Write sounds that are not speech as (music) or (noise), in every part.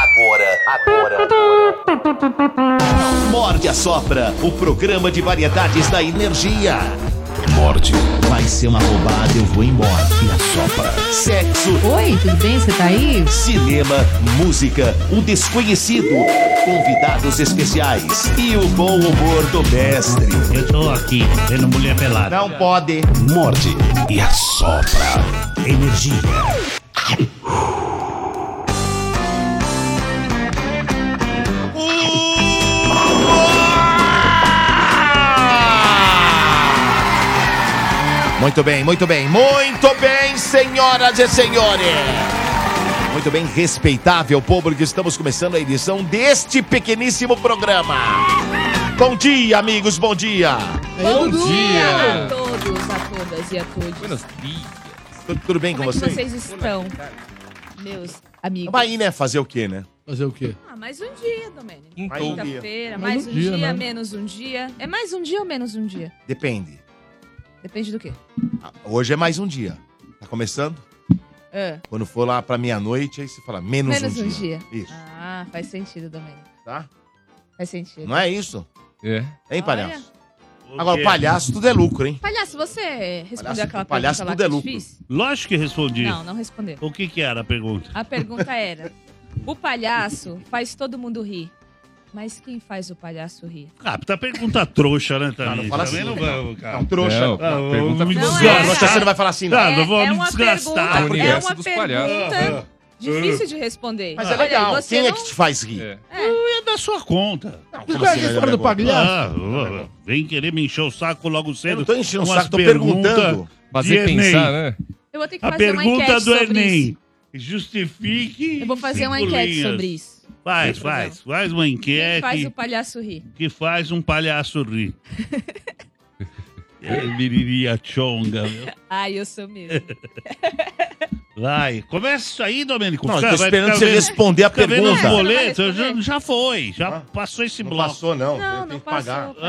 Agora, agora, agora. Morde a Sopra, o programa de variedades da energia. Morde. Vai ser uma roubada, eu vou embora. E a Sopra. Sexo. Oi, tudo bem? Você tá aí? Cinema, música, o desconhecido, convidados especiais e o bom humor do mestre. Eu tô aqui, vendo mulher pelada. Não pode. Morde e a Sopra. Energia. Muito bem, muito bem, muito bem, senhoras e senhores. Muito bem, respeitável público, estamos começando a edição deste pequeníssimo programa. Bom dia, amigos, bom dia. Bom, dia. a todos, a todas e a todos. Tudo, tudo bem com Como é que vocês? vocês estão, meus amigos? Vai aí, né? Fazer o quê, né? Fazer o quê? Ah, mais um dia, Domênico. Mais um dia. Quinta-feira, mais, um dia, né? menos um dia. É mais um dia ou menos um dia? Depende. Depende do quê? Ah, Hoje é mais um dia. Tá começando? Ah, Quando for lá pra meia-noite, aí você fala menos, Menos um, um dia. Isso, ah, faz sentido, Domênico. tá? Faz sentido. Não é isso? É. Hein, palhaço? O Agora, quê? (laughs) palhaço tudo é lucro, hein? Palhaço, você respondeu Palhaço- aquela palhaço pergunta tudo é lá que lucro. eu te fiz? Lógico que respondi. Não, não respondeu. O que que era a pergunta? A pergunta era: o palhaço faz todo mundo rir, mas quem faz o palhaço rir? Ah, puta pergunta trouxa, né, Thalita? Ah, não fala assim. Também não. vamos, cara. Não, trouxa. Não, Ah, não, É, pergunta me com Não desgasta. é. Trouxa, você não vai falar assim, não. Ah, não vou me uma desgastar. Ah, pergunta, é universo uma dos pergunta palhaços. difícil ah. de responder. Mas é Olha aí, legal. você Quem é não- que te faz rir? É. É da sua conta. Como Vai assim, né, fora do negócio? pagliaço. Ah, ô, vem querer me encher o saco logo cedo. Eu não tô enchendo o com saco, as tô perguntas perguntando. de Fazer Enem. pensar, né? Eu vou ter que A fazer uma pergunta enquete do sobre isso. Enem. Justifique. Eu vou fazer cinco uma enquete linhas. sobre isso. Faz, Sem faz. Faz uma Quem enquete faz o palhaço rir? que faz um palhaço (laughs) rir. É, Miriria chonga, (laughs) meu. Ai, eu sou mesmo. Vai, começa isso aí, Domênico. Não, eu Fica- tô vai esperando ficar você vendo- responder a Fica vendo os pergunta. boletos, Não vai já, já foi, já Ah, passou esse Não bloco. passou, não. Não, tem não que pagar. passou. palhaço.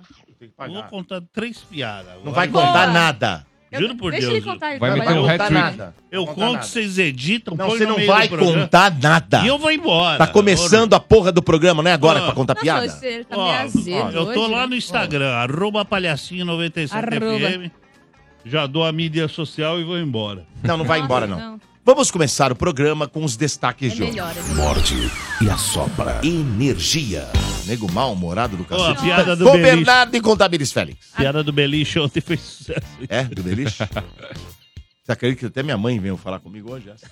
Ah, Tem que ó, vou pagar. contar três piadas. Não vai Agora. Boa. contar nada. Eu- Juro por Deixa Deus. ele contar. ele Vai Não meter vai trabalhar. um contar hat-trick. nada. Eu Não conta conto, nada. vocês editam, Não, põe você no não meio vai do programa. contar nada. E eu vou embora. Tá começando a porra do programa, não é agora Ah. pra contar Nossa, piada? você tá meio Ó, azedo eu tô hoje, lá né? no Instagram, arroba palhacinho97fm. Já dou a mídia social e vou embora. Não, não vai Nossa, embora, não. Vamos começar o programa com os destaques É de hoje. melhor. é melhor. Morde e a Sopra. Energia. Nego mal-humorado do Ó, a cacete. piada do Com Beliche. Bernardo e com Tamires Félix. A piada do Beliche ontem foi sucesso. É, do Beliche? Você acredita que até minha mãe veio falar comigo hoje? Essa?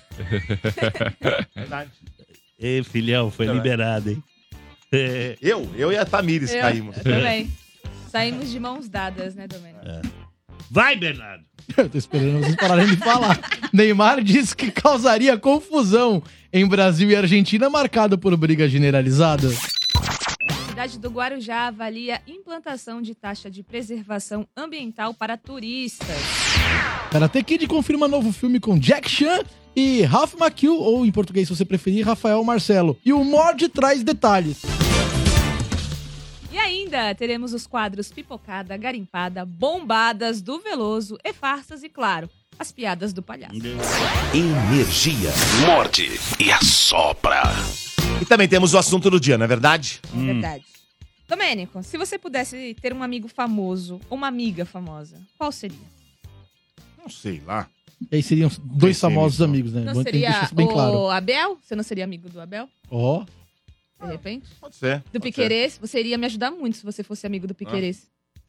Verdade. (laughs) Ei, filhão, É foi Caralho. liberado, hein? É, Eu, eu e a Tamires Eu- caímos. eu também. Saímos de mãos dadas, né, Domênico? Vai, Bernardo. (laughs) Eu tô esperando vocês pararem de falar. Neymar disse que causaria confusão em Brasil e Argentina, marcado por briga generalizada. cidade do Guarujá avalia implantação de taxa de preservação ambiental para turistas. Karate Kid confirma novo filme com Jack Chan e Ralph McHugh, ou em português, se você preferir, Rafael Marcelo. E o Mord traz detalhes. E ainda teremos os quadros Pipocada, Garimpada, Bombadas do Veloso e Farsas e, claro, as piadas do palhaço. Energia. Morde e a Sopra. E também temos o assunto do dia, não é verdade? Hum. É verdade. Domênico, se você pudesse ter um amigo famoso ou uma amiga famosa, qual seria? Não sei lá. E aí seriam dois Pensei famosos nisso, ó. amigos, né? Não Bom, tem que seria deixar isso bem o claro. Abel? Você não seria amigo do Abel, Ó, de repente? Pode ser. Do pode ser. Piquerez? Você iria me ajudar muito se você fosse amigo do Piquerez.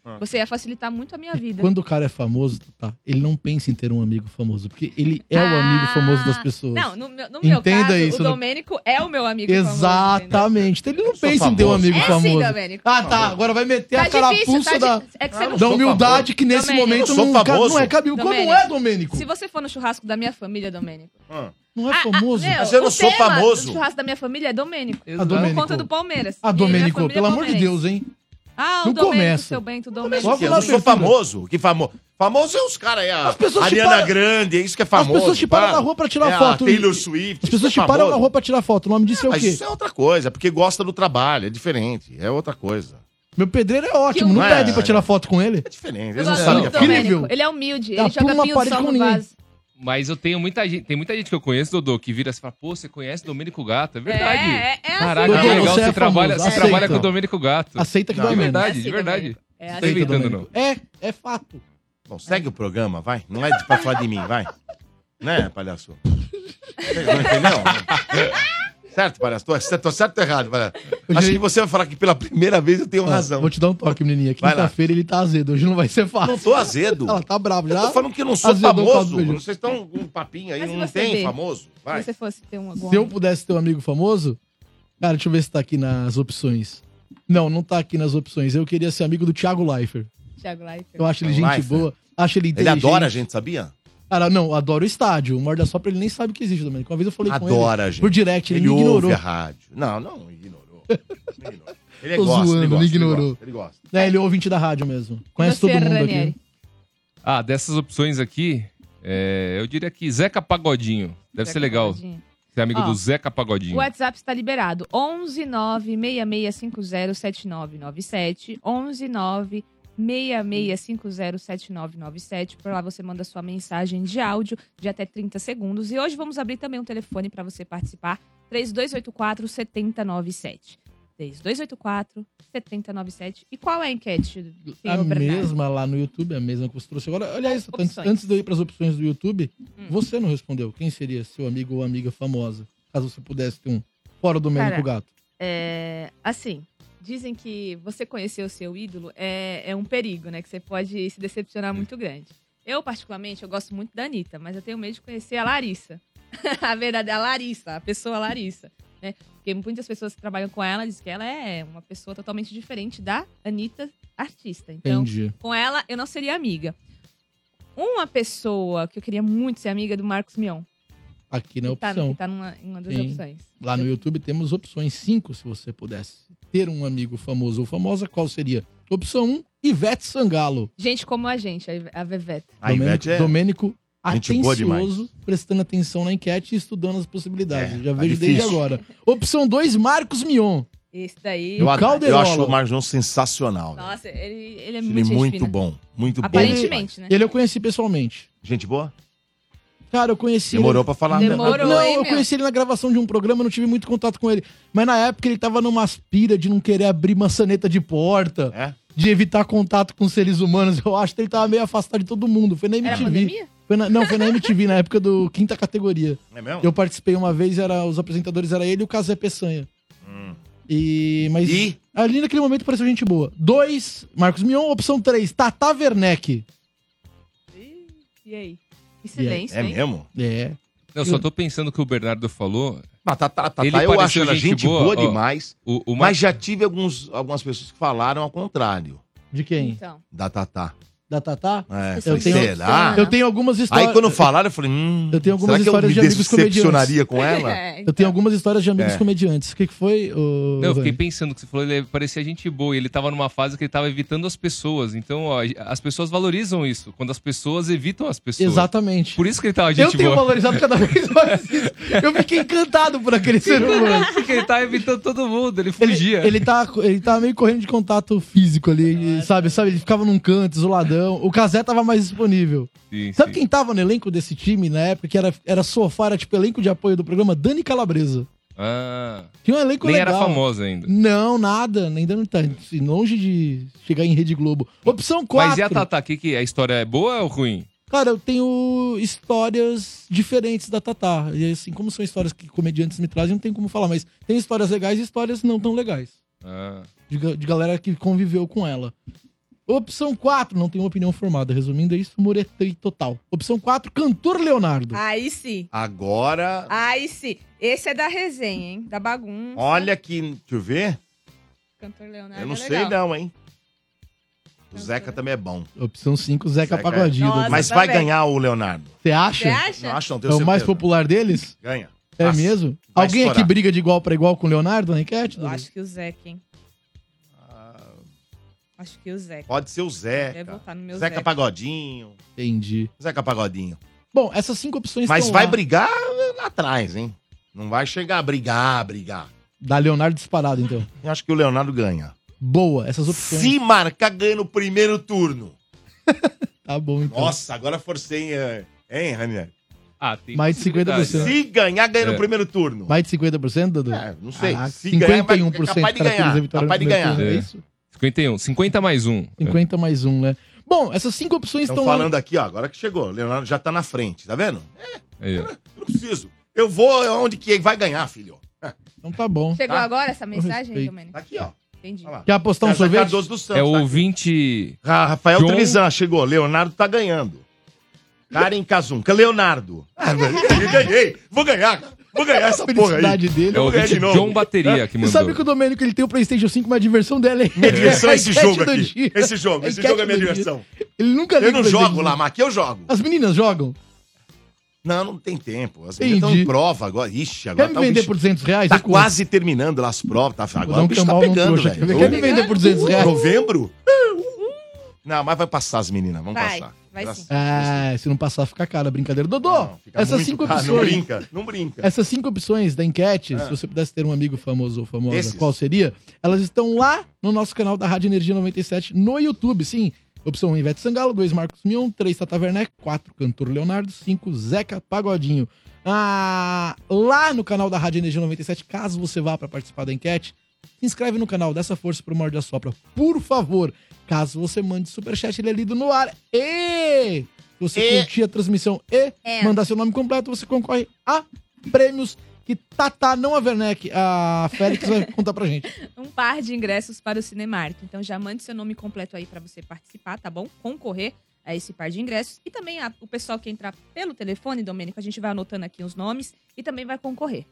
Ah. Você ia facilitar muito a minha vida. quando o cara é famoso, tá, ele não pensa em ter um amigo famoso, porque ele é o amigo Ah, famoso das pessoas. Não, no, meu- no meu Entenda caso, isso, né? o não- Domênico é o meu amigo famoso. Exatamente. Então ele não sou pensa em ter um famoso. amigo entendeu? É famoso. sim, Domênico. Ah, tá. Agora vai meter a tá difícil, carapuça tá da, difícil. É que Ah, você não... da sou humildade que nesse Domênico. momento Eu sou não, famoso. não é cabível. Como Domênico, é, Domênico? Se você for no churrasco da minha família, Domênico. Ah. Não é Ah, ah, famoso. meu, Mas eu não o sou tema famoso. do churrasco da minha família é Domênico. Ah, Por Domênico. conta do Palmeiras. Ah, E minha Domênico, família é pelo amor de palmeirense. Deus, hein? Ah, o Não Domênico, começa. é seu bento, começa. Domênico. Logo Eu lá não no sou perfil. famoso. Que famoso? Famoso é os caras aí. A As pessoas te Ariana param- Grande, é isso que é famoso. As pessoas te param tá? na rua pra tirar É, foto. A Taylor Swift. As pessoas isso te é param na famoso. rua pra tirar foto. O nome disso é o Mas quê? isso é outra coisa, porque gosta do trabalho, é diferente. É outra coisa. Meu pedreiro é ótimo. Que Não humilde. pede pra tirar foto com ele? É diferente. Eu Eles não gosto sabem o muito que é do Incrível. famoso. Domênico. Ele é humilde, Tá, ele joga pula uma pinho parede só com no ninguém. vaso. Mas eu tenho muita gente, tem muita gente que eu conheço, Dodô, que vira e fala, pô, você conhece Domênico Gato? É verdade. É, é, é Caraca, assim. que Dodô, legal, você você, é trabalha, famoso, você aceita. trabalha com o Domênico Gato. Aceita que Não, dói É é menos. verdade, assim, de verdade. É Não assim. tô inventando, Domênico. não. É, é fato. Bom, segue o programa, vai. Não é pra falar de mim, vai. Né, palhaço? Não entendeu? Certo, palhaço? Tô certo, tô certo ou errado, palhaço? Assim, Acho que você vai falar que pela primeira vez eu tenho Ó, razão. Vou te dar um toque, menininha. Vai lá. Quinta-feira ele tá azedo. Hoje não vai ser fácil. Não tô azedo. Ela tá brava Eu já. tô falando que eu não sou Azedou o famoso. cabelo. Vocês estão com um papinho aí, Mas se não você tem vê- famoso. Vai. Se você fosse ter um algum Se eu pudesse ter um amigo famoso... Cara, deixa eu ver se tá aqui nas opções. Não, não tá aqui nas opções. Eu queria ser amigo do Thiago Leifert. Thiago Leifert. Eu acho ele gente Leifert. boa. Acho ele Ele inteligente. adora a gente, sabia? Cara, não, adora o estádio. O Morda Sopra, ele nem sabe que existe, Domênico. Uma vez eu falei com ele Adora a gente. por direct, ele, Ele me ouve ignorou. a rádio. Não, não (laughs) ignorou. Não ignorou. Ele Tô gosta, zoando, ele me gosta, ele ignorou. gosta, Ele gosta. É, ele é ouvinte da rádio mesmo. Conhece você, é todo mundo Ranieri? aqui. Ah, dessas opções aqui, é, eu diria que Zeca Pagodinho. Deve ser Zeca legal Pagodinho. ser amigo Ó, do Zeca O Pagodinho. WhatsApp está liberado. 11966507997. 11966507997. Por lá você manda sua mensagem de áudio de até 30 segundos. E hoje vamos abrir também um telefone para você participar. 3284 7097. 3284 7097. E qual é a enquete, A senhor Bernardo? mesma lá no YouTube, a mesma que você trouxe agora. Aliás, Opções. antes, antes de eu ir pras opções do YouTube, Hum. você não respondeu. Quem seria seu amigo ou amiga famosa? Caso você pudesse ter um. Fora o Domênico Cara, Gato. É, assim, dizem que você conhecer o seu ídolo é, é um perigo, né? Que você pode se decepcionar muito grande. Eu, particularmente, eu gosto muito da Anitta, mas eu tenho medo de conhecer a Larissa. (laughs) a verdade, a Larissa, a pessoa Larissa. Né? Porque muitas pessoas que trabalham com ela dizem que ela é uma pessoa totalmente diferente da Anitta artista. Então, Entendi. com ela eu não seria amiga. Uma pessoa que eu queria muito ser amiga é do Marcos Mion, Aqui na que tá, que é opção. tá numa, em uma das Sim. opções. Lá no YouTube temos opções 5, se você pudesse ter um amigo famoso ou famosa, qual seria? Opção 1, um, Ivete Sangalo. Gente como a gente, a Ive- a Veveta. A Ivete é... Domênico Gente boa atencioso, prestando atenção na enquete e estudando as possibilidades. É, Já tá vejo desde difícil. agora. Opção 2, Marcos Mion. Esse daí. Eu, adoro- eu Calderola. acho o Marjão sensacional. né? Nossa, ele, ele é Ele muito, gente muito fina. bom. Muito bom. Aparentemente, né? Ele eu conheci pessoalmente. Gente boa? Cara, eu conheci. Demorou pra falar. né? ele... Demorou, Não, hein, eu meu? conheci ele na gravação de um programa, não tive muito contato com ele. Mas na época ele tava numa aspira de não querer abrir maçaneta de porta, É? de evitar contato com seres humanos. Eu acho que ele tava meio afastado de todo mundo. Foi na Era MTV. pandemia? Foi na- Não, foi na MTV, na época do quinta categoria. É mesmo? Eu participei uma vez, era, os apresentadores era ele e o Casé Peçanha. E. Mas. E? Ali naquele momento pareceu gente boa. Dois, Marcos Mion. Opção três, Tata Werneck. E aí? Que aí? silêncio, É hein? mesmo? É. Eu só tô pensando que o Bernardo falou. Mas tá, tá, tá, Ele tá, eu acho pareceu ela gente gente boa, boa, ó. demais. O, o Mas já tive alguns, algumas pessoas que falaram ao contrário De quem? Então. da Tatá. Da Tatá? É, Pessoas falei, que será? são- Eu tenho algumas histórias. Aí quando falaram, eu falei, hum, Eu tenho algumas será que eu histórias me de amigos decepcionaria com ela? É, Eu tenho algumas histórias de amigos É. comediantes. O que, que foi? ô, Não, eu fiquei Vani? pensando que você falou, ele parecia gente boa, e ele tava numa fase que ele tava evitando as pessoas. Então, ó, as pessoas valorizam isso, quando as pessoas evitam as pessoas. Exatamente. Por isso que ele tava Eu gente tenho boa. valorizado cada (laughs) vez mais isso. Eu fiquei encantado por aquele ser humano. Porque ele tava evitando todo mundo, ele Ele, (laughs) fugia. ele, tá, ele tá meio correndo de contato físico ali, É ele- sabe? sabe? Ele ficava num canto, isoladão. O Casé tava mais disponível. Sim, Sabe sim. quem tava no elenco desse time na época, que era, era sofá, era tipo elenco de apoio do programa? Dani Calabresa. Ah, Tinha um elenco nem legal. era famoso ainda. Não, nada. Ainda não tá assim, longe de chegar em Rede Globo. Opção 4. Mas e a Tatá, que, que a história é boa ou ruim? Cara, eu tenho histórias diferentes da Tatá. E assim, como são histórias que comediantes me trazem, não tem como falar. Mas tem histórias legais e histórias não tão legais. Ah, De, ga- de galera que conviveu com ela. Opção 4, não tenho opinião formada. Resumindo, é isso, muretei total. Opção 4, cantor Leonardo. Aí sim. Agora, Aí sim. Esse é da resenha, hein? Da bagunça. olha que, deixa eu ver, Cantor Leonardo. eu não é sei legal. não, hein? O Não Zeca sei. também é bom. Opção 5, Zeca Zeca. é. Pagodinho. Nossa. Mas também. vai ganhar o Leonardo. Você Você acha? acha? Não acho não, É tenho o mais certeza. popular deles? Ganha. É Nossa, mesmo? vai Alguém aqui estourar. briga de igual pra igual com o Leonardo na enquete? Eu Dudu? acho que o Zeca, hein? Ah, Acho que o Zeca. Pode ser o Deve Zeca. voltar no meu Zeca, Zeca. Pagodinho. Entendi. Zeca Pagodinho. Bom, essas cinco opções Mas estão vai lá. brigar lá atrás, hein? Não vai chegar a brigar, brigar. Da Leonardo disparado, então. Eu acho que o Leonardo ganha. Boa, essas opções. Se marcar, ganha no primeiro turno. Tá bom, então. Nossa, agora forcei, hein, eh, hein Ranieri? Ah, tem Mais de 50%. possibilidade, né? Se ganhar, ganha no É. primeiro turno. Mais de 50%, Dudu? Ah, É, não sei. Caraca, Se ganhar, vai- 51% é capaz de caracteriza ganhar, a vitória capaz no de ganhar. primeiro turno, É. É isso? 51, 50 mais um. É. 50 mais um, né? Bom, essas cinco opções Estão estão falando aqui, ó, agora que chegou. O Leonardo já tá na frente, tá vendo? Aí, ó. Eu não preciso. Eu vou é onde que vai ganhar, filho. Então tá bom. Chegou Tá. agora essa mensagem, respeito. Domênico? Tá aqui, ó. Entendi. Olha lá. Quer apostar um Casa sorvete? Cardoso dos Santos, É o tá aqui. ouvinte. Ra- Rafael John- Trevisan chegou. Leonardo tá ganhando. Karen Kazunca. Leonardo. Ah, velho, (laughs) eu ganhei. Vou ganhar. Vou ganhar essa porra aí. Felicidade dele. né? É o Vou ganhar de ouvinte novo. John Bateria que Você mandou. sabe que o Domênico ele tem o PlayStation 5, mas a diversão dela é. Minha diversão (laughs) é esse a enquete jogo do aqui. dia. Esse jogo, A esse enquete jogo é minha do dia. diversão. Ele nunca Eu liga não o PlayStation jogo 5. lá, mas aqui eu jogo. As meninas jogam? Não, não tem tempo. As meninas estão Entendi. em prova agora. Ixi, agora Quer me tá o vender bicho- por 200 reais? Tá Eu compro. quase terminando lá as provas. Tá, Vou agora dar o um bicho tá cambal num pegando, trouxa aqui. velho. Quer me vender por 200 reais? Uhum. Novembro? Não, mas vai passar as meninas, vamos Vai, passar. vai Graças- sim. Ah, se não passar, fica cara a brincadeira. Dodô, Não, fica essas muito cinco caro. opções. Não brinca, não brinca. Essas cinco opções da enquete, se você pudesse ter um amigo famoso ou famosa, Esses. qual seria? Elas estão lá no nosso canal da Rádio Energia 97 no YouTube, sim. Opção 1, Ivete Sangalo, 2, Marcos Mion, 3, Tata Werneck, 4, Cantor Leonardo, 5, Zeca Pagodinho. Ah, lá no canal da Rádio Energia 97, caso você vá para participar da enquete, se inscreve no canal, dá essa força pro Morde a Sopra, por favor. Caso você mande superchat, ele é lido no ar. E se você E- curtir a transmissão e É. mandar seu nome completo, você concorre a prêmios que Tata, não a Werneck, a Félix vai (laughs) contar pra gente. um par de ingressos para o Cinemark. Então já mande seu nome completo aí para você participar, tá bom? Concorrer a esse par de ingressos. E também a- o pessoal que entrar pelo telefone, Domênico, a gente vai anotando aqui os nomes e também vai concorrer.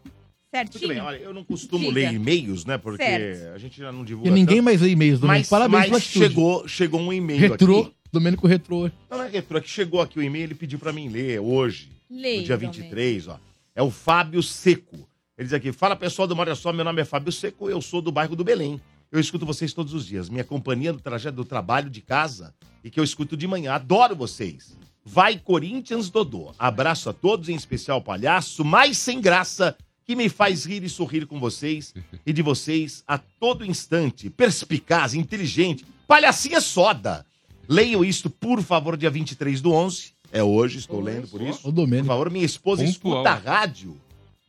Muito bem, Certinho? olha, eu não costumo Diga. ler e-mails, né? Porque Certo. a gente já não divulga. E ninguém tanto. mais lê e-mails, Domênico. mas, Parabéns pela mas atitude. chegou, chegou um e-mail Retrô, aqui. Domênico Retrô. Não, não é retrô, é que chegou aqui o e-mail, ele pediu pra mim ler hoje. Leia, no dia Domênico. 23, ó. É o Fábio Seco. Ele diz aqui: Fala pessoal do Mora Só, meu nome é Fábio Seco, eu sou do bairro do Belém. Eu escuto vocês todos os dias. Minha companhia do trajeto do trabalho de casa e que eu escuto de manhã. Adoro vocês. Vai Corinthians Dodô. Abraço a todos, em especial ao palhaço, mais sem graça, que me faz rir e sorrir com vocês e de vocês a todo instante. Perspicaz, inteligente, palhacinha soda. Leiam isto, por favor, dia 23 do 11. É hoje, estou lendo por isso. O Por Domênico. favor, minha esposa Pontual. escuta a rádio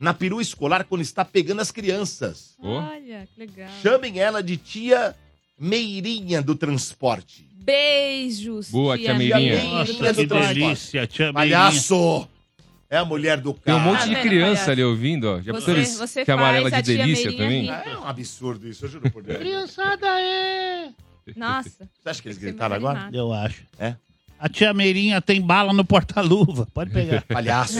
na perua escolar quando está pegando as crianças. Ó. Olha, que legal. Chamem ela de tia Meirinha do transporte. Beijos, Boa, tia Meirinha. Meirinha. Nossa, que delícia, tia Meirinha. Palhaço! É a mulher do Tem cara. um Ah, monte de tá vendo, palhaço? criança ali ouvindo, ó. Já Você- pensou você que amarela faz de a tia delícia Meirinha rir. também? É um absurdo isso, eu juro por (laughs) Deus. Nossa, Você acha que eles Você gritaram vai agora? animar. Eu acho. É? A tia Meirinha tem bala no porta-luva. Pode pegar. (laughs) (laughs) Palhaço!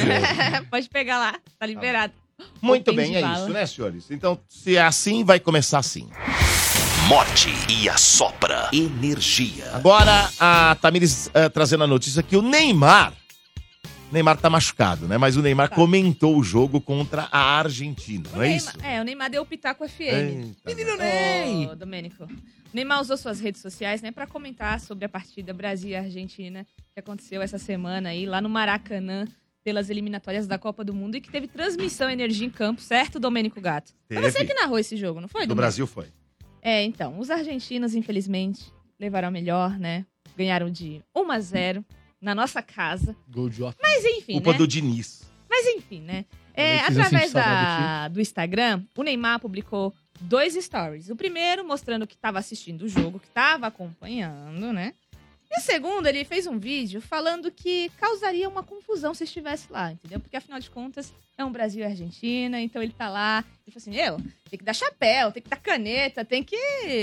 pode pegar lá, tá liberado. Muito Tem bem, de é bala. isso, né, senhores? Então, se é assim, vai começar assim. Morde e assopra. Energia. Agora, a Tamires eh, trazendo a notícia que o Neymar. Neymar tá machucado, né? Mas o Neymar Tá. comentou o jogo contra a Argentina, O não é Neymar- isso? É, o Neymar deu o Pitaco FM. Menino Ô, Domênico. O Neymar usou suas redes sociais, né, para comentar sobre a partida Brasil e Argentina que aconteceu essa semana aí lá no Maracanã pelas eliminatórias da Copa do Mundo e que teve transmissão energia em campo, certo, Domênico Gato? Foi você Teve. que narrou esse jogo, não foi? Do Domênico? Brasil foi. É, então, os argentinos, infelizmente, levaram a melhor, né? Ganharam de 1 a 0 na nossa casa. Gol de ótimo. Mas enfim, Culpa né? do Diniz. Mas enfim, né? Também É, fiz assim, tipo. através saudade da- do Instagram, o Neymar publicou dois stories. O primeiro mostrando que estava assistindo o jogo, que estava acompanhando, né? E o segundo, ele fez um vídeo falando que causaria uma confusão se estivesse lá, entendeu? Porque afinal de contas é um Brasil e Argentina, então ele tá lá e falou assim: meu, tem que dar chapéu, tem que dar caneta, tem que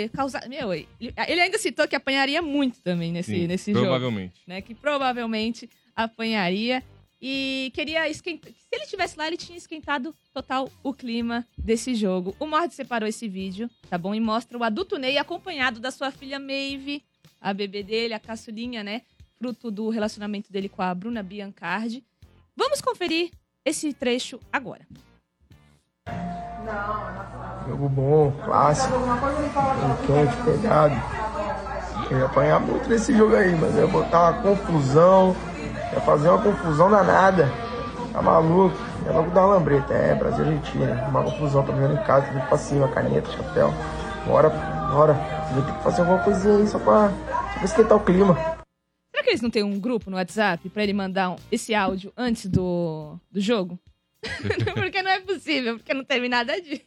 causar. Meu, ele ele ainda citou que apanharia muito também nesse, Sim, nesse jogo provavelmente. né, Que provavelmente apanharia. E queria esquentar. Se ele estivesse lá, ele tinha esquentado total o clima desse jogo. O Mord separou esse vídeo, tá bom? E mostra o adulto Ney acompanhado da sua filha Maeve, a bebê dele, a caçulinha, né? Fruto do relacionamento dele com a Bruna Biancardi. Vamos conferir esse trecho agora. Jogo bom, clássico. Quente, pegado. Eu ia apanhar muito nesse jogo aí, mas eu ia botar uma confusão. Ia fazer uma confusão danada. Tá maluco? Ia logo dar uma lambreta. É, Brasil e Argentina. Uma confusão, tá vendo em casa, tudo pra cima, caneta, chapéu. Bora, bora. Você vai ter que fazer alguma coisinha aí só pra, só pra esquentar o clima. Será que eles não têm um grupo no WhatsApp pra ele mandar um- esse áudio antes do, do jogo? (laughs) porque não é possível, porque não teve nada disso.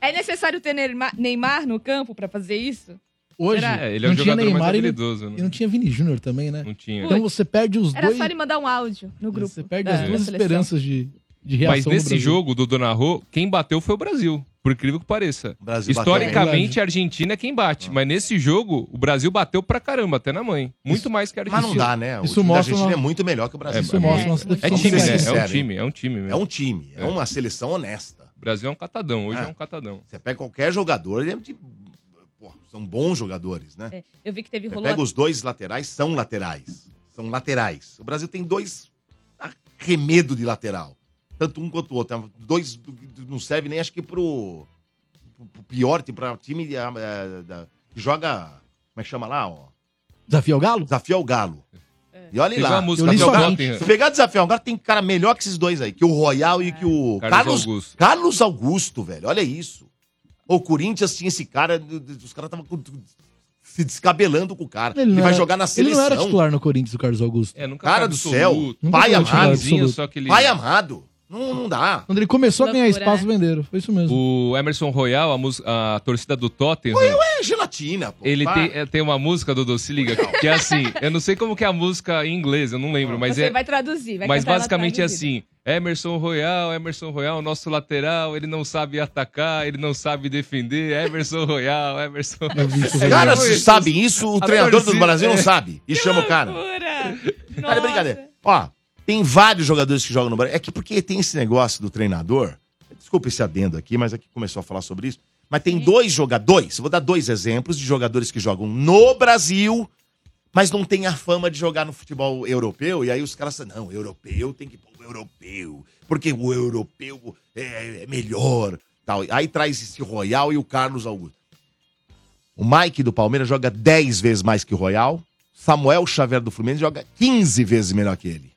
É necessário ter Neymar- Neymar no campo pra fazer isso? Hoje, Será? É, ele é um não tinha jogador mais Neymar e não, habilidoso, e né? não tinha Vini Júnior também, né? Não tinha. Então você perde os Era dois. só ele mandar um áudio no grupo. Você perde da- É. as duas da seleção. esperanças de, de reação. Mas no nesse Brasil. jogo do Donnarumma, quem bateu foi o Brasil, por incrível que pareça. O Brasil Ah. bateu, né? Historicamente, Verdade. a Argentina é quem bate, mas nesse jogo, o Brasil bateu pra caramba, até na mãe. Muito mais que a bateu. Argentina. Mas não dá, né? O Isso time da mostra Argentina é uma- muito melhor que o Brasil. Isso mostra nossa É deficiência. time, Vamos ser né? É um sinceros, time, é um time. Mesmo. É um time, é uma seleção honesta. O Brasil é um catadão, hoje é, É. um catadão. Você pega qualquer jogador, ele é de- pô, são bons jogadores, né? É, eu vi que teve Você rolou. pega os dois laterais, são laterais. São laterais. O Brasil tem dois arremedo de lateral. Tanto um quanto o outro. Dois que não serve nem acho que pro, pro pior, time, pra time de- eh, da- que joga. Como é que chama lá? Ó? Desafio ao Galo? Desafio ao Galo. E olha Pegou lá. a música é eu li do só Tottenham. Se pegar desafio ao Galo, tem cara melhor que esses dois aí. Que o Royal e que o É. Carlos Carlos Augusto. Carlos Augusto, velho. Olha isso. O Corinthians tinha esse cara. Os caras estavam se descabelando com o cara. Ele, não vai era- jogar na Ele seleção. não era titular no Corinthians, o Carlos Augusto. É, nunca Cara foi do céu. absoluto. Nunca Pai foi titular amado. Titularzinho, absoluto. só que ele- Pai amado. Não, não dá. Quando ele começou a ganhar Loucura, espaço, né? venderam. Foi isso mesmo. O Emerson Royal, a, mus- a torcida do Tottenham, É gelatina, pô. ele Pá. tem, é, tem uma música do Se Liga, que é assim, eu não sei como que é a música em inglês, eu não lembro, mas Você é, vai traduzir, vai Mas cantar ela basicamente é traduzida. assim: Emerson Royal, Emerson Royal, nosso lateral, ele não sabe atacar, ele não sabe defender. Emerson Royal, Emerson. Eu vi isso, É, velho. Cara, Não, se isso- sabe isso, o a treinador do torcida- Brasil não é. (laughs) sabe. E chama o cara. Loucura! Cara, é Nossa. brincadeira. Ó, tem vários jogadores que jogam no Brasil. É que porque tem esse negócio do treinador. Desculpa esse adendo aqui, mas aqui começou a falar sobre isso. Mas tem dois jogadores, vou dar dois exemplos de jogadores que jogam no Brasil, mas não tem a fama de jogar no futebol europeu. E aí os caras falam, não, europeu tem que pôr o europeu, porque o europeu é, é melhor. Tal. Aí traz esse Royal e o Carlos Augusto. O Mike do Palmeiras joga 10 vezes mais que o Royal. Samuel Xavier do Fluminense joga 15 vezes melhor que ele.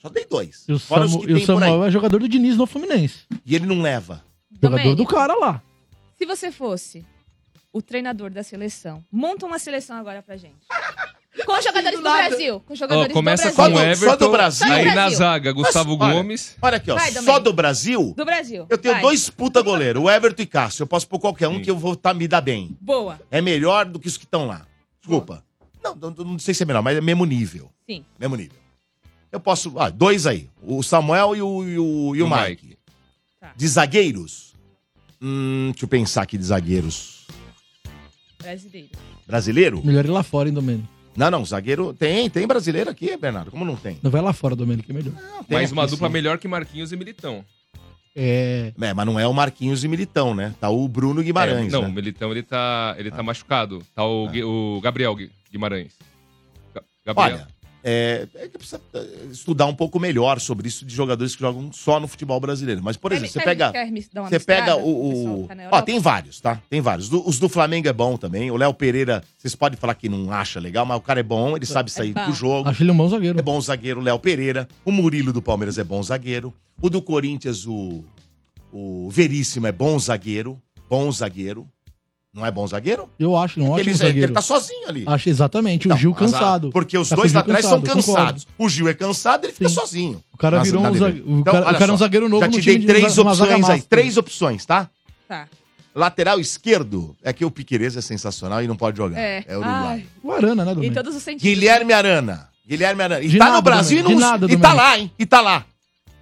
Só tem dois. E o, Fora os Samu- que e o tem por aí. Samuel é jogador do Diniz no Fluminense. E ele não leva. Jogador do Domênico. cara lá. assim- Se você fosse o treinador da seleção, monta uma seleção agora pra gente. Com jogadores do, Brasil. Com Ó, jogadores começa do com Só Brasil. o do- Everton. só do Brasil? Só Aí do na Brasil. zaga, Gustavo olha. Gomes. Olha aqui, ó. Vai, só Domênico. do Brasil, Do Brasil. eu tenho Vai. dois puta goleiro, o Everton e Cássio. Eu posso pôr qualquer um Sim. que eu vou tá, me dar bem. Boa. É melhor do que os que estão lá. Desculpa. Não, não, não sei se é melhor, mas é mesmo nível. Sim. Mesmo nível. Eu posso. Ah, dois aí. O Samuel e o, e o, e o E o Mike. Mike. Tá. De zagueiros. Hum, deixa eu pensar aqui de zagueiros. Brasileiro. Brasileiro? Melhor ir lá fora, hein, Domênico? Não, não, zagueiro. Tem, tem brasileiro aqui, Bernardo. Como não tem? Não vai lá fora, Domênico, é melhor. Não, tem Mais aqui, uma dupla sim. melhor que Marquinhos e Militão. É. É, mas não é o Marquinhos e Militão, né? Tá o Bruno Guimarães. É, não, né? Ah. o Militão ele tá, ele tá machucado. Tá o, Gui- o Gabriel Gui- Guimarães. Ga- Gabriel. Olha, é, é que precisa eh, estudar um pouco melhor sobre isso de jogadores que jogam só no futebol brasileiro. Mas, por exemplo, você pega. Você pega o. o- Ó, tem vários, tá? Tem vários. Do- os do Flamengo é bom também. O Léo Pereira, vocês podem falar que não acha legal, mas o cara é bom, ele sabe sair bom. do jogo. Acho ele um bom zagueiro. É bom zagueiro, o Léo Pereira. O Murilo do Palmeiras é bom zagueiro. O do Corinthians, o, o Veríssimo, é bom zagueiro. Bom zagueiro. Não é bom zagueiro? Eu acho ele um ótimo Ele, zagueiro. ele tá sozinho ali. Acho exatamente. o Não, Gil Então, azar. cansado. Porque os Tá com dois o Gil lá atrás são cansado, concordo. cansados. O Gil é cansado, ele fica Sim. sozinho. O cara virou um Libertadores. zagueiro. O cara- o Então, olha cara é um só. zagueiro novo Já no te time dei de três uma zaga opções aí. máscara. Três opções, tá? Tá. Lateral esquerdo. É que o Piqueires é sensacional e não pode jogar. É. É, Uruguai. Ai, O Arana, né, em Domênico? todos os Ah, sentidos. Guilherme Arana. Guilherme Arana. E De tá nada, no Brasil Domênico. e De não. nada, e tá Domênico. lá, hein? E tá lá.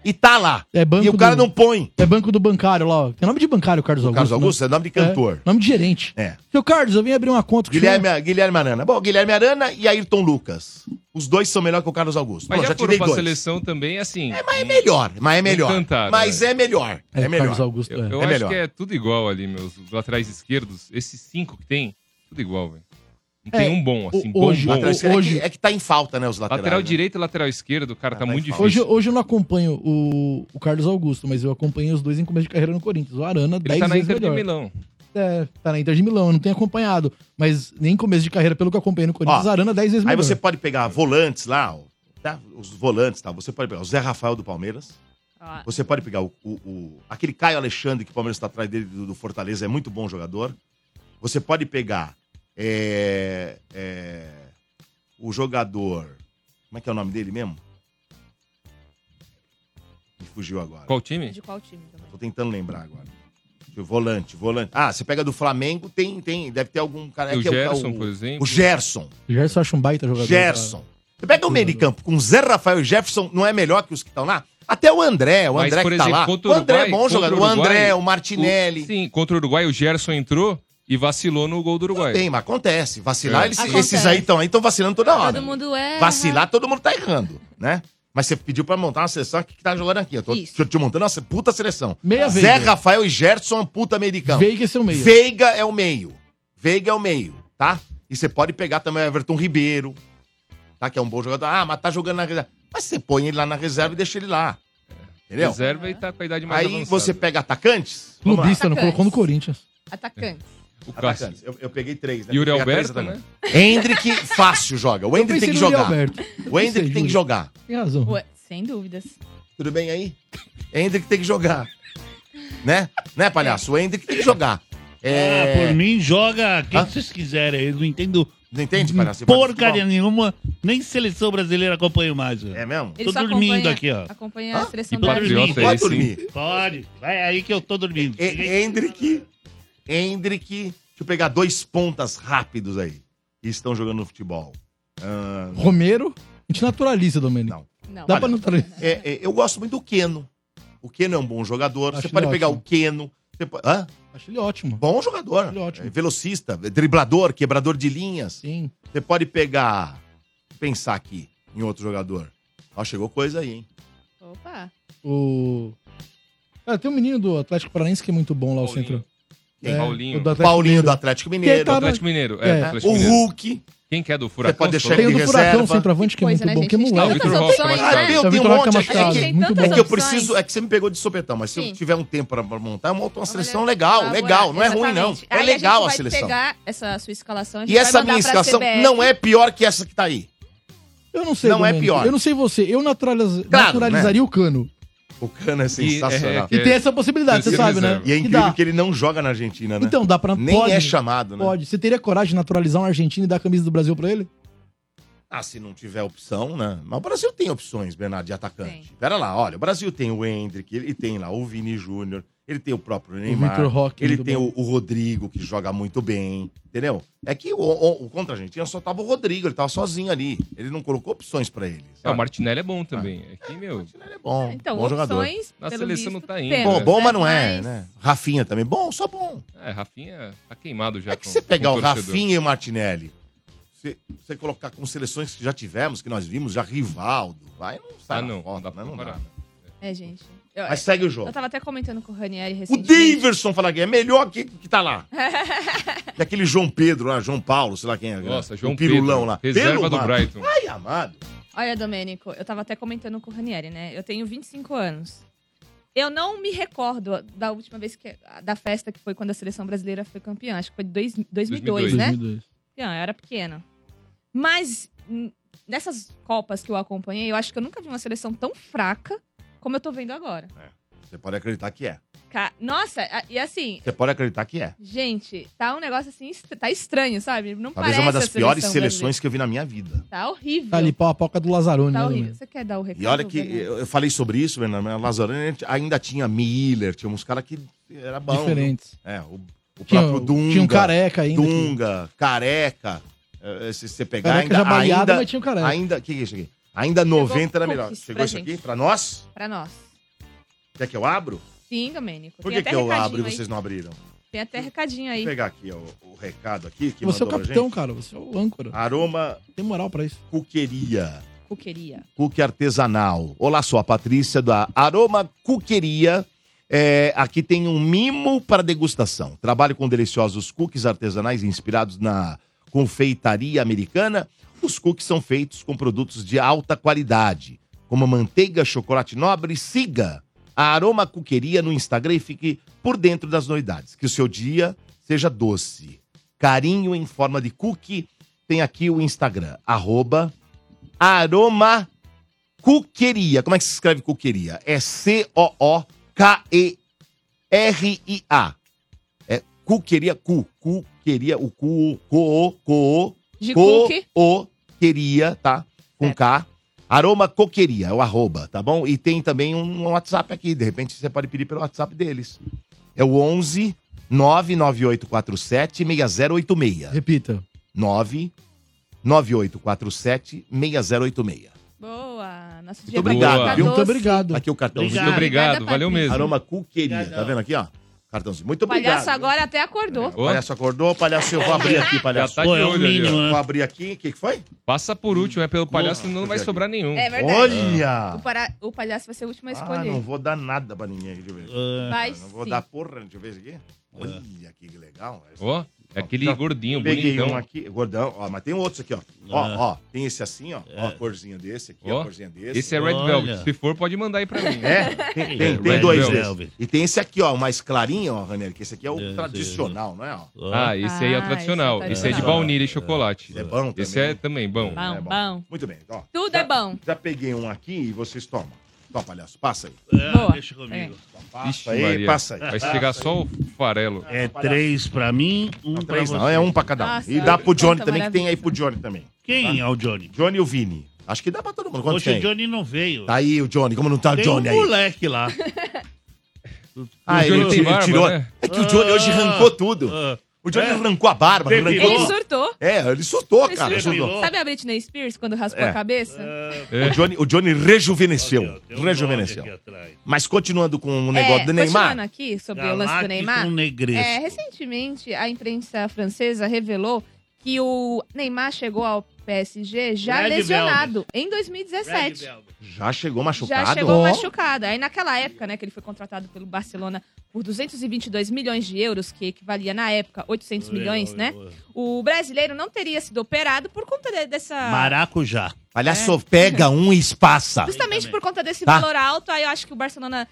E tá lá. É banco e o cara do- não põe. É banco do bancário lá, ó. Tem nome de bancário, o Carlos Augusto. Carlos Augusto é nome de né? cantor. É, nome de gerente. É. Seu Carlos, eu vim abrir uma conta com o senhor. Guilherme, Guilherme Arana. Bom, Guilherme Arana e Ayrton Lucas. Os dois são melhor que o Carlos Augusto. Mas Pronto, já já te foram dei pra dois. seleção também, assim. É, mas é melhor, mas é melhor. Encantado, mas né? é melhor. É, o melhor. Carlos Augusto, Eu, é. eu É acho melhor. que é tudo igual ali, meus os laterais esquerdos. Esses cinco que tem, tudo igual, velho. Não É, tem um bom, assim, o- bom, hoje- bom. Lateral Lateral- esquerdo é hoje- que- é, que, tá em falta, né, os laterais. Lateral né? direito e lateral esquerdo, cara, Ah, tá vai muito falar. difícil. Hoje, hoje eu não acompanho o, o Carlos Augusto, mas eu acompanho os dois em começo de carreira no Corinthians. O Arana, Ele 10 tá na vezes Inter de melhor. Milão. É, tá na Inter de Milão, eu não tenho acompanhado. Mas nem começo de carreira, pelo que eu acompanhei no Corinthians, Ó, Arana 10 vezes Aí melhor. você pode pegar volantes lá, ó, tá? os volantes, tá? Você pode pegar o Zé Rafael do Palmeiras. Ó, Você pode pegar o, o- o- aquele Caio Alexandre que o Palmeiras tá atrás dele do, do Fortaleza, é muito bom jogador. Você pode pegar é, é, o, o jogador. Como é que é o nome dele mesmo? Me fugiu agora. Qual time? De qual time também? Tô tentando lembrar agora. Deixa eu- Volante, volante. Ah, você pega do Flamengo, tem, tem. Deve ter algum cara E o que é Gerson, é o, por exemplo? O Gerson. Gerson acha um baita jogador. Gerson. Você pega o meio de campo com Zé Rafael e Jefferson, não é melhor que os que estão lá? Até o André, o Mas, André por que tá exemplo, lá. contra O André é bom contra jogador. O Uruguai, André, o o- Martinelli. sim, contra o Uruguai, o Gerson entrou e vacilou no gol do Uruguai. Tem, mas acontece. Vacilar, É. eles- Acontece. esses aí estão aí, estão vacilando toda hora. Todo mundo é. Vacilar, todo mundo tá errando, né? Mas você pediu pra montar uma seleção que que tá jogando aqui. Eu tô Isso. te- te montando uma se- puta seleção. Meia Zé Veiga. Rafael e Gerson, puta americano. Veiga, Veiga é seu meio. é o meio. Veiga é o meio, tá? E você pode pegar também o Everton Ribeiro, tá? Que é um bom jogador. Ah, mas tá jogando na reserva. Mas você põe ele lá na reserva e deixa ele lá. Entendeu? Reserva e tá com a idade mais Aí avançada. você pega atacantes. Vamos lá. Clubista, não Atacantes. colocou no Corinthians. Atacante. O Cássio. Atacantes. Eu, eu peguei três, né? Yuri Pegar três Alberto, né? atacantes. Hendrick fácil joga. O Hendrick tem que jogar. O Hendrick tem que jogar. Tem razão. Ué, sem dúvidas. Tudo bem aí? Hendrick tem que jogar. Né? Né, palhaço? O Hendrick tem que jogar. Ah, É... Ah. por mim, joga quem Hã? vocês quiserem. Eu não entendo Não entende, palhaço? porcaria nenhuma. Nem seleção brasileira acompanho mais. velho. É mesmo? Ele Tô só dormindo acompanha- aqui, ó. Acompanha Hã? a seleção E do pode Brasil. Patriota, Pode aí sim. dormir. Pode, vai aí que eu tô dormindo. E- Hendrick. Hendrick. Deixa eu pegar dois pontas rápidos aí. Que estão jogando no futebol. Ah, Romero, a gente naturaliza, Domênico. Não. Não. Dá pra naturalizar. é, é, eu gosto muito do Keno. O Keno é um bom jogador. Acho Você pode ele pegar o ótimo. Keno. Você pode... Hã? Acho ele ótimo. Bom jogador. Ele é ótimo. É, velocista, driblador, quebrador de linhas. Sim. Você pode pegar. Pensar aqui em outro jogador. Ó, chegou coisa aí, hein? Opa. O. Cara, tem um menino do Atlético Paranaense que é muito bom lá, o Paulinho. centro. É, Quem? Paulinho. o do Atlético É, Paulinho do Mineiro. Atlético Mineiro. tá- Atlético Mineiro. É, É. Atlético O Mineiro. Hulk. Quem quer do Furacão? pode deixar Tem o ele- do de Furacão, reserva. centroavante, que é Coisa, muito né, bom, gente? que é A gente tem moleque. tantas Vitor Roque, opções, mas- Ah, né? Eu Tá, tenho Vitor um Roque monte. é É machucado, que, muito é bom. que eu opções. preciso. É que você me pegou de sopetão, mas se Sim. eu tiver um tempo pra pra montar, eu monto uma seleção Olha, legal, elaborar. legal. Não é ruim, não. Exatamente. É Aí legal a gente vai seleção. pegar essa sua escalação a gente E essa vai minha mandar pra escalação CBF. não é pior que essa que tá aí. Eu não sei. Não é Domênico. pior. Eu não sei você. Eu naturaliza- Claro, né? naturalizaria o cano. O Cano é E- sensacional. é, E é, tem essa possibilidade, Sim, você sabe, né? reserva. E é Que incrível dá. que ele não joga na Argentina, né? Então, dá pra. Nem pode, é chamado, né? Pode. Você teria coragem de naturalizar um argentino e dar a camisa do Brasil pra ele? Ah, se não tiver opção, né? Mas o Brasil tem opções, Bernardo, de atacante. Tem. Pera lá, olha, o Brasil tem o Hendrick, ele tem lá o Vini Júnior, ele tem o próprio Neymar. Vitor Roque, Ele muito tem bom. o, o Rodrigo, que joga muito bem, entendeu? É que o, o- o contra a Argentina só tava o Rodrigo, ele tava sozinho ali. Ele não colocou opções pra ele. Ah, o sabe? Martinelli é bom também. É que, meu, Ele é bom, Então, bom jogador. opções, Na pelo seleção não visto, tá indo, temos, Bom, bom, mas não é, Mas- né? Rafinha também, bom, só bom. é, Rafinha tá queimado já. É que com- você pegar com o torcedor. Rafinha e o Martinelli, você, você colocar com seleções que já tivemos, que nós vimos, já Rivaldo, vai, não sai Ah, na não, não foto, dá pra né? Não comparar. É, gente. Eu, Mas segue o eu jogo. tava até comentando com o Ranieri O recentemente. Daverson fala que é melhor que que tá lá. (laughs) e aquele João Pedro lá, João Paulo, sei lá quem é. Nossa, né? João o pirulão Pedro, lá. reserva do amado. Brighton. Ai, amado. Olha, Domênico, eu tava até comentando com o Ranieri, né? Eu tenho 25 anos. Eu não me recordo da última vez que. da festa que foi quando a seleção brasileira foi campeã. Acho que foi em dois- 2002, 2002. né? 2002. Não, eu era pequena. Mas n- nessas Copas que eu acompanhei, eu acho que eu nunca vi uma seleção tão fraca como eu tô vendo agora. É. Você pode acreditar que é. Ca- Nossa, a- e assim, Você pode acreditar que é. gente, tá um negócio assim, est- tá estranho, sabe? Não Talvez parece uma das a piores seleção seleções que eu vi na minha vida. brasileira. Tá horrível. Tá ali pau a pau com a do Lazarone, né? Tá horrível. Domênico? Você quer dar o recado? E olha que Bernardo? eu eu falei sobre isso, Bernardo, mas a Lazarone ainda tinha Miller, tinha uns caras que era bom. Diferentes. É, o, o próprio Tinha, Dunga. tinha um careca ainda. que- Dunga, careca. Eh, Se você pegar, Careca ainda, já baleado, ainda, mas tinha um careca. Ainda, que que é isso aqui? Ainda 90 era pouco melhor. isso Chegou um pra isso gente. aqui pra nós? Pra nós. Quer que eu abro? Sim, Domênico. Por Tem que, até que eu recadinho abro e aí. vocês não abriram? Tem até recadinho aí. Vou pegar aqui ó, o, o recado aqui que Você é o mandou pra capitão, gente. cara. Você é o âncora. Aroma Tem moral pra isso. Cuqueria. Cuqueria. Cookie Artesanal. Olá, sou a Patrícia da Aroma Cuqueria. É, aqui tem um mimo para degustação. Trabalho com deliciosos cookies artesanais inspirados na confeitaria americana. Os cookies são feitos com produtos de alta qualidade, como manteiga, chocolate nobre. Siga a Aroma Cuqueria no Instagram e fique por dentro das novidades. Que o seu dia seja doce. Carinho em forma de cookie. Tem aqui o Instagram, arroba Aroma Cuqueria. Como é que se escreve cuqueria? É C-O-O-K-E-R-I-A. É cuqueria, cu. Cuqueria, o cu, o co, co, De co, cookie. o, Coqueria, tá? Com K. Aroma Coqueria, é o arroba, tá bom? E tem também um WhatsApp aqui, de repente você pode pedir pelo WhatsApp deles. É o 11 99847 6086. Repita. 9 9847 6086. Boa. Nosso Muito dia vai obrigado, ficar viu? Muito doce. obrigado. Aqui o cartãozinho. Muito obrigado, Obrigada, valeu Patrícia. mesmo. Aroma Coqueria, tá vendo aqui, ó? Cartãozinho. Muito O obrigado. palhaço agora até acordou. O palhaço acordou, palhaço, eu vou abrir aqui, Já palhaço. tá de Pô, é o olho ali, ó. mínimo, Vou né? abrir aqui, o que, que foi? Passa por último, é pelo palhaço, senão não vai aqui. sobrar nenhum. É verdade. Olha! O, para- o palhaço vai ser o último a Ah, escolher. não vou dar nada pra ninguém, deixa eu ver. Ah, vai Não vou sim. dar porra, deixa eu ver isso aqui. Olha que legal. Ó, é aquele Já gordinho, Peguei um bonitão. aqui, gordão, ó, mas tem outros aqui, ó. Ó, Ah. ó, tem esse assim, ó, ó, a corzinha desse aqui, ó, É. Ó, a corzinha desse. Esse é Red Olha. Velvet. Se for, pode mandar aí pra mim. né? É, tem, tem- É, tem Red dois Velvet. desses. E tem esse aqui, ó, o mais clarinho, ó, Ranieri, que esse aqui é o É, tradicional, não é? Ó? Ah, esse aí é o Ah, tradicional. esse é o Esse é de tradicional. baunilha e chocolate. Esse é bom também. Esse é também bom. Bom, É bom. bom. Muito bem, ó. Tudo já, é bom. Já peguei um aqui e vocês tomam. Toma, palhaço, passa aí. é, Boa. É. Deixa comigo. Passa Ixi, aí, Maria. passa aí. Vai chegar só o farelo. É (laughs) três pra mim, um Não, pra três você. não, é um pra cada um. Nossa, e dá pro Johnny puta também, que tem aí maravilha. pro Johnny também. Tá? Quem é o Johnny? Johnny e o Vini. Acho que dá pra todo mundo. Quanto Hoje o tem? Johnny não veio. Tá aí o Johnny, como não tá o Tem Johnny um aí? moleque (laughs) lá. Ah, O Johnny ele, tem ele barba, tirou. né? É que o Johnny hoje arrancou tudo. Ah, O Johnny É. arrancou a barba, Ele arrancou. Ele Boa. surtou. É, ele surtou, Ele cara. surtou. surtou. Sabe a Britney Spears quando raspou É. a cabeça? O Johnny, o Johnny rejuvenesceu. aqui, ó, tem um rejuvenesceu. nome aqui atrás. Mas continuando com o Um negócio do Neymar. É, continuando aqui sobre o lance do Galáctico Neymar. Negresco. É, recentemente, a imprensa francesa revelou que o Neymar chegou ao PSG já Red lesionado em Red 2017. Velvet. Já chegou Já machucado? chegou Ó. machucado. Aí naquela época, né, que ele foi contratado pelo Barcelona por 222 milhões de euros, que equivalia na época 800 milhões, né? O brasileiro não teria sido operado por conta de- dessa... Maracujá. Palhaço, É. pega um e espaça. Justamente por conta desse Tá. valor alto, aí eu acho que o Barcelona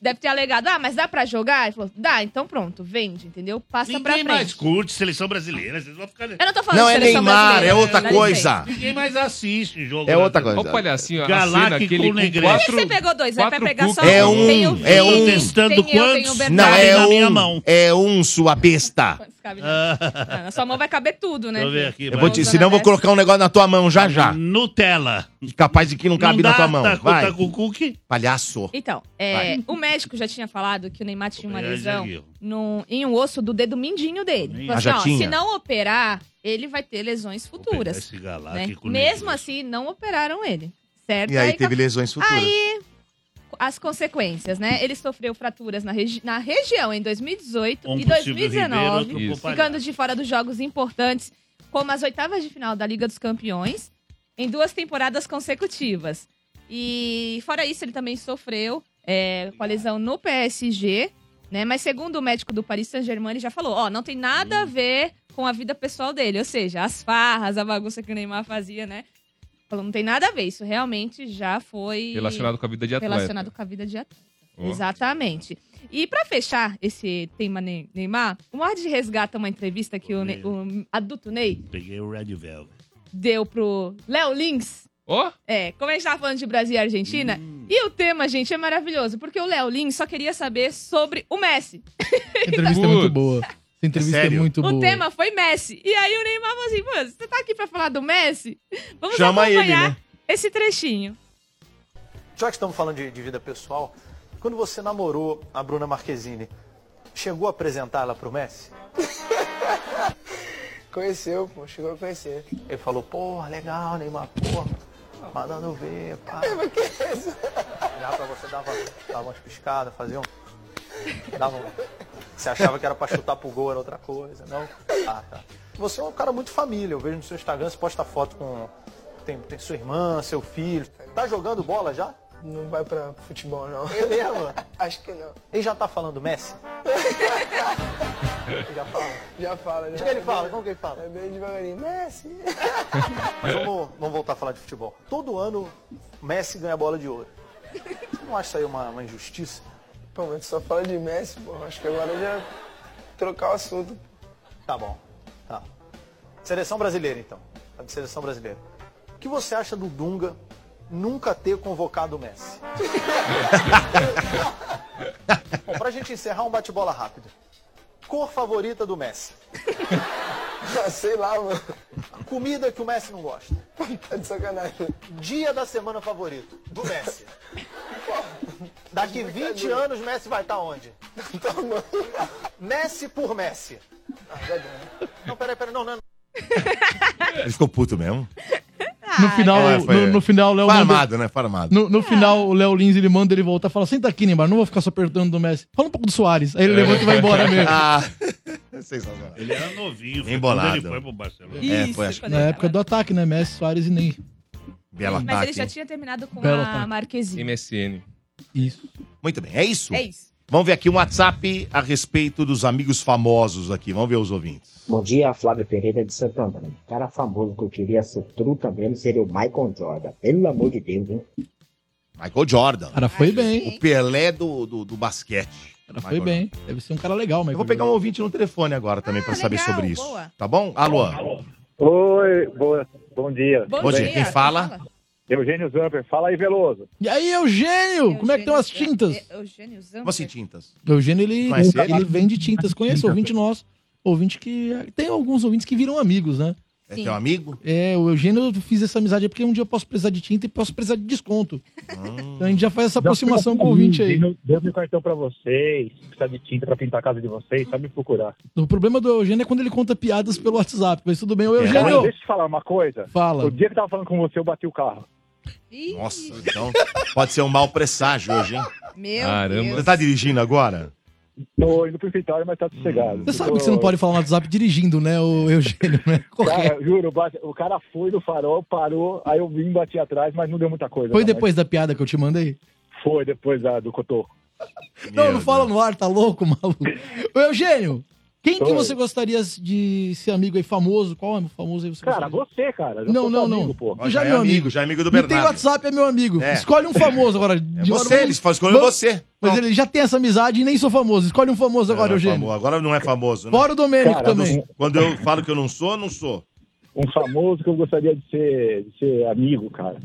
deve ter alegado, ah, mas dá pra jogar? Ele falou, dá, então pronto, vende, entendeu? Passa pra Ninguém frente. mais curte seleção brasileira. Vocês vão ficar... Eu não tô falando Não de é seleção Neymar, brasileira, é outra dá licença. coisa. Ninguém mais assiste jogo. É outra brasileiro. Olha o coisa. palhacinho, a Galáctico cena aquele com Negresco. quatro... Por que você pegou dois? Vai pra quatro pegar só cucas. É um. Tem um, o Vini, é um. Testando tem eu, tem quantos? o Não, Bernardo. é na minha um. mão. É um, sua besta. Quantos cabe, né? Ah, na sua mão vai caber tudo, né? Deixa eu ver aqui. Eu vai. vou te, Usando senão eu vou essa. colocar um negócio na tua mão já já. Nutella. Capaz de que não cabe Não um na dá, tua mão. Tá, com- Vai, tá com cookie? palhaço. Então, é, o médico já tinha falado que o Neymar tinha uma Obrigado, lesão Zagueiro. no- em um osso do dedo mindinho dele. Mindinho. Falou Ah, assim, já ó, tinha? se não operar, ele vai ter lesões Vou pegar futuras. Esse né? galáctico Mesmo negresco. assim, não operaram ele. Certo? E aí Aí teve lesões futuras. Aí, as consequências, né? Ele sofreu fraturas na, regi- na região em 2018 Um e pro Silvio Ribeiro, 2019, outro pro Isso. Palhaço. ficando de fora dos jogos importantes, como as oitavas de final da Liga dos Campeões, em duas temporadas consecutivas. E fora isso, ele também sofreu é, com a lesão no PSG, né? Mas segundo o médico do Paris Saint-Germain, ele já falou, ó, não tem nada a Hum. ver com a vida pessoal dele, ou seja, as farras, a bagunça que o Neymar fazia, né? Falou, não tem nada a ver, isso realmente já foi Relacionado com a vida de atleta. relacionado com a vida de atleta. Ó. Exatamente. E pra fechar esse tema Ney- Neymar, o Mord resgata uma entrevista que o, Ne- o adulto Ney Peguei o Red Velvet. deu pro Léo Lins. Ó, Hum. É, como a gente tava falando de Brasil e Argentina, e o tema, gente, é maravilhoso, porque o Léo Lins só queria saber sobre o Messi. Essa entrevista é muito Putz. boa. Essa entrevista é sério? muito o boa. tema foi Messi. E aí o Neymar falou assim, pô, você tá aqui pra falar do Messi? Vamos Chama ele, acompanhar né? esse trechinho. Já que estamos falando de, de vida pessoal, quando você namorou a Bruna Marquezine, chegou a apresentá-la para o Messi? (laughs) Conheceu, pô, chegou a conhecer. Ele falou, porra, Ah, legal, Neymar, porra, mandando ver, (laughs) pá. que é isso? Já pra você dava, dava umas piscadas, fazia um... Dava um... Você achava que era pra chutar pro gol, era outra coisa, não? Ah, tá. Você é um cara muito família, eu vejo no seu Instagram, você posta foto com... Tem, tem sua irmã, seu filho. Tá jogando bola já? Não vai pra futebol, não. É mesmo? (laughs) Acho que não. Ele já tá falando Messi? Ele já fala. Já fala, O já. que ele fala? Como que ele fala? É bem devagarinho. Messi. Mas vamos, vamos voltar a falar de futebol. Todo ano, Messi ganha bola de ouro. Você não acha isso aí uma, uma injustiça? Pô, mas tu só fala de Messi, pô. Acho que agora já trocar o assunto. Tá bom. Tá. Seleção brasileira, então. A de seleção brasileira. O que você acha do Dunga nunca ter convocado o Messi? (laughs) bom, pra gente encerrar, um bate-bola rápido. Cor favorita do Messi? Ah, Sei lá, mano. Comida que o Messi não gosta. Tá de sacanagem. Dia da semana favorito do Messi. Daqui 20 anos, Messi vai estar onde? Tá, Messi por Messi. Ah, né? Não, peraí, peraí, não, não. Ele ficou puto mesmo. Ah, No final, é. cara. o- no, no final, o Léo. Foi manda- armado, né? Foi armado. No, no final, o Léo Lins ele manda ele voltar e fala: Senta aqui, Neymar, não vou ficar só perguntando do Messi. Fala um pouco do Soares. Aí ele levanta e vai embora mesmo. É. (laughs) Ah, sensacional. Ele era novinho. foi Embolado. quando Ele foi pro Barcelona. É, foi, acho que- quando Na ele época tava- do ataque, né? Messi, Soares e Ney. Bela Mas ele ataque. já tinha terminado com Belo a ataque. Marquezinha. MSN. Isso. Muito bem, é isso? É isso. Vamos ver aqui um WhatsApp a respeito dos amigos famosos aqui. Vamos ver os ouvintes. Bom dia, Flávio Pereira de Santo André. O cara famoso que eu queria ser truta mesmo seria o Michael Jordan. Pelo amor de Deus, hein? Michael Jordan. O cara foi bem. hein? O Pelé do, do, do basquete. O cara foi Michael Jordan. bem. Deve ser um cara legal, mas. Eu vou pegar um ouvinte no telefone agora também pra saber Ah, legal, sobre isso. boa. Tá bom? Alô? Oi, boa, bom dia. Bom, Bom dia, quem fala? Eugênio Zamper, fala aí, Veloso. E aí, Eugênio? Como é que estão as tintas? É, Eugênio Zamper. Como assim, tintas? Eugênio, ele, Conhece ele? ele vende tintas. Conheço ouvinte nosso. Ouvinte que. Tem alguns ouvintes que viram amigos, né? É Sim. teu amigo? É, o Eugênio, eu fiz essa amizade aí porque um dia eu posso precisar de tinta e posso precisar de desconto. Hum. Então a gente já faz essa aproximação com o ouvinte aí. Deu meu cartão pra vocês, se precisar de tinta pra pintar a casa de vocês, só me procurar. O problema do Eugênio é quando ele conta piadas pelo WhatsApp. Mas tudo bem, o Entendeu? Mas Eugênio. É, deixa eu te falar uma coisa. O Fala. dia que eu tava falando com você, eu bati o carro. Ih, Nossa, então pode ser um mau presságio hoje, hein? Meu Caramba. Você Deus. tá dirigindo agora? Tô indo pro escritório, mas tá sossegado. Você sabe que você não pode falar no WhatsApp dirigindo, né, o (laughs) Eugênio, né? Correto. Cara, juro, bate- o cara foi do farol, parou, aí eu vim, bati atrás, é, mas não deu muita coisa. Foi não, depois da piada que eu te mandei? mas Foi depois da, do cotoco. Não, não Meu fala Deus. no ar, tá louco, (laughs) maluco? Ô, Eugênio, quem que Oi. você gostaria de ser amigo aí famoso? Qual é o famoso aí você Cara, gostaria? você, cara. já Não, sou não, seu não. amigo, pô. Ó, já já é é meu amigo, amigo. já é amigo do Não tem Bernardo. WhatsApp, é meu amigo. É. Escolhe um famoso agora. É você, ele escolheu Vamos- você. Não, Mas ele já tem essa amizade e nem sou famoso. Escolhe um famoso agora, não é Eugênio. famoso. Agora não é famoso, né? Fora o Domênico Cara, também. Quando eu falo que eu não sou, não sou. um famoso que eu gostaria de ser, de ser amigo, cara.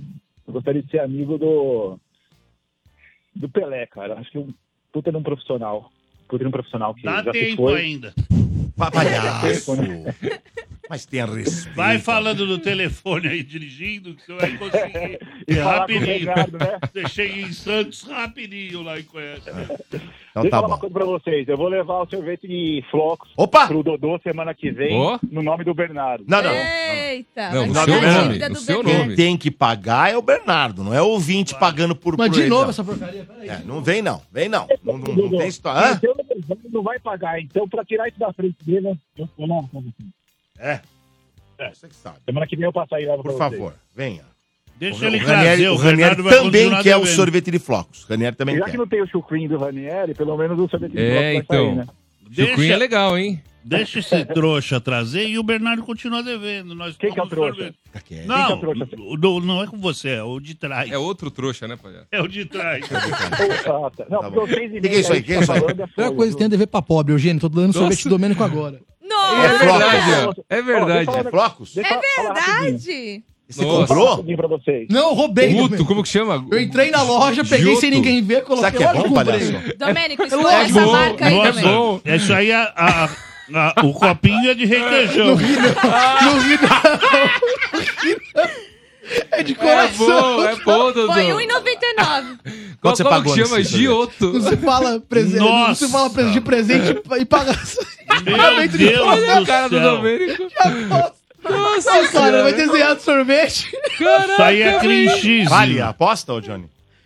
Eu gostaria de ser amigo do do Pelé, cara. Acho que um puta de um profissional. Puta de um profissional que Dá já se tempo foi. ainda. Pa- Palhaço. né? Mas tenha respeito. Vai falando no telefone aí, dirigindo, que você (laughs) vai conseguir. E É, falar com o rapidinho. Legado, (laughs) né? Você chega em Santos rapidinho lá e conhece. Então Deixa tá eu falar uma bom. coisa pra vocês. Eu vou levar o sorvete de flocos Opa! pro Dodô semana que vem, Ó. no nome do Bernardo. Não, não. Eita. Não, vai o é seu pagar a nome, dívida o do seu Bernardo. nome. Quem tem que pagar é o Bernardo, não é o ouvinte pagando por Mas por de ele, novo não. essa porcaria. peraí. É, não vem não, vem não. Não, não- não tem história. Hã? Mas eu não- ele não vai pagar, então pra tirar isso da frente dele, eu eu não. É. Você que sabe. Semana que vem eu passo aí lá Por favor, venha. Deixa O ele Ranieri, trazer, o o Ranieri Bernardo vai também continuar quer o devendo. sorvete de flocos. O Ranieri também Já quer. que não tem o chucrinho do Ranieri, pelo menos o sorvete de É, flocos vai então. sair, né? Chucrinha é Deixa, legal, hein? deixa esse (laughs) trouxa trazer e o Bernardo continua devendo. Nós Quem que é o tomamos trouxa? sorvete. Aqui é- Não, é o trouxa? o do- não é com você, é o de trás. É outro trouxa, né, palhaço? É o de trás. Exata. Não, Tá bom. porque os seis e Que que é isso aí? Que que é isso aí? Primeira coisa, tem a dever pra pobre, Eugênio. Tô dando sorvete do Domênico agora. É Nossa, flop. ó. É verdade. Ó, deixa eu É flocos? É verdade. Você Nossa. comprou? Pra vocês. Não, roubei. Guto, como que chama? Eu entrei na loja, peguei sem ninguém ver, coloquei Será que é lá e bom, comprei. palhaço? Domênico, É escolha lógico. essa Boa, marca aí boa, Nossa, também. boa. é isso aí, a- a- a- o copinho é de requeijão. É de É coração. bom, é bom, Dodô. Foi 1,99. Qual, você qual pagou que chama? nesse sorvete? Gioto. Não se fala presente. Não se Nossa. fala presente de presente e paga. (laughs) Meu Deus Olha do a cara do céu. Domênico. Nossa, cara, vai desenhar de sorvete. Isso aí é clinchismo. Vale a aposta, ô Johnny?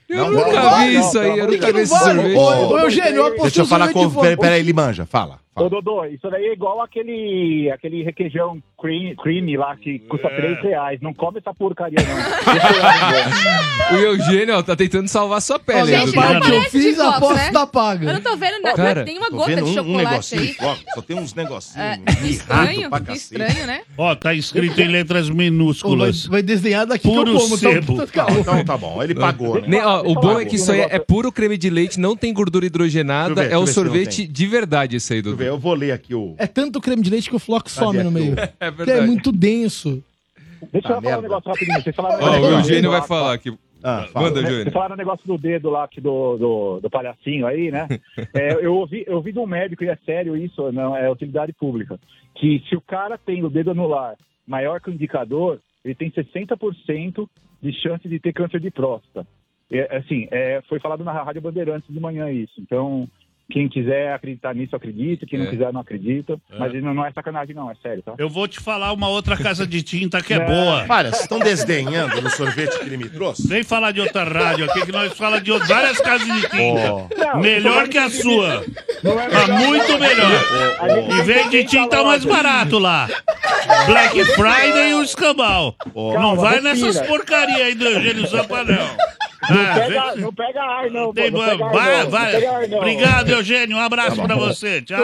Eu Não, nunca não, vi não, isso aí, eu não, nunca não, vi esse não, não, sorvete. não, Ô, ô, Eugênio, eu apostei Deixa eu um falar sorvete com de o... flor. Peraí, peraí, ele manja. Fala. Ô, fala. Dodô, isso daí é igual aquele, aquele requeijão cream, creamy lá que custa É. 3 reais. Não come essa porcaria, não. Deixa O Eugênio, ó, tá tentando salvar sua pele. Olha, hein, a Gente, Dudu? parte eu parece de fiz, a Fox, aposta né? tá Eu paga. não tô vendo nada, Cara, nenhuma Tô gota vendo de um, um chocolate negocinho de aí. flocos. Só tem uns negocinhos. É, mirrado que estranho, pra que cacete. estranho, né? Ó, tá escrito em letras Ô, vai, minúsculas. vai desenhar daqui que Puro eu como. sebo. Tá, tá calmo. Então tá bom, ele pagou, né? Nem- ó, o Deixa eu bom falar é que um isso aí é negócio. puro creme de leite, não tem gordura Deixa hidrogenada, eu ver, é deixa um eu ver se não sorvete tem. de verdade esse aí, Deixa eu ver, Dudu. eu vou ler aqui o... É tanto creme de leite que o floco some Cadê no meio. aqui É Porque é muito denso. É eu falar um merda. negócio rapidinho. Vocês falaram Ó, o negócio Eugênio rapidinho. vai falar aqui. Ah, manda, Você Júnior. falaram o negócio do dedo lá, que do, do, do palhacinho aí, né? É, eu, ouvi, eu ouvi de um médico, e é sério isso, não, é utilidade pública, que se o cara tem o dedo anular maior que o indicador, ele tem 60% de chance de ter câncer de próstata. É, assim, é, foi falado na Rádio Bandeirantes de manhã isso. Então, quem quiser acreditar nisso, acredita. Quem É. não quiser, não acredita. É. Mas não, não é sacanagem, não. É sério, tá? Eu vou te falar uma outra casa de tinta que é (laughs) Não. boa. Para, vocês estão desdenhando do sorvete que ele me trouxe? Vem falar de outra rádio aqui, que nós falamos de várias casas de tinta. Oh. Não, melhor eu tô falando que a de- sua. é Não é Mas melhor. muito melhor. A gente E não vem de tem tinta loja. mais barato lá. Black Friday e o escambau. não é Calma, vai respira. nessas porcaria aí do Eugênio Sampa, não. Não, Ah, pega, vem- não pega ar, não. pô, Tem, não vai, pega ar, não, não pega ar, vai. não. Tá Então, Obrigado, Eugênio. Um abraço pra você. Tchau.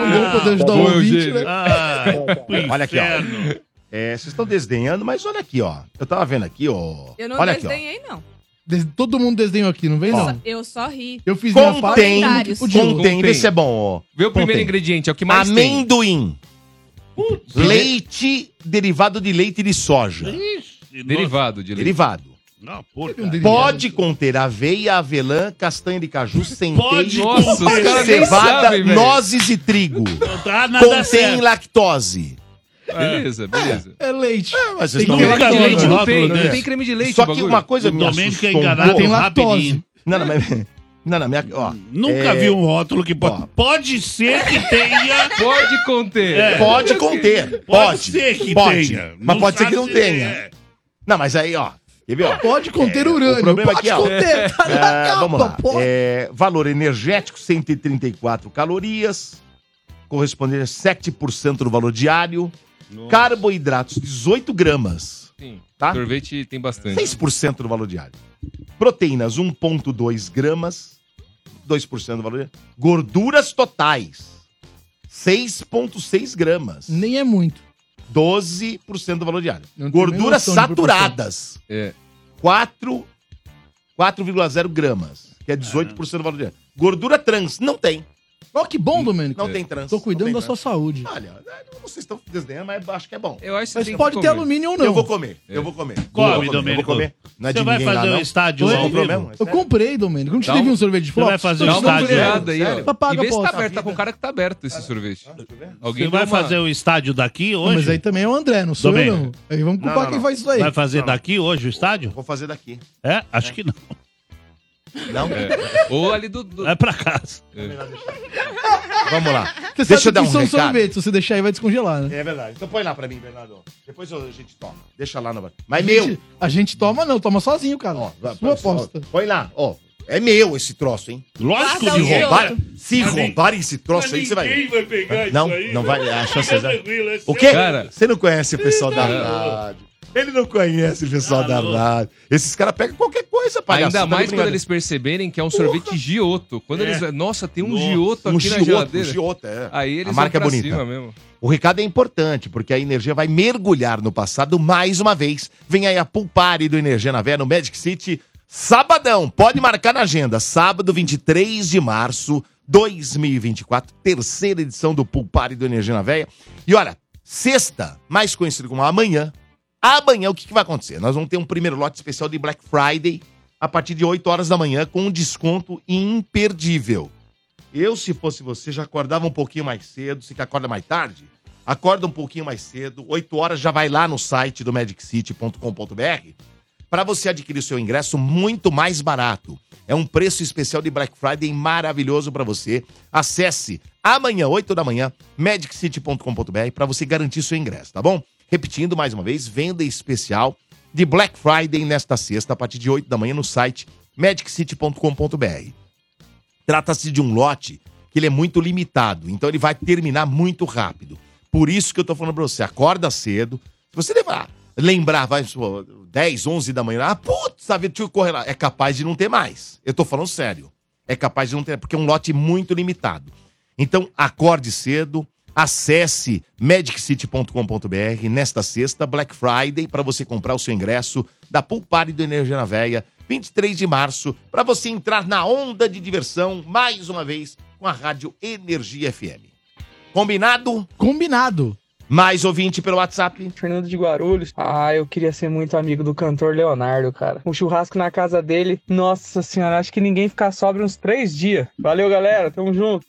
Eugênio. Boa, né? né? Eugênio. Ah, pro (laughs) Olha aqui, ó. inferno. É, vocês estão desdenhando, mas olha aqui, ó. Eu tava vendo aqui, ó. Eu não olha aqui, ó. um. desdenhei, não. Des- Todo mundo desdenhou aqui, não vem, não. Eu só ri. Eu fiz minha parte. Contém, Comentários. contém, Contém. vê se é bom, ó. Vê o primeiro Contém. ingrediente, é o que mais tem. Amendoim. Leite derivado de leite de soja. Ah, Ixi, Derivado de leite. Derivado. Não, porra. Pode conter aveia, avelã, castanha de caju, Pode centeio, Nossa, os caras nem cevada, sabem, velho. nozes e trigo. Tá nada Contém certo. lactose. Beleza, beleza. É leite. um Ah, mas vocês Tem estão que é ter vendo Creme aqui, de leite ó. não tem, né? não tem creme de leite. Só o que bagulho. uma coisa O me Domênico assustou é um enganado pouco. rapidinho. Não, não, mas... Não, não, minha... Ó, Nunca é, vi um rótulo que pode. Pode ser que tenha. Pode conter. É. Pode conter, pode. Pode ser que pode, tenha. Mas pode ser que não sabe se tenha. é. Não, mas aí, ó. Quer ver, ó? É, Pode conter urânio. o problema pode aqui, ó. conter. Tá na Ah, capa, vamos lá. pô. É, valor energético, 134 calorias, correspondendo a 7% do valor diário. Carboidratos, 18 gramas, Sim. tá? Sorvete tem bastante. 6% do valor diário. Proteínas, 1,2 gramas, 2% do valor diário. Gorduras totais, 6,6 gramas, Nem é muito. 12% do valor diário. Não tem nem Gorduras noção de proporção. saturadas, É. 4 4,0 gramas, que é 18% do valor diário. Gordura trans, não tem. Ó, que bom, Domênico. Não tem trans. Tô não cuidando tem da sua saúde. trans. Olha, vocês estão desdenhando, mas acho que é bom. Eu acho que Mas tem que pode ter comer. alumínio ou não. Eu vou comer, eu vou comer. Come, Eu vou comer, Domênico. Eu vou comer. Não é Você de vai ninguém fazer lá, um não. estádio Você lá ao comprou vivo? mesmo? É Eu sério? comprei, Domênico. Não te Dá devia um- um sorvete de Você vai flop? fazer Tô Dá te uma dando estádio, dinheiro. olhada aí, ó. Pra pagar e vê a se tá aposta. aberto, tá com cara que tá aberto esse sorvete. Alguém Você vai deu uma- fazer o estádio daqui Não, hoje? Mas aí também é o André, não sou eu, não. Domênico. Aí vamos culpar Não, não, quem não. faz isso aí. Vai fazer daqui hoje o estádio? Vou fazer daqui. É? Acho que não. Não? É. Ou ali do. É. do- Vai pra casa. Vamos lá. Você Deixa eu sabe dar que um são recado. sorvetes. Se você deixar aí, vai descongelar, né? É verdade. Então põe lá pra mim, Bernardo. Depois eu- a gente toma. Deixa lá no... Mas A é meu. gente- A gente toma, não. Toma sozinho, cara. Ó, vai- Sua põe- aposta. Põe lá, ó. É meu esse troço, hein? Lógico Passa que o rouba. dinheiro. Roubaram- se Mas nem- roubarem esse troço aí, você vai... ver. vai pegar Não, não vai. A chance é Fica zero. tranquilo, é seu. O quê? Cara. Você não conhece o pessoal da Não. rádio. Ele não conhece o pessoal Ah, da não. rádio. Esses caras pegam qualquer coisa, palhaço. Ainda Tá mais brincando? quando eles perceberem que é um sorvete gioto. Quando É. eles. Nossa, tem um Nossa, gioto aqui Um na gioto, um geladeira. gioto, é. Aí eles a marca é vão pra bonita. cima mesmo. O recado é importante, porque a energia vai mergulhar no passado mais uma vez. Vem aí a Pool Party do Energia na Veia no Magic City. Sabadão, pode marcar na agenda. Sábado, 23 de março, 2024. Terceira edição do Pool Party do Energia na Veia. E olha, sexta, mais conhecido como amanhã. Amanhã, o que, que vai acontecer? Nós vamos ter um primeiro lote especial de Black Friday a partir de 8 horas da manhã com um desconto imperdível. Eu, se fosse você, já acordava um pouquinho mais cedo. Você que acorda mais tarde, acorda um pouquinho mais cedo. 8 horas já vai lá no site do magiccity.com.br para você adquirir o seu ingresso muito mais barato. É um preço especial de Black Friday maravilhoso para você. Acesse amanhã, 8 da manhã, magiccity.com.br para você garantir seu ingresso, tá bom? Repetindo mais uma vez, venda especial de Black Friday nesta sexta, a partir de 8 da manhã, no site magiccity.com.br. Trata-se de um lote que ele é muito limitado, então ele vai terminar muito rápido. Por isso que eu tô falando pra você, acorda cedo. Se você levar, lembrar, vai supor, 10, 11 da manhã, ah, putz, sabe, deixa eu correr lá. É capaz de não ter mais. Eu tô falando sério. É capaz de não ter, porque é um lote muito limitado. Então, acorde cedo, acesse magiccity.com.br nesta sexta, Black Friday, para você comprar o seu ingresso da Pool Party do Energia na Veia, 23 de março, para você entrar na onda de diversão, mais uma vez, com a Rádio Energia FM. Combinado? Combinado. Mais ouvinte pelo WhatsApp. Fernando de Guarulhos. Ah, eu queria ser muito amigo do cantor Leonardo, cara. Um churrasco na casa dele. Nossa senhora, acho que ninguém ficar sobre uns três dias. Valeu, galera. Tamo junto.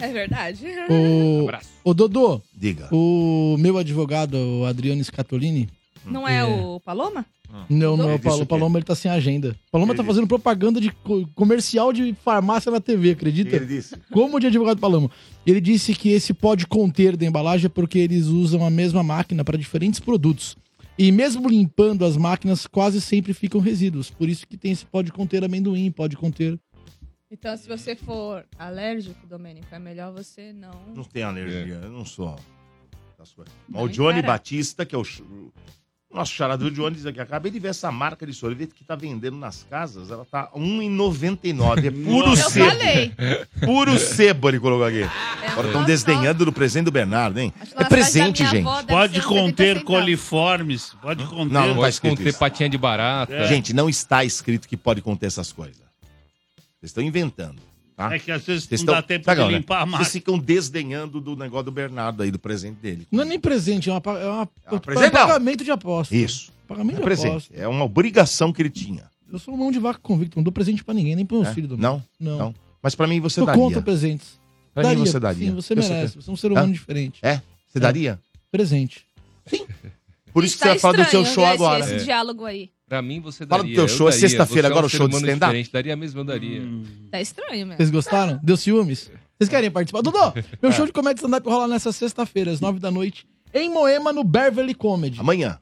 É verdade. O, o Dodô. Diga. O meu advogado, o Adriano Scatolini. Não é, o Paloma? Não, não, Ele é o disse Paulo. o O quê? Paloma ele tá sem agenda. O Paloma Ele tá fazendo propaganda de co- comercial de farmácia na TV, acredita? Ele disse. Como de advogado Paloma. Ele disse que esse pode conter da embalagem é porque eles usam a mesma máquina para diferentes produtos. E mesmo limpando as máquinas, quase sempre ficam resíduos. Por isso que tem esse pode conter amendoim, pode conter. Então, se você for alérgico, Domênico, é melhor você não. Não tenho alergia, eu não sou. da sua- Mas Não o Johnny encara. Batista, que é o. ch- o Nosso charador Johnny diz aqui, acabei de ver essa marca de sorvete que tá vendendo nas casas, ela tá (laughs) R$1,99. É puro Eu sebo. falei. É, Puro sebo ele colocou aqui. Agora estão desdenhando do presente do Bernardo, hein? É na presente, casa da gente. minha avó deve Pode ser um assim, uns conter 70 centavos. coliformes, pode conter. Não, não tá Pode escrito conter isso. patinha de barata. É. Gente, não está escrito que pode conter essas coisas. Vocês estão inventando. Tá? É que às vezes Vocês não estão... dá tempo Sabe, de né? limpar a máquina. Vocês ficam desdenhando do negócio do Bernardo aí, do presente dele. Não é nem presente, é, uma, pa- é, uma, é um presente, não. pagamento de aposta. Isso. Pagamento É de presente. aposta. É uma obrigação que ele tinha. Eu sou um mão de vaca convicto, não dou presente pra ninguém, nem pros meus né? filhos. Domênico. Não? Não. Mas pra mim você eu daria. conto presentes. Pra mim você daria. Sim, você Eu sei merece. que- Você é um ser humano Hã? diferente. É? Você É. daria? Presente. (laughs) Por tá isso que você é vai falar do seu show agora. É. Esse diálogo aí. Pra mim, você daria. Fala do teu eu show, é daria. sexta-feira, Você um agora o ser show de humano stand-up? diferente, Daria mesmo, eu daria. Tá estranho mesmo. Vocês gostaram? Deu ciúmes? Vocês querem participar? Dodô, meu É. show de comédia stand-up rola nessa sexta-feira, às nove da noite, em Moema, no Beverly Comedy. Amanhã.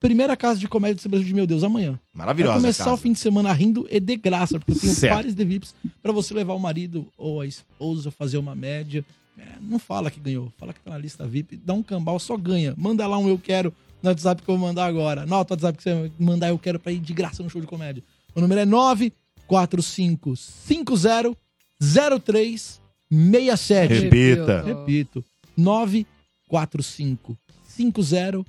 Primeira casa de comédia desse Brasil de meu Deus, amanhã. Maravilhosa Vai começar casa. o fim de semana rindo e de graça, porque eu tenho Certo. pares de VIPs pra você levar o marido ou a esposa, fazer uma média. É, não fala que ganhou, fala que tá na lista VIP, dá um cambal, só ganha. Manda lá um eu quero no WhatsApp que eu vou mandar agora. Anota o WhatsApp que você vai mandar eu quero pra ir de graça no show de comédia. O número é 94550 0367. Repita. Repito. 94550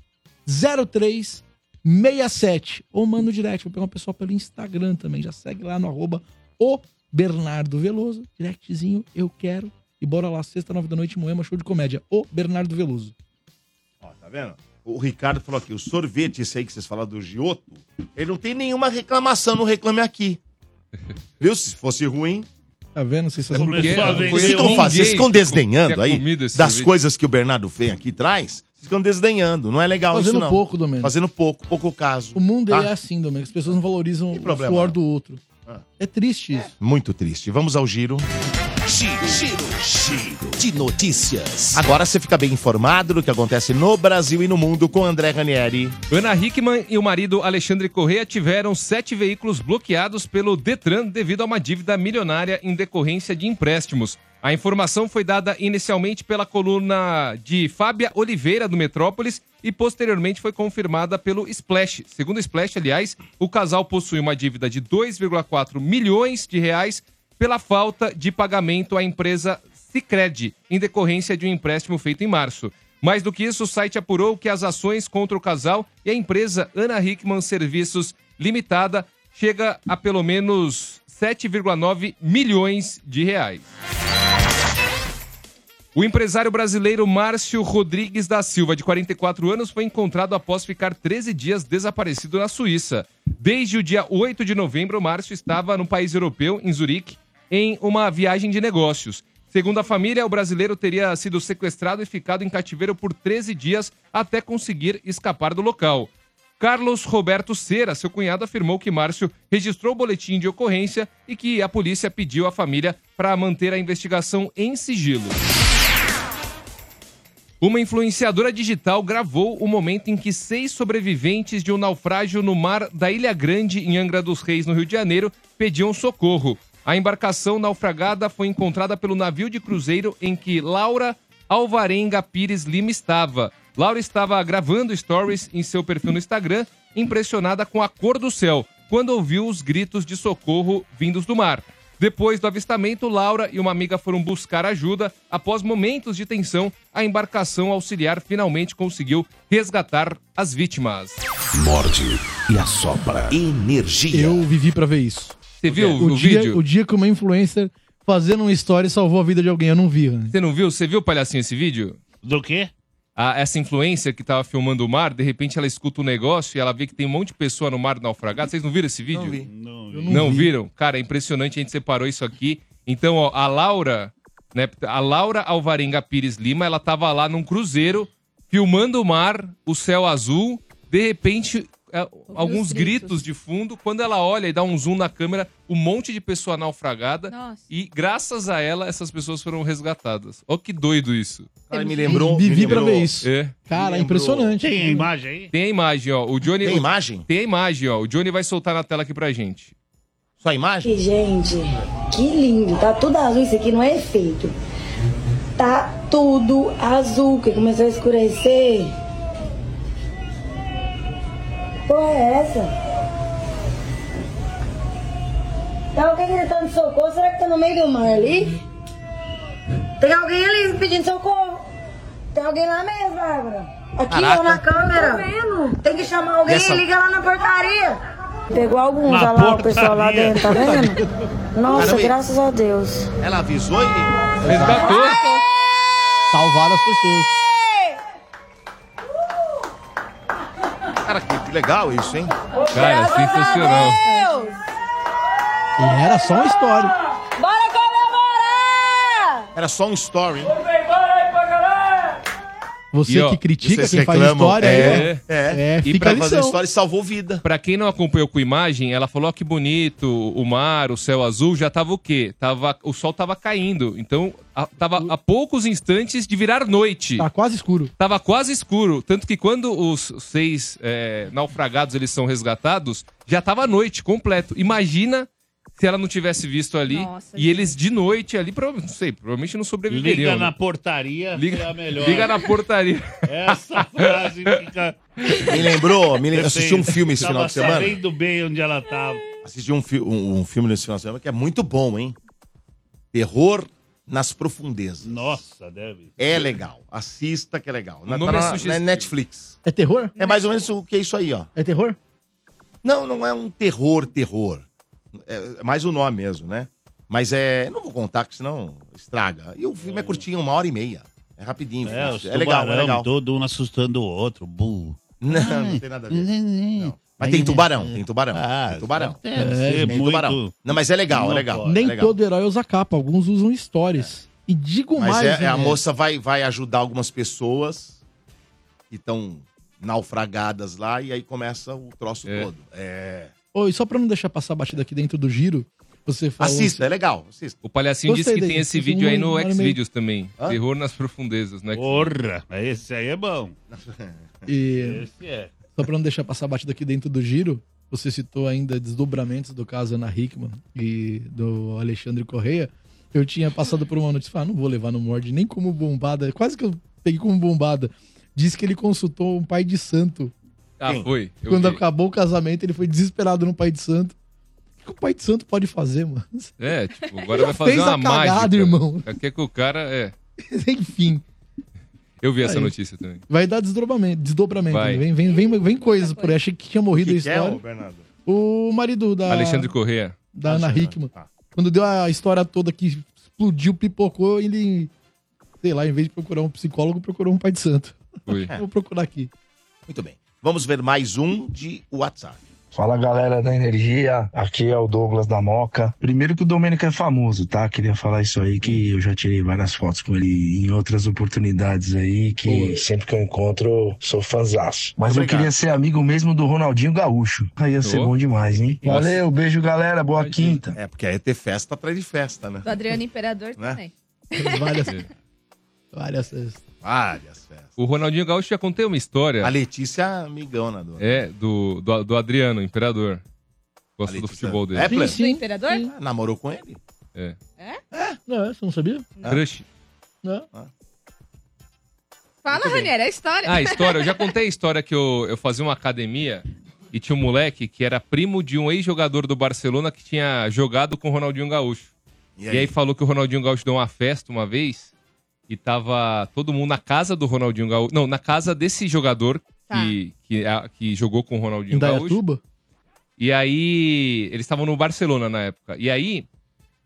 0367. Ou manda o direct. Vou pegar um pessoal pelo Instagram também. Já segue lá no arroba o Bernardo Veloso. Directzinho, eu quero. E bora lá, sexta, nove da noite, Moema, show de comédia. O Bernardo Veloso. Ó, tá vendo? O Ricardo falou aqui, o sorvete, esse aí que vocês falaram do Gioto, ele não tem nenhuma reclamação no Reclame Aqui. Viu? Se fosse ruim... Tá vendo? Vocês são Vocês um ficam, fazendo, vocês ficam desdenhando aí das coisas que o Bernardo vem aqui e traz. Vocês ficam desdenhando. Não é legal Fazendo isso, não. pouco, Domênico. Fazendo pouco, pouco caso. O mundo tá? é assim, Domingo. As pessoas não valorizam o problema, né? Ah. suor não. do outro. É triste isso. Muito triste. Vamos ao giro. Giro, giro, giro de notícias. Agora você fica bem informado do que acontece no Brasil e no mundo com André Ranieri. Ana Hickman e o marido Alexandre Correia tiveram sete veículos bloqueados pelo Detran devido a uma dívida milionária em decorrência de empréstimos. A informação foi dada inicialmente pela coluna de Fábia Oliveira do Metrópolis e posteriormente foi confirmada pelo Splash. Segundo o Splash, aliás, o casal possui uma dívida de 2,4 milhões de reais pela falta de pagamento à empresa Sicredi em decorrência de um empréstimo feito em março. Mais do que isso, o site apurou que as ações contra o casal e a empresa Ana Hickman Serviços Limitada chega a pelo menos 7,9 milhões de reais. O empresário brasileiro Márcio Rodrigues da Silva, de 44 anos, foi encontrado após ficar 13 dias desaparecido na Suíça. Desde o dia 8 de novembro, Márcio estava no país europeu, em Zurique, em uma viagem de negócios. Segundo a família, o brasileiro teria sido sequestrado e ficado em cativeiro por 13 dias até conseguir escapar do local. Carlos Roberto Cera, seu cunhado, afirmou que Márcio registrou o boletim de ocorrência e que a polícia pediu à família para manter a investigação em sigilo. Uma influenciadora digital gravou o momento em que seis sobreviventes de um naufrágio no mar da Ilha Grande, em Angra dos Reis, no Rio de Janeiro, pediam socorro. A embarcação naufragada foi encontrada pelo navio de cruzeiro em que Laura Alvarenga Pires Lima estava. Laura estava gravando stories em seu perfil no Instagram, impressionada com a cor do céu, quando ouviu os gritos de socorro vindos do mar. Depois do avistamento, Laura e uma amiga foram buscar ajuda. Após momentos de tensão, a embarcação auxiliar finalmente conseguiu resgatar as vítimas. Morde e assopra. Energia. Eu vivi pra ver isso. Você viu o, o, dia, vídeo? O dia que uma influencer um fazendo uma história salvou a vida de alguém, eu não vi. né? Você não viu? Você viu, palhacinho, esse vídeo? Do quê? a- essa influência que tava filmando o mar, de repente ela escuta um negócio e ela vê que tem um monte de pessoa no mar naufragada. Vocês não viram esse vídeo? Não, Não, vi. viram? Cara, é impressionante, a gente separou isso aqui. Então, ó, a Laura, né? A Laura Alvarenga Pires Lima, ela tava lá num cruzeiro, filmando o mar, o céu azul, de repente. é, alguns gritos de fundo, quando ela olha e dá um zoom na câmera, um monte de pessoa naufragada. Nossa. E graças a ela, essas pessoas foram resgatadas. Ó, que doido isso. Cara, me lembrou- Vivi me pra lembrou- ver isso. É. Cara, é impressionante. Tem a imagem aí? Tem a imagem, ó. O Johnny, Tem imagem? Tem a imagem, ó. O Johnny vai soltar na tela aqui pra gente. Só imagem? E, gente, que lindo. Tá tudo azul. Isso aqui não é efeito. Tá tudo azul, que começou a escurecer. Porra é essa? Tá alguém gritando socorro? Será que tá no meio do mar ali? Tem alguém ali pedindo socorro. Tem alguém lá mesmo, Bárbara. Aqui, Caraca. ó, na câmera. Tem que chamar alguém Dessa- e liga lá na portaria. Pegou alguns, Na olha lá, o pessoal lá portaria. dentro, tá vendo? Nossa, Caramba, e- graças a Deus. Ela avisou e. Resgatou. Salvaram as pessoas. Cara, que que legal isso, hein? Cara, sensacional. E era só uma história. Bora comemorar! Era só um story, hein? Você E, ó, que critica vocês quem faz reclamam, história, é, aí, ó. é. é, E fica pra a fazer lição. história salvou vida. Pra quem não acompanhou com imagem, ela falou ó, que bonito, o mar, o céu azul, já tava o quê? Tava, o sol tava caindo. Então, a- tava a poucos instantes de virar noite. Tá quase escuro. Tava quase escuro, tanto que quando os seis é, naufragados eles são resgatados, já tava à noite, completo. Imagina se ela não tivesse visto ali Nossa, e eles de noite ali, prova- não sei, provavelmente não Liga sobreviveriam. né? na portaria, Liga- que é a melhor. Liga na portaria. (laughs) Essa frase fica... Me lembrou, me lembrou. Assisti um Perfeito. filme esse Tava final de semana. sabendo bem onde ela tava. Assisti um, fi- um- um filme nesse final de semana que é muito bom, hein? Terror nas profundezas. Nossa, deve. É legal. Assista que é legal. Na, nome tá é na- sugestivo. na Netflix. É terror? É mais ou menos o que é isso aí, ó. É terror? Não, não é um terror, terror. É é mais o nome mesmo, né? Mas é. Não vou contar, que senão estraga. E o filme é curtinho, uma hora e meia. É rapidinho. É, filho. os é legal, é tubarão, legal. todo um assustando o outro. Bu. Não, não tem nada a ver. Mas tem tubarão, tem tubarão. tem tubarão. deve ser né, tem Ah, é, muito- é tubarão. Não, mas é legal, é Não legal. Nem é legal. todo herói usa capa, alguns usam stories. E digo Mas mais. é, é a né? moça vai, vai ajudar algumas pessoas que estão naufragadas lá e aí começa o troço todo. É. Ô, e só pra não deixar passar batida aqui dentro do giro, você fala. Assista, é legal. Assista. O Palhacinho Gostei disse que dele. tem esse Gostei vídeo aí muito, no uma hora e Xvideos também. Hã? Terror nas profundezas, né? Porra, esse aí é bom. E Esse é. só pra não deixar passar batida aqui dentro do giro, você citou ainda desdobramentos do caso Ana Hickman e do Alexandre Correia. Eu tinha passado por uma notícia, falei, ah, não vou levar no morde nem como bombada, quase que eu peguei como bombada. Diz que ele consultou um pai de santo. Ah, foi. Eu Quando vi. acabou o casamento, ele foi desesperado no pai de santo. O que que o pai de santo pode fazer, mano? É, tipo, agora Já (laughs) vai fazer fez uma a cagada, mágica. irmão. Quer que o cara. É. (laughs) Enfim. Eu vi essa Aí. notícia também. Vai dar desdobramento. desdobramento Vai. né? Vem, vem, vem, vem coisas por aí. Achei que tinha morrido a Que que é, história. ô, Bernardo? o marido da, Alexandre Corrêa. da Ana é. Hickman. Quando deu a história toda que explodiu, pipocou, ele, sei lá, em vez de procurar um psicólogo, procurou um pai de santo. Foi. (laughs) Vou procurar aqui. É. Muito bem. Vamos ver mais um de WhatsApp. Fala galera da energia, aqui é o Douglas da Moca. Primeiro que o Domênico é famoso, tá? Queria falar isso aí que eu já tirei várias fotos com ele em outras oportunidades aí, que sempre que eu encontro eu sou fanzaço. Mas eu Obrigado. queria ser amigo mesmo do Ronaldinho Gaúcho. Aí ia ser Ô. bom demais, hein? Nossa. Valeu, beijo galera, boa quinta. É, porque aí é ter festa atrás de festa, né? Do Adriano Imperador Né? também. Várias. várias festas. Ah, Várias festas. O Ronaldinho Gaúcho já contei uma história. A Letícia é amigona do. É, do, do, do Adriano, imperador. Gosta do futebol dele. Epler? Do Imperador? Ah, Namorou com ele? Ah. É. Não, é? você não sabia? Crush. Não. Fala, Ranieri, é a história. Ah, a história. Eu já contei a história que eu, eu fazia uma academia e tinha um moleque que era primo de um ex-jogador do Barcelona que tinha jogado com o Ronaldinho Gaúcho. E E aí? aí? falou que o Ronaldinho Gaúcho deu uma festa uma vez e tava todo mundo na casa do Ronaldinho Gaúcho. Não, na casa desse jogador que, que, a- que jogou com o Ronaldinho Em Gaúcho. Dayatuba? E aí, eles estavam no Barcelona na época. E aí,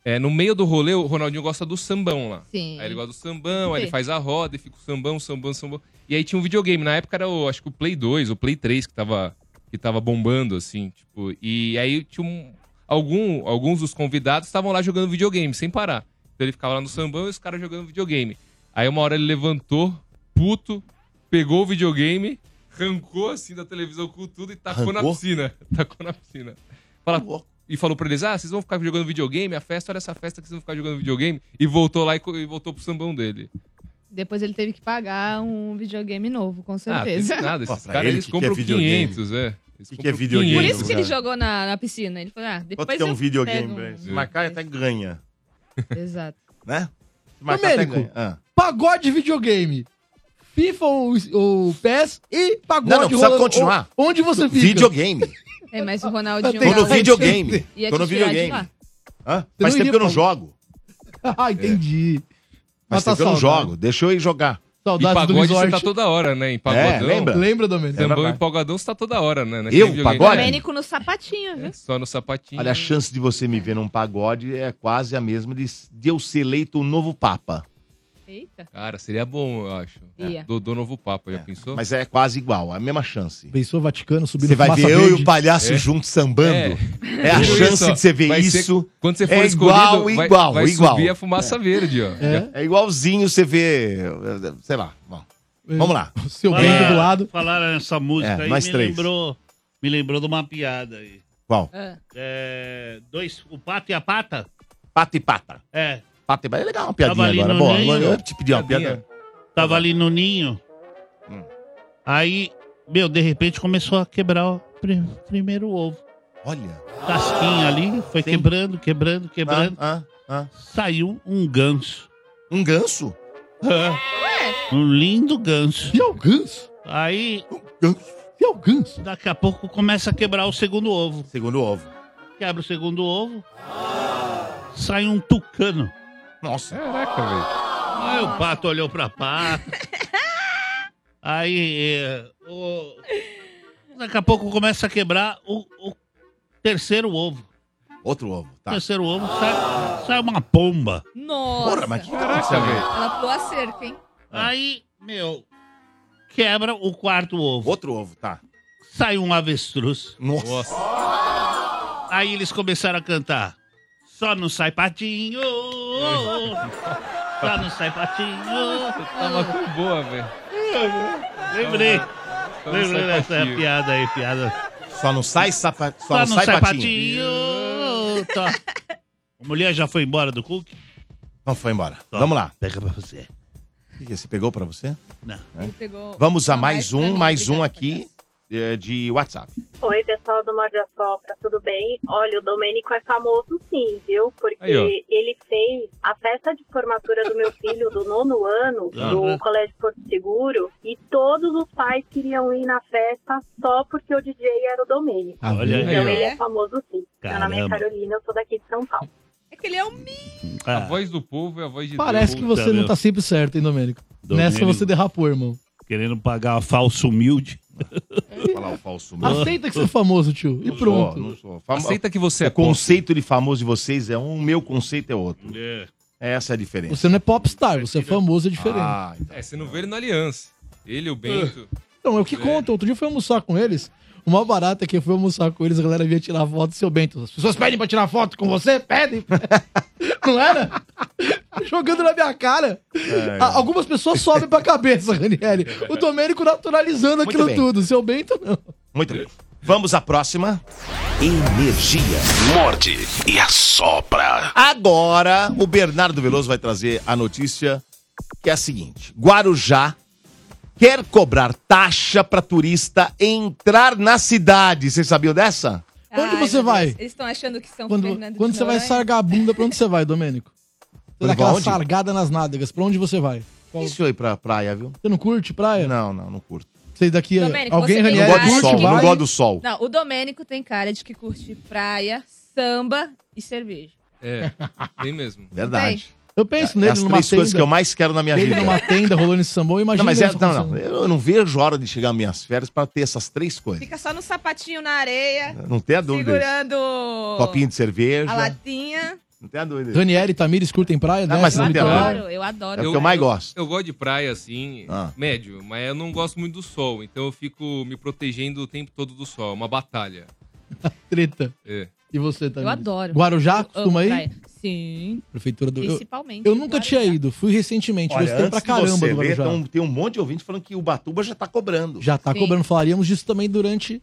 É, no meio do rolê, o Ronaldinho gosta do sambão lá. Sim. Aí ele gosta do sambão, aí Sim. ele faz a roda e fica o sambão, sambão, sambão. E aí tinha um videogame. Na época era, o, acho que o Play 2, o Play 3 que tava, que tava bombando, assim. Tipo, e aí tinha um, algum, alguns dos convidados estavam lá jogando videogame, sem parar. Então ele ficava lá no sambão e os caras jogando videogame. Aí uma hora ele levantou, puto, pegou o videogame, arrancou assim da televisão com tudo e tacou na Arrancou? piscina. (laughs) Tacou na piscina. Fala, e falou pra eles: ah, vocês vão ficar jogando videogame? A festa, olha essa festa que vocês vão ficar jogando videogame. E voltou lá e, co- e voltou pro sambão dele. Depois ele teve que pagar um videogame novo, com certeza. Ah, tem nada. Esses pra caras ele, eles que que é compram videogame? 500, é. Eles Que que compram é videogame? Por isso que ele Exato. jogou na, na piscina. Ele falou, ah, depois Quanto que é um eu videogame pego pra um. isso? Marcar até ganha, Exato. né? Domênico. Ah. Pagode videogame. FIFA ou, ou PES e pagode Não, não, precisa rolando. continuar. O- Onde você fica? Videogame. É, mas o Ronaldinho... Tô no um lá- videogame. (laughs) Ia Tô te no tirar de videogame. lá. Hã? Você Faz não tempo iria que eu não pra- jogo. (laughs) ah, entendi. Faz Mata tempo que eu não saudade. jogo. Deixa eu ir jogar. E pagode você tá toda hora, né? Em pagodão. É, lembra? Lembra, Domênico? Sambão Lembra, e pagodão você tá toda hora, né? Nesse Eu, videogame. pagode? Domênico no sapatinho, viu? Só no sapatinho. Olha, a chance de você me ver num pagode é quase a mesma de, de eu ser eleito o novo Papa. Eita. Cara, seria bom, eu acho. É, Ia. Do, do novo papo, já pensou? Mas é quase igual, a mesma chance. Pensou Vaticano subindo Você vai ver fumaça eu verde? e o palhaço É. juntos sambando. É, a Isso, chance ó. de você ver Vai ser- isso. quando você for é escolhido, igual, vai- igual, vai igual. subir a fumaça verde, ó. É. É igualzinho você ver, sei lá. Bom, vamos lá. É. Seu bem do lado. Falaram essa música É, aí, nós me três. lembrou, me lembrou de uma piada aí. Qual? É, dois, o pato e a pata? Pata e pata. É. Pata e pata. É legal uma Tava piadinha ali agora. no né? Boa, ninho. eu te pedi uma piada. Tava ali no ninho. Hum. Aí, meu, de repente começou a quebrar o pri- primeiro ovo. Olha. Casquinha ali, foi quebrando, quebrando, quebrando. Ah, Saiu um ganso. Um ganso? Um lindo ganso. E é o ganso? Aí. Ganso. E é o ganso? Daqui a pouco começa a quebrar o segundo ovo. Segundo ovo. Quebra o segundo ovo. Sai um tucano. Nossa. Caraca, velho. Aí o pato olhou pra (laughs) pato. Aí. é, o- Daqui a pouco começa a quebrar o, o terceiro ovo. Outro ovo, tá. Terceiro ovo sai, sai uma pomba. Nossa. Porra, mas que graça, velho. Ela pulou a cerca, hein? Aí, meu, quebra o quarto ovo. Outro ovo, tá. Sai um avestruz. Nossa. Aí eles começaram a cantar. Só não sai patinho. Só não sai patinho. Tava tão boa, velho. Lembrei. Só não Lembrei né? sai dessa patinho. piada aí, piada. Só não sai sapa... Só Só, não, sai, patinho. Tá. A mulher já foi embora do Cook? Não, foi embora. Vamos lá. Pega pra você. O que é? Você pegou pra você? Não. Ele pegou... Vamos a Não, mais pra um, mim, mais um obrigada. aqui é, de WhatsApp. Oi, pessoal do Morde a Sopra, tudo bem? Olha, o Domênico é famoso sim, viu? Porque Aí, ó. ele fez a festa de formatura do meu filho do nono ano, Ah. Aham. do Colégio Porto Seguro, e todos os pais queriam ir na festa só porque o DJ era o Domênico. Ah, olha então aí, ó. ele é famoso sim. Meu nome é Caramba. Carolina, eu sou daqui de São Paulo. É que ele é um Ah. A voz do povo é a voz de Parece que Deus. você não tá sempre certo, hein, Domênico? Domênico. Nessa você derrapou, irmão. Querendo pagar a falso humilde. Falar o falso Aceita que você é famoso, tio. E pronto. Não sou. Fama- Aceita que você o é pop. conceito de famoso de vocês é um, o meu conceito é outro. É. Essa é a diferença. Você não é popstar, você é famoso, é diferente. Ah, É, você não vê ele no Aliança. Ele, o Bento. Então, é o que conta. Outro dia eu fui almoçar com eles. O mal barato é que eu fui almoçar com eles, a galera vinha tirar foto do seu Bento. As pessoas pedem pra tirar foto com você? (laughs) Pedem. Não era? Jogando na minha cara. É. Ah, A- Algumas pessoas sobem pra cabeça, Ranieri. O Domênico naturalizando Muito aquilo bem. tudo. Seu Bento, não. Muito bem. Vamos à próxima. Energia. Morde e assopra. Agora, o Bernardo Veloso vai trazer a notícia que é a seguinte: Guarujá quer cobrar taxa para turista entrar na cidade. Vocês sabiam dessa? Onde você Ai, meu Deus. vai? Eles estão achando que são Quando, Fernando quando de você vai Noronha. sargar a bunda, pra onde você vai, Domênico? Você dá Pra aquela onde? sargada nas nádegas. Pra onde você vai? Qual- Isso aí pra praia, viu? Você não curte praia? Não, não, não curto. Você daqui, Domênico, alguém, você tem Ranieri, cara de curte, que- vai? gosto do sol. Não, o Domênico tem cara de que curte praia, samba e cerveja. É, tem mesmo. Verdade. Eu penso É nele as numa três tenda. coisas que eu mais quero na minha Ele vida. numa tenda rolando esse sambão, imagina. Não, mas é, isso não, não. acontecendo. Eu não vejo a hora de chegar às minhas férias pra ter essas três coisas. Fica só no sapatinho na areia, Não tenha dúvida. disso. segurando Copinho de cerveja. a latinha. Não tenha dúvida. Daniel e Tamires curtem praia, né? Ah, mas Curtem não tem litoral. a- Adoro, eu adoro. É o que eu mais gosto. Eu gosto de praia, assim, Ah. médio, mas eu não gosto muito do sol, então eu fico me protegendo o tempo todo do sol, é uma batalha. Treta. É. E você também? Eu adoro. Guarujá, Eu costuma ir? amo praia. Sim. Prefeitura do... eu- Principalmente Eu, nunca tinha ido, fui recentemente, Olha, gostei pra antes de caramba você do ver, Guarujá. tem um- tem um monte de ouvinte falando que o Batuba já tá cobrando. Já tá Sim. cobrando, falaríamos disso também durante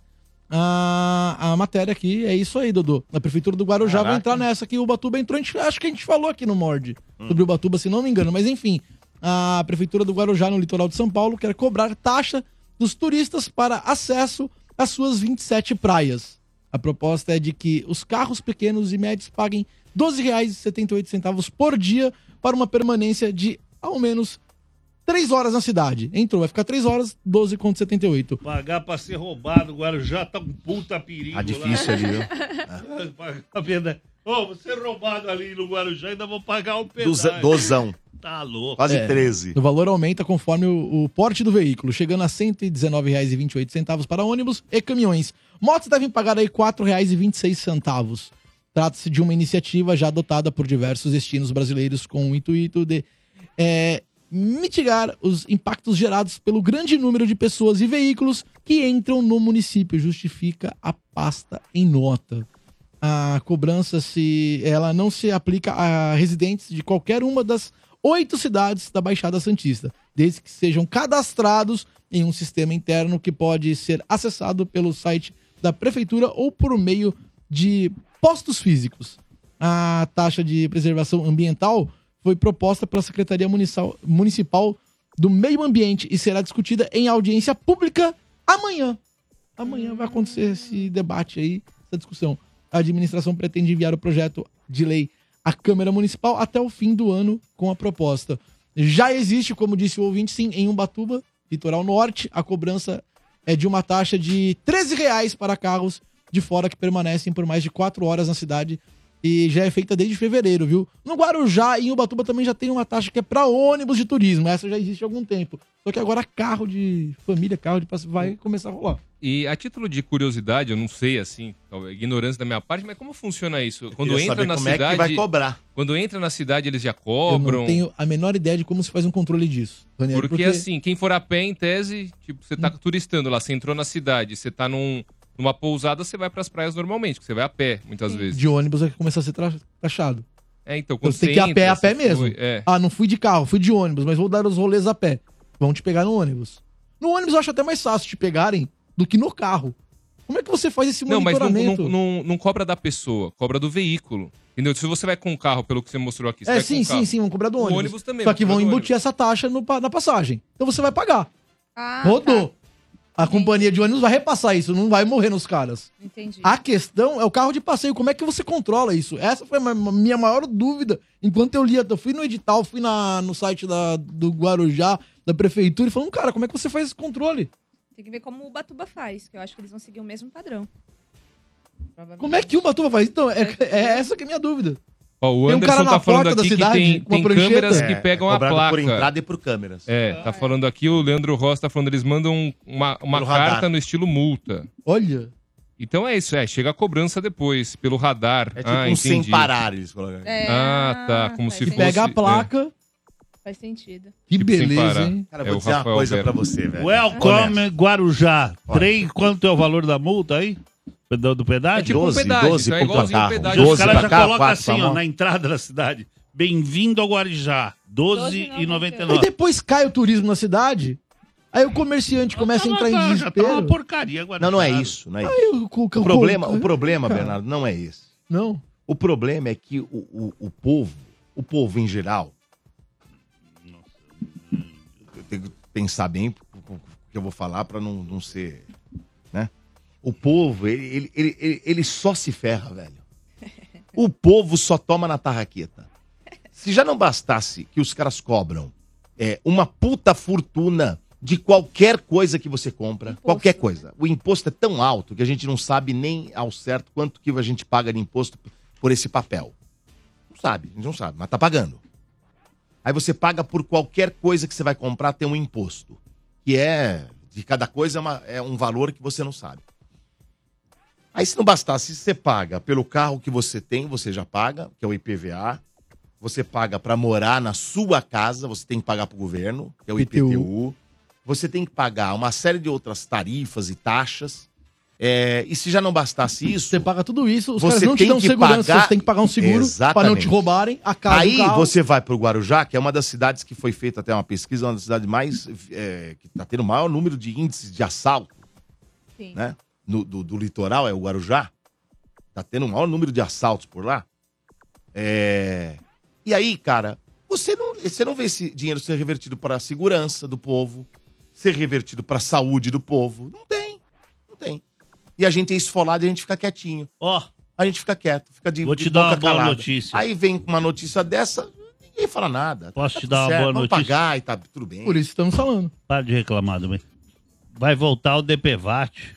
a, a matéria aqui. É isso aí, Dodô. Na Prefeitura do Guarujá vai Caraca. entrar nessa que o Batuba entrou, a gente- acho que a gente falou aqui no Mord sobre o Batuba, se não me engano. Mas enfim, a Prefeitura do Guarujá, no litoral de São Paulo, quer cobrar taxa dos turistas para acesso às suas 27 praias. A proposta é de que os carros pequenos e médios paguem R$ 12,78 por dia para uma permanência de ao menos 3 horas na cidade. Entrou, vai ficar 3 horas, 12,78. Pagar pra ser roubado, Guarujá tá um puta perigo. Tá difícil lá. ali, viu? (laughs) Pagar pena. Ô, você é roubado ali no Guarujá, ainda vou pagar um Doza- pedaço. Dozão. Tá louco. Quase 13. É, O valor aumenta conforme o, o porte do veículo, chegando a R$ 119,28 para ônibus e caminhões. Motos devem pagar aí R$ 4,26. Trata-se de uma iniciativa já adotada por diversos destinos brasileiros com o intuito de é, mitigar os impactos gerados pelo grande número de pessoas e veículos que entram no município, justifica a pasta em nota a cobrança se ela não se aplica a residentes de qualquer uma das oito cidades da Baixada Santista, desde que sejam cadastrados em um sistema interno que pode ser acessado pelo site da prefeitura ou por meio de postos físicos. A taxa de preservação ambiental foi proposta pela Secretaria Municipal- Municipal do Meio Ambiente e será discutida em audiência pública amanhã. Amanhã vai acontecer esse debate aí, essa discussão. A administração pretende enviar o projeto de lei à Câmara Municipal até o fim do ano com a proposta. Já existe, como disse o ouvinte, sim, em Umbatuba, litoral norte, a cobrança é de uma taxa de R$ 13 reais para carros de fora que permanecem por mais de quatro horas na cidade e já é feita desde fevereiro, viu? No Guarujá e em Ubatuba também já tem uma taxa que é para ônibus de turismo, essa já existe há algum tempo. Só que agora carro de família, carro de passeio vai começar a rolar. E a título de curiosidade, eu não sei, assim, talvez ignorância da minha parte, mas como funciona isso? Quando queria entra saber na como é que cidade... vai cobrar. Quando entra na cidade, eles já Eu cobram... não tenho é a menor ideia de como se faz um controle disso, Daniel. Porque, assim, quem for a pé, em tese, tipo, você Hum. tá turistando lá, você entrou na cidade, você tá num- numa pousada, você vai pras praias normalmente, que você vai a pé, muitas vezes. de ônibus vai começar a ser tra- taxado. É, então, Então quando você tem que ir a entra, pé, a pé você mesmo. foi- é. Ah, não fui de carro, fui de ônibus, mas vou dar os rolês a pé. Vão te pegar no ônibus. No ônibus eu acho até mais fácil te pegarem do que no carro. Como é que você faz esse Não, mas não, monitoramento? não, não- não cobra da pessoa, cobra do veículo. Entendeu? Se você vai com o carro, pelo que você mostrou aqui, você É, vai com sim, o carro. sim, sim, vão cobrar do O ônibus. ônibus também, Só vão que cobrar vão do embutir essa taxa no pa- na passagem. Então você vai pagar. Rodou. A companhia de ônibus vai repassar isso, não vai morrer nos caras. Entendi. Ah, A questão é o carro de passeio, como é que você controla isso? Essa foi a ma- ma- minha maior dúvida enquanto eu lia. Eu fui no edital, fui na, no site da, do Guarujá, da prefeitura, e falando, cara, como é que você faz esse controle? Tem que ver como o Batuba faz, que eu acho que eles vão seguir o mesmo padrão. Como é que o Batuba faz? Então, é, é essa que é a minha dúvida. Ó, o Tem um Anderson cara na tá falando porta da aqui que cidade, tem, com uma tem prancheta. câmeras É, que pegam é a cobrado placa. por entrada e por câmeras. É, tá falando aqui, o Leandro Ross tá falando, eles mandam uma, uma Pelo radar. carta no estilo multa. Olha. Então é isso, é, chega a cobrança depois, pelo radar. É tipo ah, um sem entendi. parar, eles colocam aqui. É, Ah, tá, como se E Tipo fosse... assim, pega a placa. Faz sentido. Que Tipo, sem beleza, parar. hein? Cara, É vou o dizer uma Rafael coisa Berto. pra você, velho. Welcome, Guarujá. Três, quanto é o valor da multa aí? Do, do pedágio? É tipo um 12, pedágio, 12 então é pro igualzinho um carro. pedágio. Os 12 caras já pra cá, colocam quatro pra assim, ó, mão. na entrada da cidade. Bem-vindo ao Guarujá. 12,99. E depois cai o turismo na cidade, aí o comerciante começa a entrar em Já Ah, tá uma desespero. porcaria, Guarujá. Não, não é isso. Não é isso. Aí o, o- O problema, o problema cara. Bernardo, não é esse. Não. O problema é que o, o, o povo, o povo em geral, eu tenho que pensar bem o que eu vou falar pra não, não ser, né? O povo, ele, ele, ele, ele- ele só se ferra, velho. O povo só toma na tarraqueta. Se já não bastasse que os caras cobram é, uma puta fortuna de qualquer coisa que você compra, qualquer coisa. O imposto é tão alto que a gente não sabe nem ao certo quanto que a gente paga de imposto por esse papel. Não sabe, a gente não sabe, mas tá pagando. Aí você paga por qualquer coisa que você vai comprar, tem um imposto. Que é, de cada coisa, é uma- é um valor que você não sabe. Aí se não bastasse, você paga pelo carro que você tem, você já paga, que é o IPVA. Você paga para morar na sua casa, você tem que pagar pro governo, que é o IPTU. Você tem que pagar uma série de outras tarifas e taxas. É, e se já não bastasse isso. Você paga é tudo isso, os caras não te dão segurança, você tem que pagar um seguro pra não te roubarem a casa Aí do carro. você vai pro Guarujá, que é uma das cidades que foi feita até uma pesquisa, uma das cidades mais. é, que tá tendo o maior número de índices de assalto Sim. né? No- do, do litoral, é o Guarujá. Tá tendo o maior número de assaltos por lá. É... E aí, cara, você não, você não vê esse dinheiro ser revertido para a segurança do povo, ser revertido para a saúde do povo. Não tem. Não tem. E a gente é esfolado e a gente fica quietinho. Ó. A gente fica quieto, fica de Vou te de dar uma boca boa calada. notícia. Aí vem com uma notícia dessa, ninguém fala nada. Posso te Tá tudo dar uma certo, boa vamos notícia? pagar e tá tudo bem. Por isso estamos falando. Para de reclamar também. Vai voltar o DPVAT.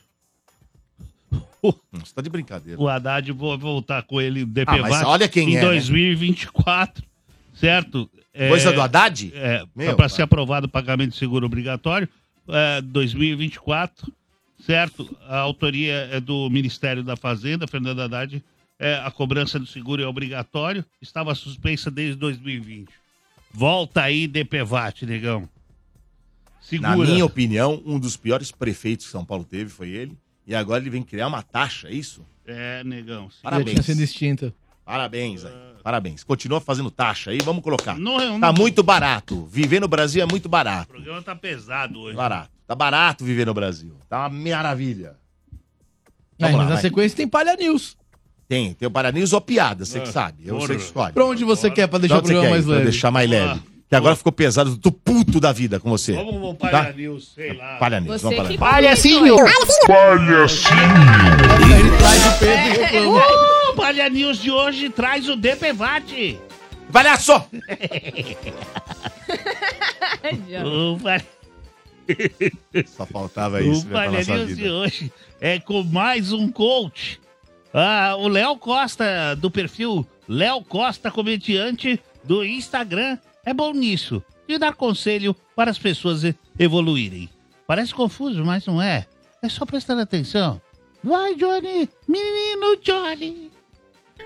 Você tá de brincadeira. O Haddad vai voltar com ele, o Ah, DPVAT. mas olha quem em é, né? 2024, certo? Coisa do Haddad? É, Meu, para ser aprovado o pagamento de seguro obrigatório, é, 2024, certo? A autoria é do Ministério da Fazenda, Fernando Haddad. É, a cobrança do seguro é obrigatório, estava suspensa desde 2020. Volta aí, DPVAT, negão. Segura. Na minha opinião, um dos piores prefeitos que São Paulo teve foi ele. E agora ele vem criar uma taxa, é isso? É, negão. Já Parabéns. tinha sido extinta. Parabéns aí. Parabéns. Continua fazendo taxa aí, vamos colocar. Não, eu não- Tá muito barato. Viver no Brasil é muito barato. O programa tá pesado hoje. Barato. Tá barato viver no Brasil. Tá uma maravilha. Mas Vamos lá, na vai. sequência tem Palha News. Tem, tem o Paraninhos ou piada, você que Ah, sabe. Eu porra. sei que escolhe. Pra onde você quer pra deixar Pra o onde você programa quer mais ir, pra leve? deixar mais leve. Que agora ficou pesado, tô puto da vida com você. Vamos pro Tá? Palha News, sei lá. Palha News, vamos Palha News. Palhacinho! Palhacinho! É, Uh, Palha News de hoje traz o DPVAT. Palhaço! (laughs) É o Palha- Só faltava o isso, né, pra Palha nossa News de vida. hoje é com mais um coach. Ah, o Léo Costa, do perfil Léo Costa Comediante do Instagram, é bom nisso. De dar conselho para as pessoas e- evoluírem. Parece confuso, mas não é. É só prestar atenção. Vai, Johnny! Menino Johnny!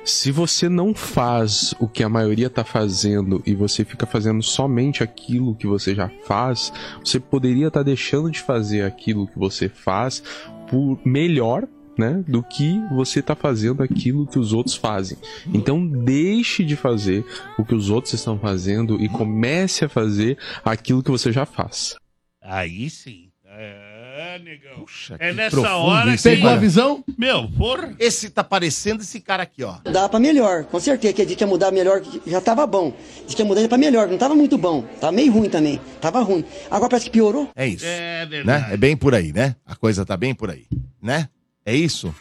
Se você não faz o que a maioria tá fazendo e você fica fazendo somente aquilo que você já faz, você poderia estar deixando de fazer aquilo que você faz por melhor, né, do que você tá fazendo aquilo que os outros fazem. Então deixe de fazer o que os outros estão fazendo e comece a fazer aquilo que você já faz. Aí sim. É, negão. que é nessa profundo hora isso, hein, Pegou a cara? visão? Meu, porra. Esse tá parecendo esse cara aqui, ó. Dá pra melhor, com certeza. Que diz que ia mudar melhor, que já tava bom. Diz que ia mudar pra melhor, não tava muito bom. Tava meio ruim também. Tava ruim. Agora parece que piorou. É isso. É né? É bem por aí, né? A coisa tá bem por aí, né? É isso?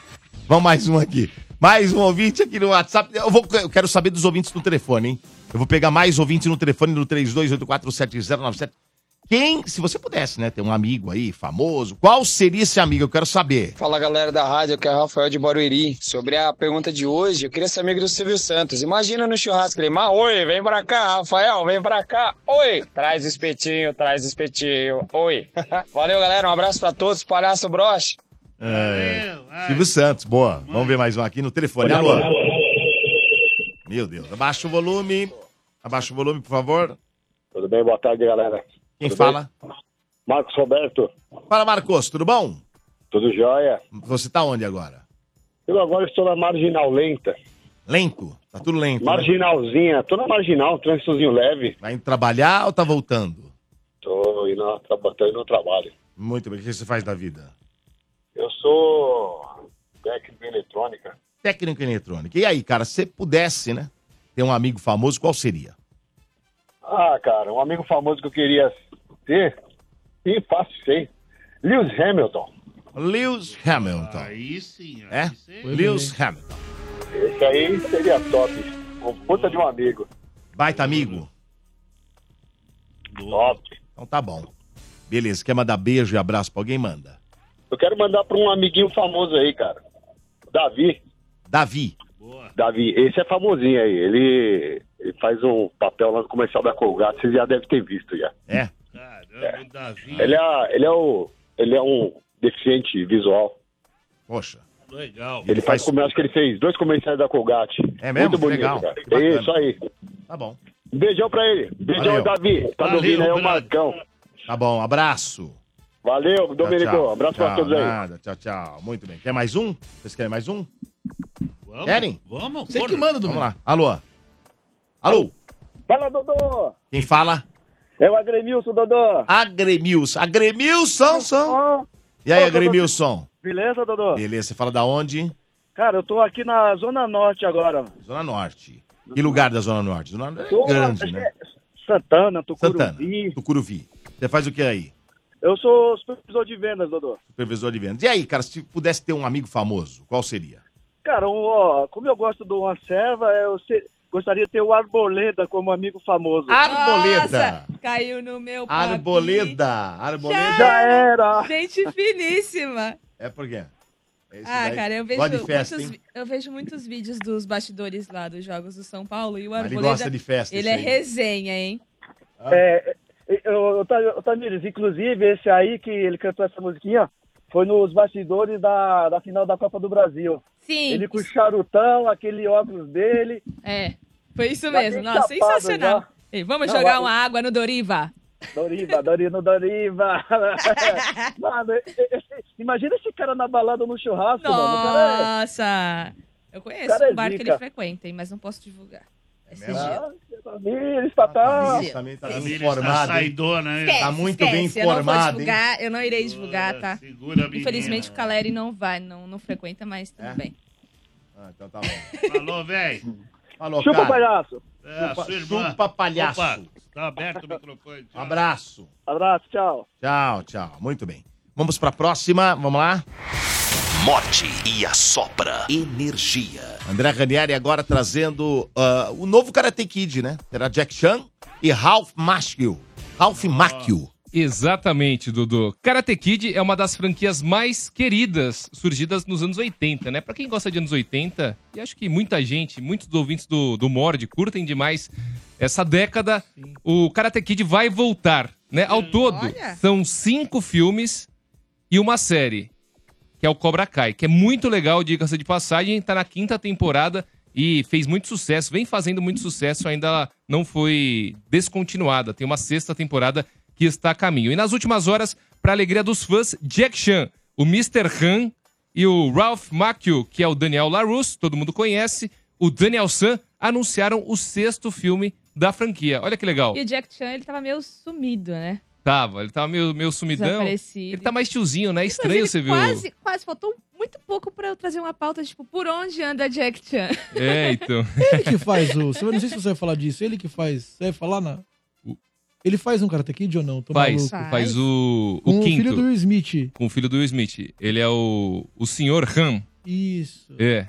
Vamos mais um aqui. Mais um ouvinte aqui no WhatsApp. Eu, vou, eu quero saber dos ouvintes no telefone, hein? Eu vou pegar mais ouvintes no telefone no 32847097. Quem, se você pudesse, né, ter um amigo aí famoso, qual seria esse amigo? Eu quero saber. Fala galera da rádio, aqui é o Rafael de Barueri. Sobre a pergunta de hoje, eu queria ser amigo do Silvio Santos. Imagina no churrasco ele, mas oi, vem pra cá, Rafael, vem pra cá, oi, traz o espetinho, traz o espetinho, oi. (laughs) Valeu galera, um abraço pra todos, palhaço broche. É, Silvio Santos, boa. Vamos ver mais um aqui no telefone. Alô? Meu Deus, abaixa o volume. Abaixa o volume, por favor. Tudo bem? Boa tarde, galera. Quem Tudo fala? bem? Marcos Roberto. Fala, Marcos, tudo bom? Tudo jóia. Você tá onde agora? Eu agora estou na marginal lenta. Lento? Tá tudo lento. né? Marginalzinha. Estou na marginal, um trânsitozinho leve. Vai indo trabalhar ou tá voltando? Estou indo, ao tra- tô indo ao trabalho. Muito bem. O que você faz da vida? Eu sou técnico em eletrônica. Técnico em eletrônica. E aí, cara, se pudesse, né? Ter um amigo famoso, qual seria? Ah, cara, um amigo famoso que eu queria ter. Sim, fácil, sei. Lewis Hamilton. Lewis Hamilton. Aí sim. É? Lewis Hamilton. Esse aí seria top. Um puta de um amigo. Baita amigo? Top. Então tá bom. Beleza, quer mandar beijo e abraço pra alguém? Manda. Eu quero mandar para um amiguinho famoso aí, cara. Davi. Davi. Davi, esse é famosinho aí. Ele, ele faz um papel lá no comercial da Colgate, você já deve ter visto já. É? Caramba, Davi. Ele é, ele é, o, ele é um deficiente visual. Poxa. tá Legal. Ele faz comercial, acho que ele fez dois comerciais da Colgate. É mesmo? Muito bonito, Legal. cara. Que É bacana. isso aí. Um Tá bom. Beijão pra ele. Beijão, Valeu. Davi. Tá me Valeu, ouvindo aí, é o obrigado. Marcão. Tá bom, abraço. Valeu, Domenico. Um Tchau, tchau. Abraço pra Tchau, todos aí. nada, Tchau, tchau. Muito bem. Quer mais um? Vocês querem mais um? Vamos, Querem? Vamos. Você bora. que manda, Vamos lá. Alô? Alô? Fala, Dodô! Quem fala? É o Agremilson, Dodô! Agremilson. Agremilson, são. E aí, Ô, Dodô. Agremilson? Beleza, Dodô? Beleza, você fala da onde? Cara, eu tô aqui na Zona Norte agora. Zona Norte. Que lugar da Zona Norte? Zona Norte Tô- é grande, né? Santana, Tucuruvi. Santana, Tucuruvi. Você faz o que aí? Eu sou supervisor de vendas, Dodô. Supervisor de vendas. E aí, cara, se pudesse ter um amigo famoso, qual seria? Cara, um, ó, como eu gosto do Uma Serva, eu se- gostaria de ter o Arboleda como amigo famoso. Arboleda! Nossa, caiu no meu papo. Arboleda! Arboleda! é. Gente finíssima. É por quê? É isso ah, daí. cara, eu Gosta vejo, de festa, muitos, hein? vi- eu vejo muitos vídeos dos bastidores lá dos Jogos do São Paulo e o Mas ele Arboleda... gosta de festa, Ele é esse aí. resenha, hein? Ah. É, eu, eu, Tamires, inclusive esse aí que ele cantou essa musiquinha foi nos bastidores da, da final da Copa do Brasil. Sim. Ele com o charutão, aquele óculos dele. É, foi isso Tá mesmo. bem chapado Nossa, sensacional. já. Ei, vamos Não, jogar a- uma água no Doriva. Doriva, Dorino, (laughs) Doriva. mano, esse- imagina esse cara na balada Tá no churrasco, mano. O cara é- Nossa! Eu conheço cara é um bar que zica. ele frequenta, hein, mas não posso divulgar. É Esses mesmo? dias. Tamires, Tatá. Esse também tá Tamires tá informado. hein? saidona, né? hein? Tá Esquece, muito bem esquece, Eu não vou informado, hein? divulgar, eu não irei divulgar, tá? É, Segura a menina. Infelizmente o Caleri não vai, não, não frequenta mais, tudo bem. É? Ah, então tá bom. Falou, velho. Falou, Chupa, cara. palhaço. É, Chupa- sua irmã. chupa, palhaço. Opa, tá aberto o microfone. Um abraço. Abraço, tchau. Tchau, tchau. Muito bem. Vamos pra próxima. Vamos lá? Morte e assopra energia. André Ranieri agora trazendo ah, o novo Karate Kid, né? Terá Jack Chan e Ralph Macchio. Ralph Macchio. Ah, Exatamente, Dudu. Karate Kid é uma das franquias mais queridas surgidas nos anos 80, né? Pra quem gosta de anos 80, e acho que muita gente, muitos dos ouvintes do, do Mord curtem demais essa década, o Karate Kid vai voltar, né? Ao todo, Olha. são cinco filmes e uma série, que é o Cobra Kai, que é muito legal, diga-se de passagem, tá na quinta temporada e fez muito sucesso, vem fazendo muito sucesso, ainda não foi descontinuada. Tem uma sexta temporada que está a caminho. E nas últimas horas, para alegria dos fãs, Jack Chan, o Mr. Han e o Ralph Macchio, que é o Daniel LaRusso, todo mundo conhece, o Daniel San, anunciaram o sexto filme da franquia. Olha que legal. E o Jack Chan, ele tava meio sumido, né? Tava, ele tava meio, meio sumidão. Desaparecido. Ele tá mais tiozinho, né? Inclusive, Estranho você viu. Quase, quase faltou muito pouco pra eu trazer uma pauta, tipo, por onde anda Jack Chan? (laughs) É, então. Ele que faz o. Eu não sei se você vai falar disso. Ele que faz. Você vai falar na. Ele faz um Karate Kid ou não? Tô Faz, maluco. faz o, o Com o quinto. filho do Will Smith. Com o filho do Will Smith. Ele é o, o senhor Han. Isso. É.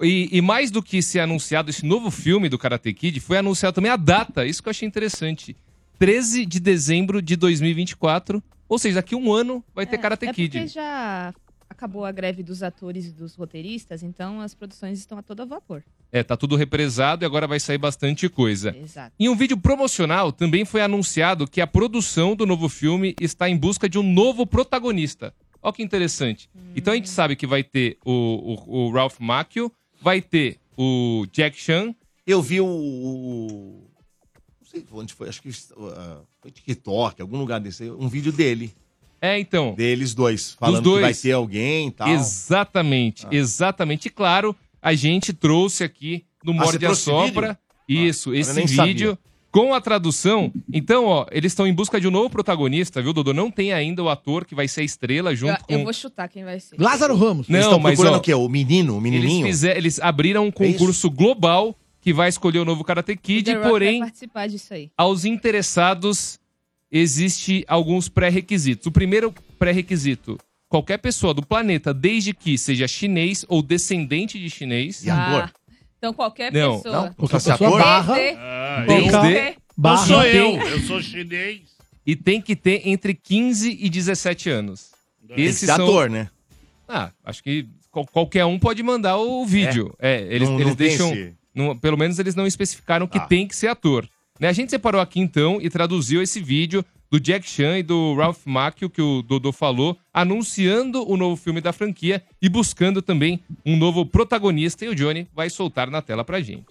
E, e mais do que ser anunciado esse novo filme do Karate Kid, foi anunciado também a data. Isso que eu achei interessante. 13 de dezembro de 2024. Ou seja, daqui um ano vai ter Karate é Kid. porque já acabou a greve dos atores e dos roteiristas, então as produções estão a todo vapor. É, tá tudo represado e agora vai sair bastante coisa. Exato. Em um vídeo promocional, também foi anunciado que a produção do novo filme está em busca de um novo protagonista. Olha que interessante. Então a gente sabe que vai ter o, o- o Ralph Macchio, vai ter o Jack Chan. Eu vi o. Não sei onde foi, acho que ah, foi TikTok, algum lugar desse aí, um vídeo dele. É, então. Deles dois, falando dois. que vai ter alguém e tal. Ah. Exatamente, exatamente. E claro, a gente trouxe aqui no Ah, você Morde a trouxe Ah, Sopra. Isso, eu esse nem vídeo sabia. com a tradução. Então, ó, eles estão em busca de um novo protagonista, viu, Dodô? Não tem ainda o ator que vai ser a estrela Eu, junto eu com. vou chutar quem vai ser. Eles Ramos. Não, estão mas, procurando ó, o quê? O menino, o Eles, menininho? É fizer, eles abriram um concurso global que vai escolher o novo Karate Kid, The Rock porém, vai participar disso aí. aos interessados existe alguns pré-requisitos. O primeiro pré-requisito, qualquer pessoa do planeta, desde que seja chinês ou descendente de chinês. E ator? Então qualquer Não, pessoa. não, qualquer Qualquer pessoa ator. barra- Desde- Ah, Desde- Qualquer- Não sou E eu, tem- eu sou chinês. E tem que ter entre 15 e 17 anos. que ser ator, né? Ah, acho que qual- qualquer um pode mandar o vídeo. É, eles, Não- eles não tem deixam. esse- não- pelo menos eles não especificaram que tem que ser ator. Né? A gente separou aqui então e traduziu esse vídeo do Jack Chan e do Ralph Macchio, que o Dodô falou, anunciando o novo filme da franquia e buscando também um novo protagonista. E o Johnny vai soltar na tela pra gente.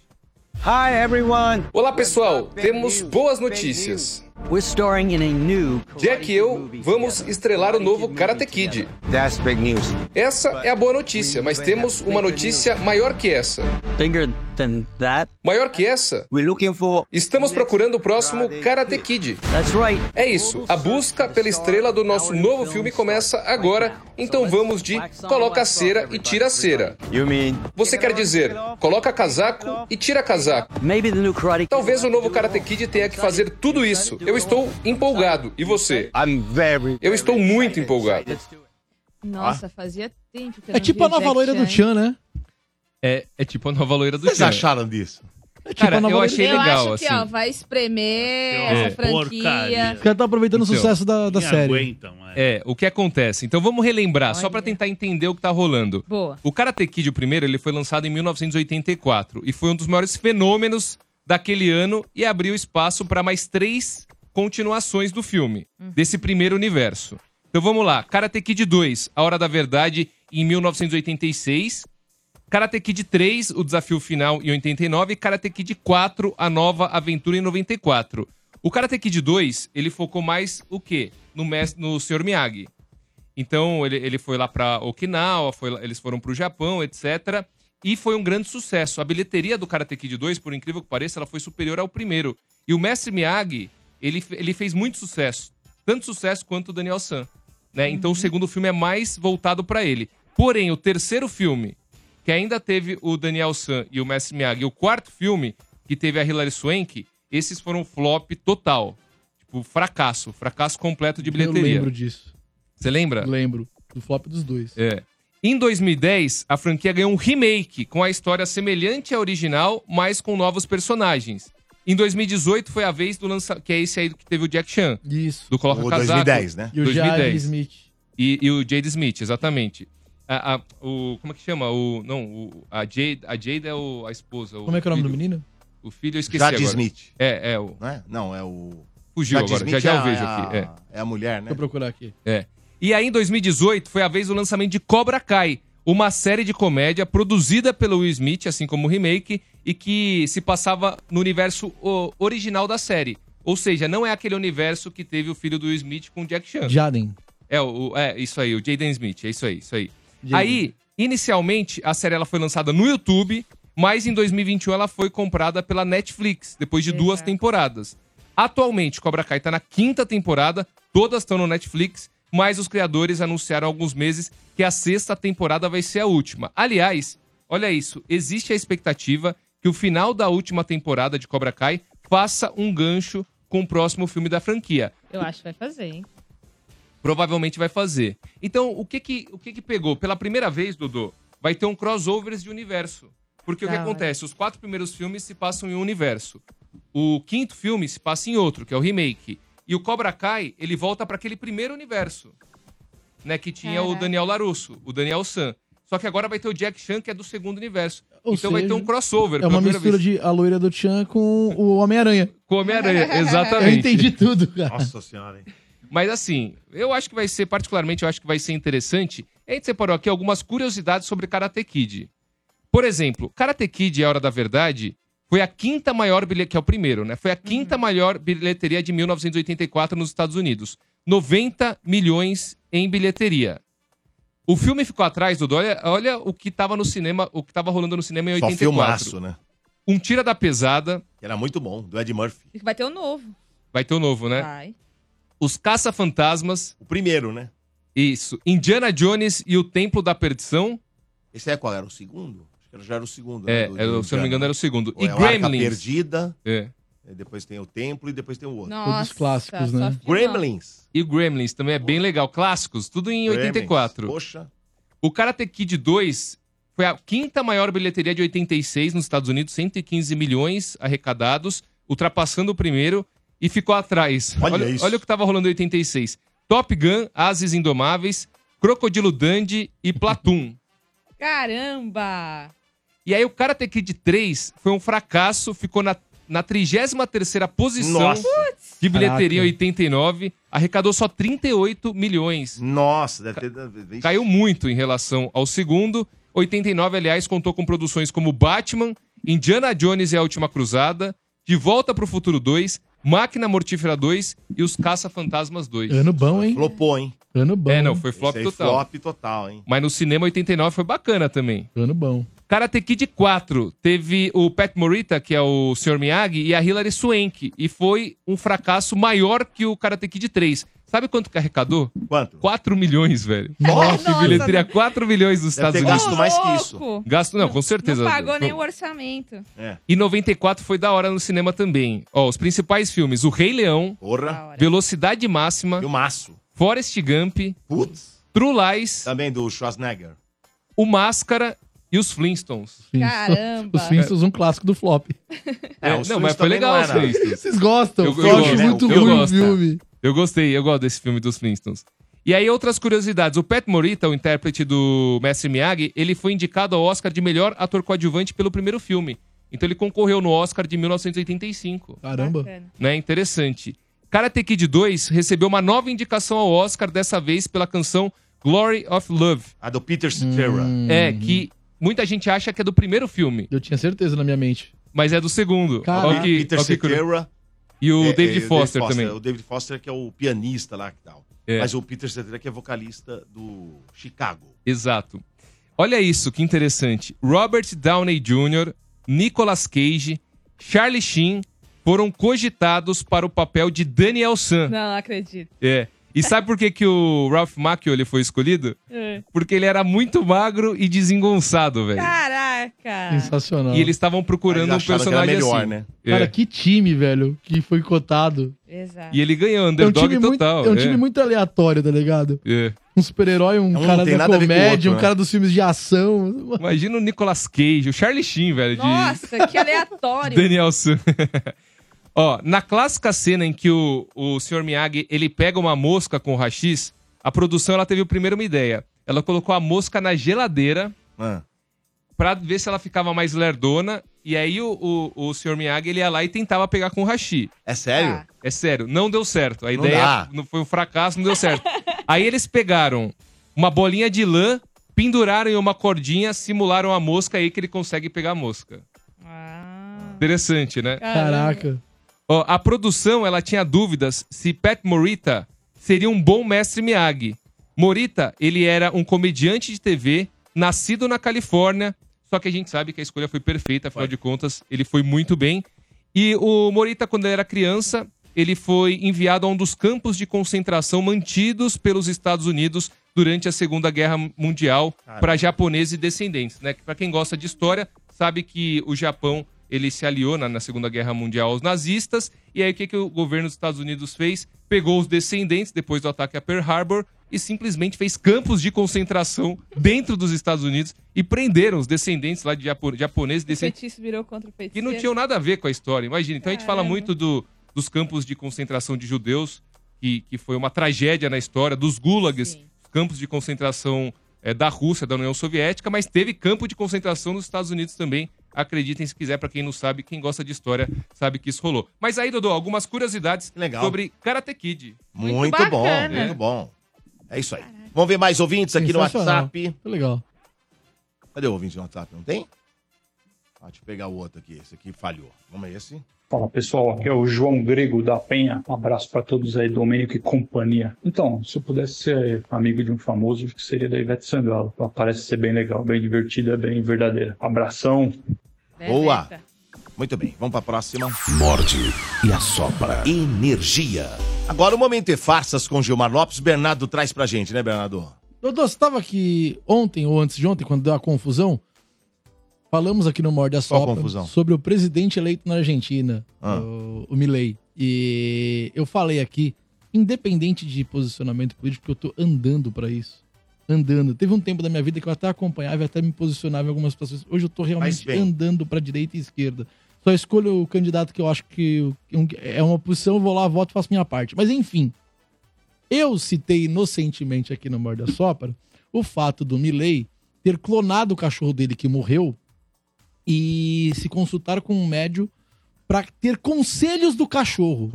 Hi everyone. Olá pessoal, temos boas notícias. We're starring in a new Jack e eu vamos estrelar o novo Karate Kid. That's big news. Essa é a boa notícia, mas temos uma notícia maior que essa. Bigger than that. Maior que essa? We're looking for Estamos procurando o próximo Karate Kid. That's right. É isso, a busca pela estrela do nosso novo filme começa agora, então vamos de coloca a cera e tira a cera. You mean Você quer dizer coloca casaco e tira casaco. maybe the new Karate Talvez o novo Karate Kid tenha que fazer tudo isso. Eu estou empolgado. E você? I'm very Eu estou muito empolgado. Nossa, fazia tempo que eu É não tipo via a nova Jack loira do Chan, né? É, é tipo a nova loira do Vocês Chan. acharam disso? É tipo Cara, a nova eu loira do achei eu legal, acho que, assim. ó, vai espremer É, essa franquia. Os caras estão aproveitando Então, o sucesso da, da quem série. É, o que acontece? Então vamos relembrar, só pra tentar entender o que tá rolando. Boa. O Karate Kid, o primeiro, ele foi lançado em 1984 e foi um dos maiores fenômenos daquele ano e abriu espaço para mais três continuações do filme, desse primeiro universo. Então vamos lá, Karate Kid 2, A Hora da Verdade, em 1986. Karate Kid 3, O Desafio Final, em 89. E Karate Kid 4, A Nova Aventura, em 94. O Karate Kid 2, ele focou mais o quê? No, mestre, no Sr. Miyagi. Então, ele, ele foi lá pra Okinawa, foi lá- eles foram pro Japão, etc. E foi um grande sucesso. A bilheteria do Karate Kid 2, por incrível que pareça, ela foi superior ao primeiro. E o Mestre Miyagi, ele, fe- ele fez muito sucesso. Tanto sucesso quanto o Daniel San. Né? Uhum. Então, o segundo filme é mais voltado pra ele. Porém, o terceiro filme, que ainda teve o Daniel San e o Mestre Miyagi, e o quarto filme, que teve a Hilary Swank, esses foram flop total. Tipo, fracasso. Fracasso completo de Eu bilheteria. lembro disso. Você lembra? Lembro. Do flop dos dois. É. Em 2010, a franquia ganhou um remake com a história semelhante à original, mas com novos personagens. Em 2018 foi a vez do lançamento, que é esse aí que teve o Jack Chan. Isso. Do Coloca O Casaco. 2010, né? E o Jade Smith. E, e o Jade Smith, exatamente. A, a- o, como é que chama? O, não, o, a, Jade, a Jade é o- a esposa. Como é que é o nome do menino? O filho eu esqueci Jade agora. Smith. É, é o... Não é, não, é o... Fugiu Jade agora, Smith já já é eu a- vejo aqui. É. É a mulher, né? Deixa eu procurar aqui. É. E aí, em 2018, foi a vez do lançamento de Cobra Kai, uma série de comédia produzida pelo Will Smith, assim como o remake, e que se passava no universo o- original da série. Ou seja, não é aquele universo que teve o filho do Will Smith com o Jack Chan. Jaden. É, o, o- é, isso aí, o Jaden Smith, é isso aí, isso aí. Jaden. Aí, inicialmente, a série ela foi lançada no YouTube, mas em 2021 ela foi comprada pela Netflix, depois de duas temporadas. Atualmente, Cobra Kai tá na quinta temporada, todas estão no Netflix, mas os criadores anunciaram há alguns meses que a sexta temporada vai ser a última. Aliás, olha isso, existe a expectativa que o final da última temporada de Cobra Kai faça um gancho com o próximo filme da franquia Eu acho que vai fazer, hein? provavelmente vai fazer. Então, o que que, o que que pegou? Pela primeira vez, Dodô, vai ter um crossovers de universo. Porque o que Da hora. acontece? Os quatro primeiros filmes se passam em um universo. O quinto filme se passa em outro, que é o remake. E o Cobra Kai, ele volta para aquele primeiro universo, né? Que tinha o Caraca. Daniel Larusso, o Daniel San. Só que agora vai ter o Jack Chan, que é do segundo universo. Ou então vai ter seja, um crossover. É uma mistura de a loira do Chan com o Homem-Aranha. Com (laughs) o Homem-Aranha, exatamente. Eu entendi tudo, cara. Nossa senhora, hein? (laughs) Mas assim, eu acho que vai ser, particularmente, eu acho que vai ser interessante. A gente separou aqui algumas curiosidades sobre Karate Kid. Por exemplo, Karate Kid e A Hora da Verdade foi a quinta maior bilheteria, que é o primeiro, né? Foi a quinta maior bilheteria de 1984 nos Estados Unidos. 90 milhões em bilheteria. O filme ficou atrás, Dudu. Olha, olha o que tava no cinema, o que tava rolando no cinema em Só 84. filmaço, né? Um Tira da Pesada. Era muito bom, do Ed Murphy. E que Vai ter o novo. Vai ter o novo, né? Vai. Os Caça-Fantasmas. O primeiro, né? Isso. Indiana Jones e o Templo da Perdição. Esse é qual? Era o segundo? Acho que era- já era o segundo. É, né, do- era- do se eu não me engano, era o segundo. Ou E é o Arca Gremlins. Perdida. É. E Depois tem o Templo e depois tem o outro. Nossa, Todos clássicos, só né? filmão. Gremlins. E o Gremlins também é bem legal. Clássicos, tudo em Gremlins. 84. Poxa. O Karate Kid 2 foi a quinta maior bilheteria de 86 nos Estados Unidos, 115 milhões arrecadados, ultrapassando o primeiro e ficou atrás. Olha isso. olha o que tava rolando em 86. Top Gun, Ases Indomáveis, Crocodilo Dundee e Platoon. Caramba! E aí o Karate Kid 3 foi um fracasso, ficou na na 33ª posição Nossa. de bilheteria Caraca. em 89, arrecadou só 38 milhões. Nossa, deve ter... dado- Caiu muito em relação ao segundo. 89, aliás, contou com produções como Batman, Indiana Jones e a Última Cruzada, De Volta para o Futuro 2, Máquina Mortífera 2 e Os Caça-Fantasmas 2. Ano bom, hein? Flopou, hein? Ano bom. É, não, foi flop Esse aí, total. flop total, hein? Mas no cinema 89 foi bacana também. Ano bom. Karate Kid 4 teve o Pat Morita, que é o Sr. Miyagi, e a Hilary Swank. E foi um fracasso maior que o Karate Kid 3. Sabe quanto que arrecadou? Quanto? 4 milhões, velho. Nossa, Que bilheteria, 4 milhões dos Deve Estados ter Unidos. gasto mais que isso. É. Louco. Gasto, não, com certeza. Não pagou nem o orçamento. E 94 foi da hora no cinema também. Ó, os principais filmes: O Rei Leão, Velocidade Máxima, Forrest Gump, True Lies, também do Schwarzenegger, O Máscara e os Flintstones. Caramba. Os Simpsons, um clássico do flop. É, os não, Flintstones mas foi também legal não os era. (laughs) Flintstones. Vocês gostam? Eu, eu, Eu acho gosto, Então, muito eu ruim o gosto. filme. Eu gostei, eu gosto desse filme dos Flintstones. E aí, outras curiosidades. O Pat Morita, o intérprete do Mestre Miyagi, ele foi indicado ao Oscar de melhor ator coadjuvante pelo primeiro filme. Então ele concorreu no Oscar de 1985. Caramba. né? Interessante. Karate Kid 2 recebeu uma nova indicação ao Oscar, dessa vez pela canção Glory of Love. A do Peter Cetera. É, que muita gente acha que é do primeiro filme, Eu tinha certeza na minha mente. mas é do segundo. Caraca. Ó que- Peter ó que cru- Cetera. E o É, é, David Foster também. O David Foster que é o pianista lá que tal. É. Mas o Peter Cetera que é vocalista do Chicago. Exato. Olha isso, que interessante. Robert Downey Jr., Nicolas Cage, Charlie Sheen foram cogitados para o papel de Daniel San. Não, não acredito. É. E sabe por que, que o Ralph Macchio ele foi escolhido? É. Porque ele era muito magro e desengonçado, velho. Caraca. Sensacional. E eles estavam procurando um Eles acharam que era personagem melhor, assim. né? É. Cara, que time, velho, que foi cotado. Exato. E ele ganhou, É um underdog time, muito, total. é um time muito aleatório, tá ligado? É. Um super-herói, um não cara tem da nada a ver com o comédia, outro, um né? cara dos filmes de ação. Imagina o Nicolas Cage, o Charlie Sheen, velho, de Nossa, que aleatório. Daniel San. (laughs) Ó, na clássica cena em que o, o Sr. Miyagi ele pega uma mosca com o rachis, a produção ela teve primeiro uma ideia. Ela colocou a mosca na geladeira Ah. pra ver se ela ficava mais lerdona. E aí o, o, o Sr. Miyagi ele ia lá e tentava pegar com o hashi. É sério? É sério. Não deu certo. A Não ideia dá. não foi um fracasso, não deu certo. aí eles pegaram uma bolinha de lã, penduraram em uma cordinha, simularam a mosca aí que ele consegue pegar a mosca. Interessante, né? Caraca. Ó, a produção ela tinha dúvidas se Pat Morita seria um bom mestre Miyagi. Morita, ele era um comediante de TV, nascido na Califórnia, só que a gente sabe que a escolha foi perfeita, afinal de contas, ele foi muito bem. E o Morita, quando ele era criança, ele foi enviado a um dos campos de concentração mantidos pelos Estados Unidos durante a Segunda Guerra Mundial para japoneses e descendentes, né? Para quem gosta de história, sabe que o Japão ele se aliou na, na Segunda Guerra Mundial aos nazistas, e aí o que, que o governo dos Estados Unidos fez? Pegou os descendentes depois do ataque a Pearl Harbor e simplesmente fez campos de concentração dentro dos Estados Unidos e prenderam os descendentes lá de japo- japoneses O descendentes feitiço virou contra o que feiticeiro. não tinham nada a ver com a história, imagina. Então a gente fala É. Caramba. muito do- dos campos de concentração de judeus, que, que foi uma tragédia na história, dos gulags, campos de concentração eh, da Rússia, da União Soviética, mas teve campo de concentração nos Estados Unidos também. Acreditem se quiser, pra quem não sabe, quem gosta de história sabe que isso rolou. Mas aí, Dodô, algumas curiosidades sobre Karate Kid. Muito, bom, muito bom. É isso aí. Vamos ver mais ouvintes aqui no Sensacional. WhatsApp. Legal. Cadê o ouvinte no WhatsApp? Não tem? Ah, deixa eu pegar o outro aqui. Esse aqui falhou. Vamos esse? Fala pessoal, aqui é o João Grego da Penha. Um abraço para todos aí, Domênico e companhia. Então, se eu pudesse ser amigo de um famoso, acho que seria da Ivete Sangalo. Ela parece ser bem legal, bem divertida, bem verdadeira. Abração. Boa. Muito bem, vamos pra próxima. Morde e assopra. Energia. Agora o momento é farsas com Gilmar Lopes. Bernardo traz pra gente, né, Bernardo? Dodô, você tava aqui ontem ou antes de ontem, quando deu a confusão? Falamos aqui no Morde a Sopra confusão? sobre o presidente eleito na Argentina, Ah. o, o Milei. E eu falei aqui, independente de posicionamento político, que eu tô andando pra isso. Andando. Teve um tempo da minha vida que eu até acompanhava e até me posicionava em algumas situações. Hoje eu tô Faz realmente bem. andando pra direita e esquerda. Só escolho o candidato que eu acho que é uma posição, eu vou lá, voto, faço minha parte. Mas enfim, eu citei inocentemente aqui no Morda Sopra o fato do Milley ter clonado o cachorro dele que morreu e se consultar com um médio pra ter conselhos do cachorro.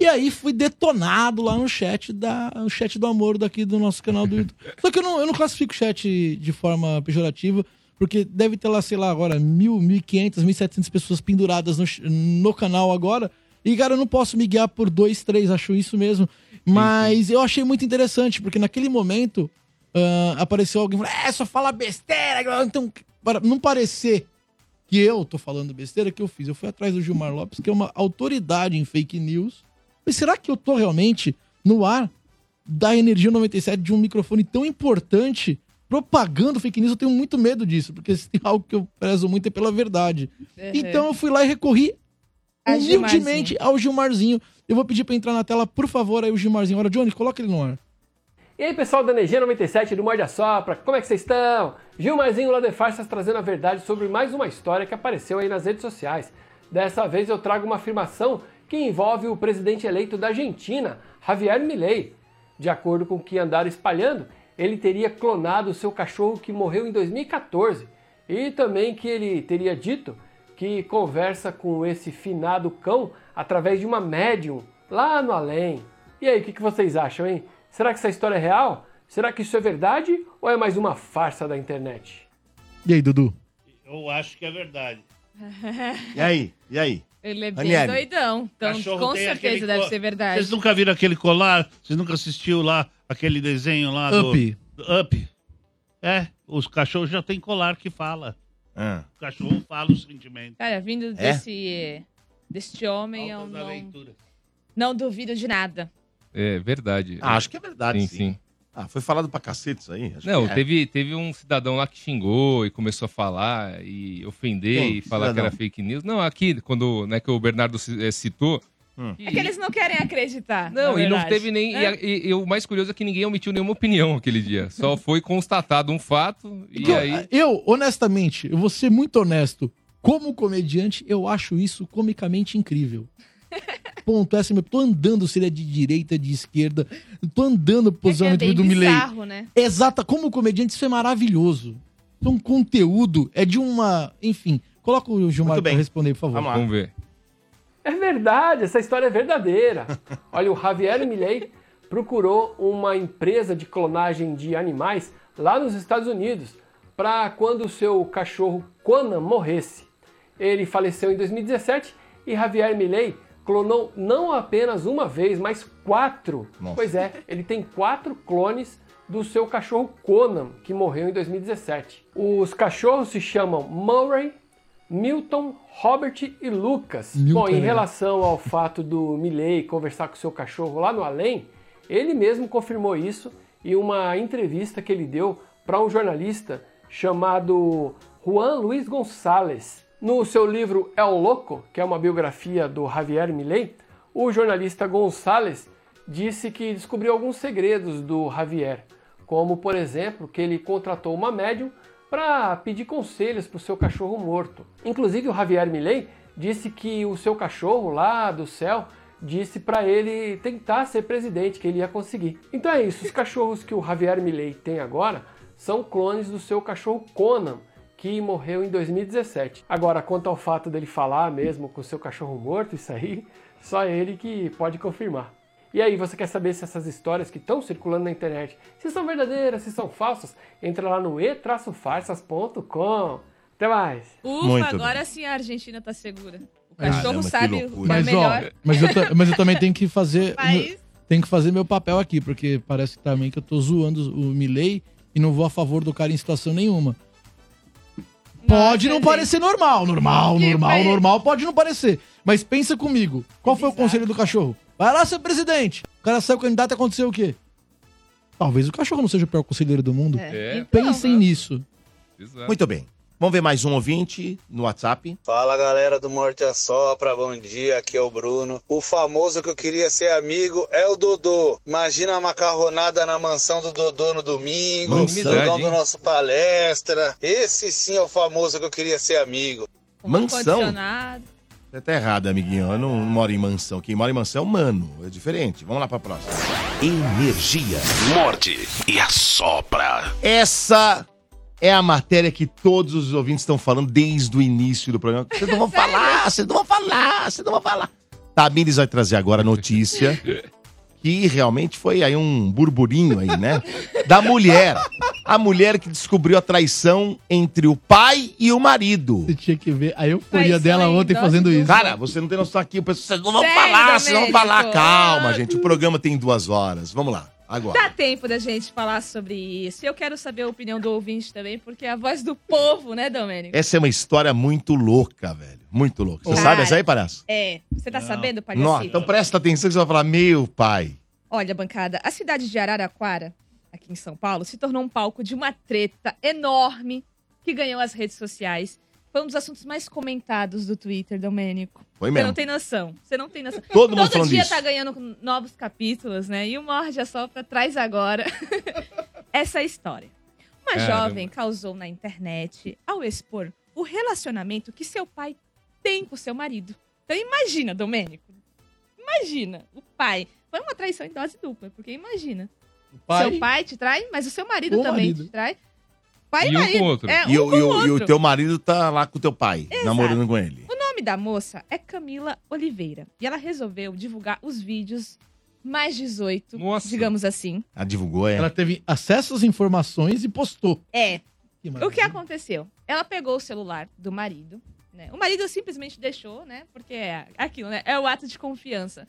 E aí fui detonado lá no chat, da, no chat do amor daqui do nosso canal do YouTube. Só que eu não, eu não classifico chat de forma pejorativa, porque deve ter lá, sei lá, agora, mil, mil e quinhentas, mil e setecentas pessoas penduradas no, ch- no canal agora. E, cara, eu não posso me guiar por dois, três, acho isso mesmo. Mas eu achei muito interessante, porque naquele momento ah, apareceu alguém falando, é, só fala besteira. Então, para não parecer que eu tô falando besteira, que eu fiz. Eu fui atrás do Gilmar Lopes, que é uma autoridade em fake news. Mas será que eu tô realmente no ar da Energia 97 de um microfone tão importante propagando fake news? Eu tenho muito medo disso, porque se tem algo que eu prezo muito é pela verdade. Uhum. Então eu fui lá e recorri Tá A Gilmarzinho. humildemente ao Gilmarzinho. Eu vou pedir pra entrar na tela, por favor, aí o Gilmarzinho. Olha, Johnny, coloca ele no ar. E aí, pessoal da Energia 97 do Morde a Sopra, como é que vocês estão? Gilmarzinho lá de Farsas trazendo a verdade sobre mais uma história que apareceu aí nas redes sociais. Dessa vez eu trago uma afirmação que envolve o presidente eleito da Argentina, Javier Milei. De acordo com o que andaram espalhando, ele teria clonado o seu cachorro que morreu em 2014 e também que ele teria dito que conversa com esse finado cão através de uma médium lá no além. E aí, o que, que vocês acham, hein? Será que essa história é real? Será que isso é verdade ou é mais uma farsa da internet? E aí, Dudu? Eu acho que é verdade. E aí? E aí? Ele é bem Aniele. doidão. Então, Cachorro com tem certeza aquele deve co- ser Vocês verdade. nunca viram aquele colar? Vocês nunca assistiu lá aquele desenho lá do- Up. do Up. É, os cachorros já têm colar que fala. Ah. O cachorro fala o sentimento. Cara, vindo É? desse, deste homem, eu não, não duvido de nada. É verdade. Ah, acho que é verdade, Sim, sim. sim. Ah, foi falado pra cacete isso aí? Acho Não, que é. teve, teve um cidadão lá que xingou e começou a falar e ofender Quem? e falar que Cidadão? era fake news. Não, aqui, quando né, que o Bernardo ci- eh, citou. Hum. É que eles não querem acreditar. Não, na e não verdade. teve nem. E, É. a- e- e o mais curioso é que ninguém omitiu nenhuma opinião aquele dia. (laughs) Só foi constatado um fato e Eu- aí. Eu, honestamente, eu vou ser muito honesto. Como comediante, eu acho isso comicamente (laughs) incrível. Ponto. Essa, eu tô andando se ele é de direita, de esquerda. Eu Tô andando pro posicionamento É bem do Milley. bizarro, né? Exata. Como comediante, isso é maravilhoso. Então, conteúdo é de uma. Enfim, coloca o Gilmar pra responder, por favor. Vamos ver. É verdade, essa história é verdadeira. Olha, o Javier Milei procurou uma empresa de clonagem de animais lá nos Estados Unidos para quando o seu cachorro Conan morresse. Ele faleceu em 2017 e Javier Milei clonou não apenas uma vez, mas quatro. Nossa. Pois é, ele tem quatro clones do seu cachorro Conan, que morreu em 2017. Os cachorros se chamam Murray, Milton, Robert e Lucas. Milton Bom, é em legal. relação ao (laughs) fato do Milley conversar com seu cachorro lá no além, ele mesmo confirmou isso em uma entrevista que ele deu para um jornalista chamado Juan Luiz Gonçalves. No seu livro El Loco, que é uma biografia do Javier Milley, o jornalista Gonçalves disse que descobriu alguns segredos do Javier, como, por exemplo, que ele contratou uma médium para pedir conselhos para o seu cachorro morto. Inclusive, o Javier Milley disse que o seu cachorro lá do céu disse para ele tentar ser presidente, que ele ia conseguir. Então é isso, os cachorros que o Javier Milley tem agora são clones do seu cachorro Conan, que morreu em 2017. Agora, quanto ao fato dele falar mesmo com o seu cachorro morto, isso aí, só ele que pode confirmar. E aí, você quer saber se essas histórias que estão circulando na internet, se são verdadeiras, se são falsas? Entra lá no e-farsas.com. Até mais! Ufa, Muito agora sim a Argentina tá segura. O Caramba, cachorro que sabe o que é Mas, ó, melhor. mas, eu, (laughs) ta- mas eu também tenho que fazer. um Mas- Tenho que fazer meu papel aqui, porque parece também que eu tô zoando o Milley e não vou a favor do cara em situação nenhuma. Pode não parecer normal, normal, Que normal, pare- normal, pode não parecer. Mas pensa comigo, qual foi o conselho do cachorro? Vai lá ser presidente. O cara saiu candidato, aconteceu o quê? Talvez o cachorro não seja o pior conselheiro do mundo. É. É. então, Pensem né? nisso. Muito bem. Vamos ver mais um ouvinte no WhatsApp. Fala galera do Morte a Sopra, bom dia, aqui é o Bruno. O famoso que eu queria ser amigo é o Dodô. Imagina a macarronada na mansão do Dodô no domingo, Nossa. Dodô do hein? nosso palestra. Esse sim é o famoso que eu queria ser amigo. Mansão? Ah, Você tá errado, amiguinho. Eu não moro em mansão. Quem mora em mansão é humano. É diferente. Vamos lá pra próxima. Energia. Morde e assopra. Essa é a matéria que todos os ouvintes estão falando desde o início do programa. Vocês não vão falar, vocês não vão falar, vocês não vão falar. Tamires vai trazer agora a notícia que realmente foi aí um burburinho aí, né? Da mulher. A mulher que descobriu a traição entre o pai e o marido. Você tinha que ver a euforia dela ontem fazendo isso. Cara, você não tem noção aqui. o pessoal, Vocês não vão Sério, falar, vocês não vão Domênico? falar. Calma, gente. O programa tem duas horas. Vamos lá, agora. Dá tempo da gente falar sobre isso. E eu quero saber a opinião do ouvinte também, porque é a voz do povo, né, Domênico? Essa é uma história muito louca, velho. Muito louca. Você Cara. sabe essa aí, palhaço? É. Você tá sabendo, Nossa, palhacito? então presta atenção que você vai falar, meu pai. Olha, bancada, a cidade de Araraquara, aqui em São Paulo, se tornou um palco de uma treta enorme que ganhou as redes sociais. Foi um dos assuntos mais comentados do Twitter, Domênico. Foi Você mesmo. não tem noção. Você não tem noção. Todo mundo falando dia disso. tá ganhando novos capítulos, né? E o Morde a Sopra traz agora (laughs) essa história. Uma Caramba. jovem causou na internet ao expor o relacionamento que seu pai tem com seu marido. Então imagina, Domênico. Imagina, o pai. Foi uma traição em dose dupla, porque imagina. pai- Seu pai te trai, mas o seu marido O também marido. te trai. Pai e, E um marido. com o outro. É, um e, o- e com o- e outro. o teu marido tá lá com o teu pai, Exato. namorando com ele. O nome da moça é Camila Oliveira. E ela resolveu divulgar os vídeos mais 18, digamos assim. Ela divulgou, é? Ela teve acesso às informações e postou. É. Que maravilha. o que aconteceu? Ela pegou o celular do marido, né? O marido simplesmente deixou, né? Porque é aquilo, né? É o ato de confiança.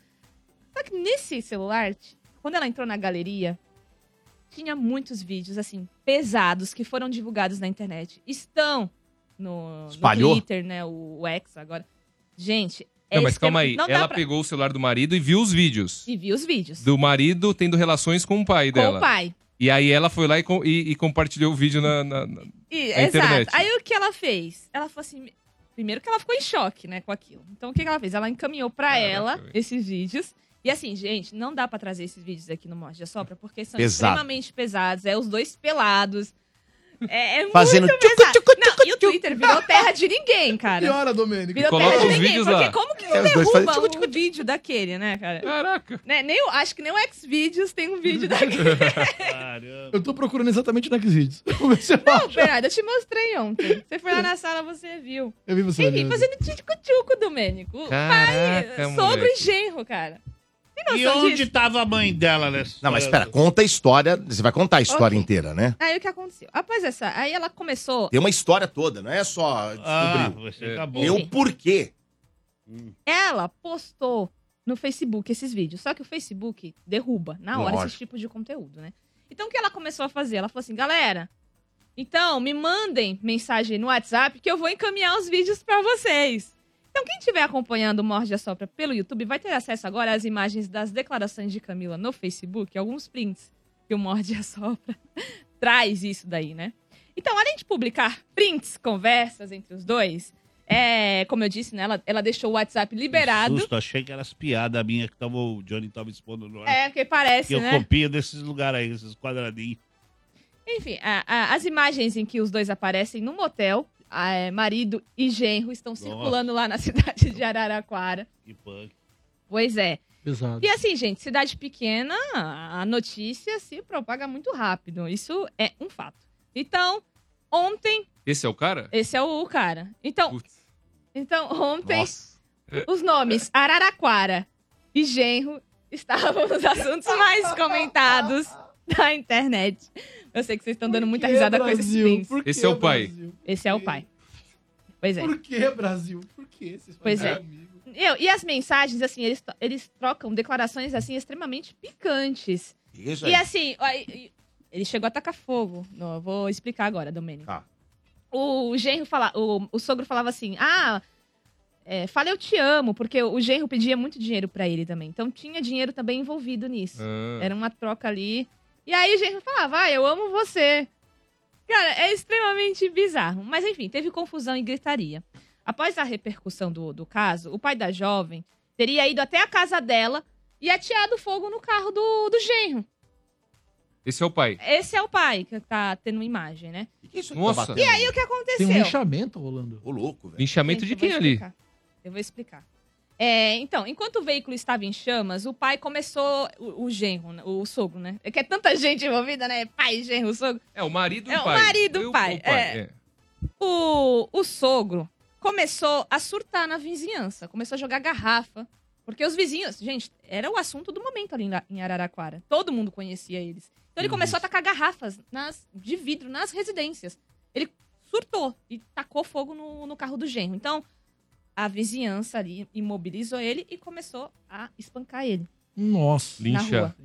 Só que nesse celular, t- quando ela entrou na galeria, tinha muitos vídeos, assim, pesados que foram divulgados na internet. Estão no, no Espalhou? Twitter, né? O, o X agora. Gente. é Não, mas espe- calma aí. não dá Ela pra- pegou o celular do marido e viu os vídeos. E viu os vídeos. Do marido tendo relações com o pai Com dela. o pai. E aí ela foi lá e, com- e- e compartilhou o vídeo na, na- na- E- na internet. Aí o que ela fez? Ela falou assim. Primeiro que ela ficou em choque, né, com aquilo. Então o que que ela fez? Ela encaminhou pra ela esses vídeos. E assim, gente, não dá pra trazer esses vídeos aqui no Morde a Sopra, porque são Pesado. extremamente pesados. É os dois pelados. É, é Fazendo muito tchucu, pesado. não, e o Twitter virou terra de ninguém, cara. Que hora, Domênico? Virou Coloca terra de os ninguém, vídeos porque lá. como que É, os se dois derruba fazem um vídeo daquele, né, cara? Caraca. nem o- acho que nem o Xvideos tem um vídeo daquele. Eu tô procurando exatamente naqueles vídeos. (laughs) Vamos ver se eu Não, acho. Bernardo, eu te mostrei ontem. Você foi lá na sala, você viu. Eu vi você Enfim, olhando. fazendo tchucu-tchucu, Domênico. O Caraca, pai, sobre moleque. o genro, cara. Tem E noção onde disso? tava a mãe dela nessa Não, Ah, mas espera, conta a história. Você vai contar a história Ok. inteira, né? Aí o que aconteceu? Após essa, aí ela começou. Tem uma história toda, não é só descobrir. É. você acabou. Tem um porquê. Ela postou no Facebook esses vídeos. Só que o Facebook derruba na hora Lógico. esse tipo de conteúdo, né? Então o que ela começou a fazer? Ela falou assim, galera. Então, me mandem mensagem no WhatsApp que eu vou encaminhar os vídeos pra vocês. Então, quem estiver acompanhando o Morde a Sopra pelo YouTube vai ter acesso agora às imagens das declarações de Camila no Facebook, alguns prints que o Morde a (laughs) Sopra traz isso daí, né? Então, além de publicar prints, conversas entre os dois, é, como eu disse, né, ela, ela deixou o WhatsApp liberado. Susto, achei que elas piadas minhas que tava, o Johnny tava expondo no ar. É, porque que parece, eu né? copio desses lugares aí, esses quadradinhos. Enfim, a- a- as imagens em que os dois aparecem num motel, a- é, marido e genro estão circulando lá na (laughs) cidade de Araraquara. Que punk. Pois é. Pesado. E assim, gente, cidade pequena, a notícia se propaga muito rápido. Isso é um fato. Então, ontem, Esse é o cara? esse é o cara. Então, então ontem, Nossa. os nomes Araraquara e Genro estavam nos assuntos mais comentados da internet. Eu sei que vocês estão dando muita que, risada com esses Brasil? prints. Por que, Esse é o pai. Esse é o pai. Pois é. Por que, Brasil? Por que vocês Pois fazem é. Eu- e as mensagens, assim, eles, to- eles trocam declarações, assim, extremamente picantes. Isso e aí. assim, ó, e- e- ele chegou a tacar fogo. Não, eu vou explicar agora, Domênico. O genro fala, o, o sogro falava assim, ah, é, fala eu te amo, porque o genro pedia muito dinheiro pra ele também. Então tinha dinheiro também envolvido nisso. Ah. Era uma troca ali. E aí o genro falava, ah, eu amo você. Cara, é extremamente bizarro. Mas enfim, teve confusão e gritaria. Após a repercussão do, do caso, o pai da jovem teria ido até a casa dela e ateado fogo no carro do, do genro. Esse é o pai. Esse é o pai que tá tendo uma imagem, né? Nossa. E aí o que aconteceu? Tem um linchamento rolando. Ô, louco, velho. Linchamento Gente, de eu vou quem ali? explicar. Eu vou explicar. É, então, enquanto o veículo estava em chamas, o pai começou. O, o genro, né? o sogro, né? É que é tanta gente envolvida, né? Pai, genro, sogro. É, o marido e É, o o pai. marido e o Eu- pai, é. é. O, o sogro começou a surtar na vizinhança, começou a jogar garrafa. Porque os vizinhos, gente, era o assunto do momento ali na- em Araraquara. Todo mundo conhecia eles. Então ele começou a tacar garrafas nas- de vidro nas residências. Ele surtou e tacou fogo no, no carro do genro. Então a vizinhança ali imobilizou ele e começou a espancar ele. Nossa. Na rua.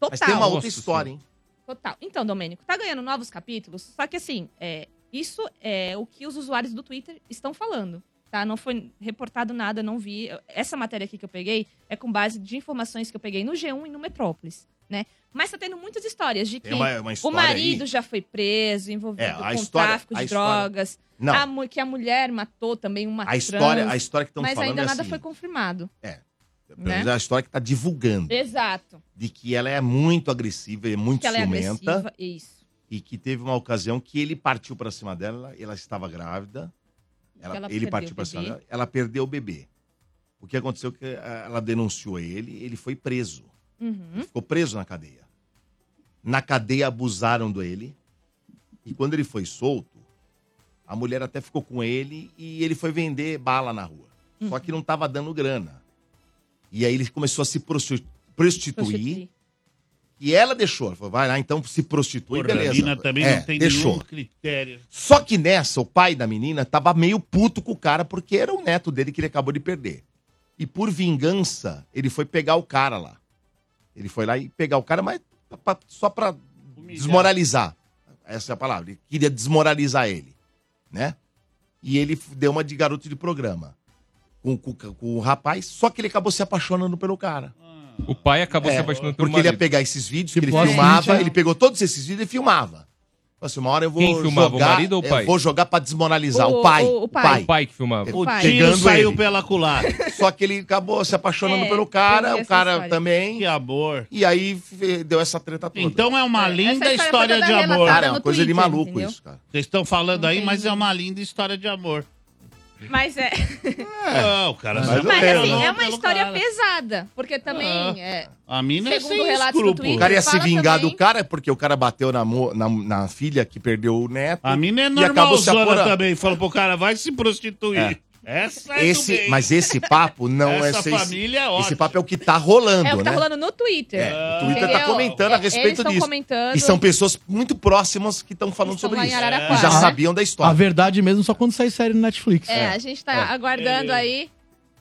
Total. Mas tem uma outra história, hein? Total. Então, Domênico, tá ganhando novos capítulos, só que assim, é, isso é o que os usuários do Twitter estão falando, tá? Não foi reportado nada, não vi. Essa matéria aqui que eu peguei é com base de informações que eu peguei no G1 e no Metrópolis, né? Mas tá tendo muitas histórias de que Tem uma- uma o história marido aí. já foi preso, envolvido É, a com história- tráfico de a história- drogas, Não. a mu- que a mulher matou também uma A história- trans, a história que tão Mas falando ainda é nada assim. foi confirmado. É. Pelo Né? menos é a história que tá divulgando. Exato. De que ela é muito agressiva e muito Que ela é ciumenta. agressiva, isso. e que teve uma ocasião que ele partiu pra cima dela, ela estava grávida, ela- ela ele perdeu partiu o pra cima bebê. dela, ela perdeu o bebê. O que aconteceu é que eh, ela denunciou ele, ele foi preso, Uhum. ficou preso na cadeia. Na cadeia abusaram dele e quando ele foi solto, a mulher até ficou com ele e ele foi vender bala na rua. Só que não estava dando grana. E aí ele começou a se prosti- prostituir. E ela deixou. Ela falou, vai lá, então se prostitui, Porra, beleza. A mina também É, não tem deixou. nenhum critério. Só que nessa, o pai da menina tava meio puto com o cara, porque era o neto dele que ele acabou de perder. E por vingança, ele foi pegar o cara lá. Ele foi lá e pegar o cara, mas pra- pra- só pra desmoralizar. Essa é a palavra. Ele queria desmoralizar ele, né? E ele f- deu uma de garoto de programa com, com- com o rapaz, só que ele acabou se apaixonando pelo cara. O pai acabou se É, apaixonando pelo Porque ele ia marido. pegar esses vídeos que ele bosta, filmava, gente, é. ele pegou todos esses vídeos e filmava. Falou assim, uma hora eu vou Quem filmava, o jogar, marido ou o eu pai? vou jogar pra desmoralizar o, pai. O pai. que filmava. O pai. Pegando saiu ele. pela culatra. Só que ele acabou se apaixonando É, pelo cara, tem o essa cara história. também. Que amor. E aí fe- deu essa treta toda. Então é uma linda história história, foi toda de amor. relatada Cara, é uma no coisa de Twitter, maluco entendeu? isso, cara. Vocês estão falando aí, tem- mas é uma linda história de amor. Mas (laughs) é. Não, o cara se Mas, apaixonou assim, é uma pelo história cara. pesada, porque também Ah. é, A mina é Segundo sem relatos no escrúpulo. O cara ia se Fala vingar também. do cara é porque o cara bateu na, mo- na, na filha que perdeu o neto. A mina é e acabou se normalzona apora- também. Falou pro cara, vai se prostituir. É. Essa é do Esse, bem. mas esse papo não é... Essa esse- família é Esse ótima. papo é o que tá rolando, é o que tá né? rolando no Twitter. É, o Twitter tá entendeu? comentando a É, respeito eles tão disso. comentando. E são pessoas muito próximas que estão falando Estão sobre lá em isso. Araraquara, E já né? sabiam da Ah, é? A história. verdade mesmo só quando sai série no Netflix. É, a gente tá É. aguardando Beleza. aí.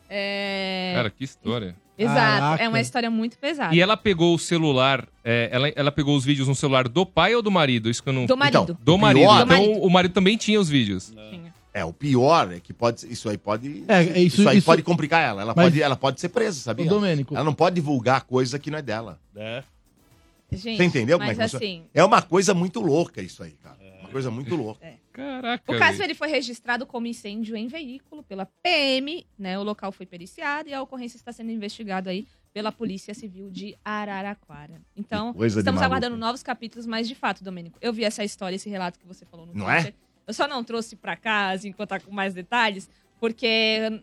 é, Cara, que história. Exato, Caraca. é uma história muito pesada. E ela pegou o celular, é, ela, ela pegou os vídeos no celular do pai ou do marido? Isso que eu não... Do marido. Então, do marido. pior- então Do marido. o marido também tinha os vídeos. É, o pior é que pode, isso aí pode. É, é isso- isso, aí isso- pode complicar ela. Ela, Mas- pode, ela pode ser presa, sabia? Ô, Domênico. Ela não pode divulgar coisa que não é dela. Gente, Você entendeu como é mas que funciona? assim, É uma coisa muito louca isso aí, cara. Uma coisa muito louca. É. Caraca. O caso velho. ele foi registrado como incêndio em veículo pela PM, né? O local foi periciado e a ocorrência está sendo investigada aí pela Polícia Civil de Araraquara. Então, Que coisa de estamos maluco. aguardando novos capítulos, mas de fato, Domênico, eu vi essa história, esse relato que você falou no Não é? Twitter. Eu só não trouxe pra cá, assim, contar com mais detalhes, porque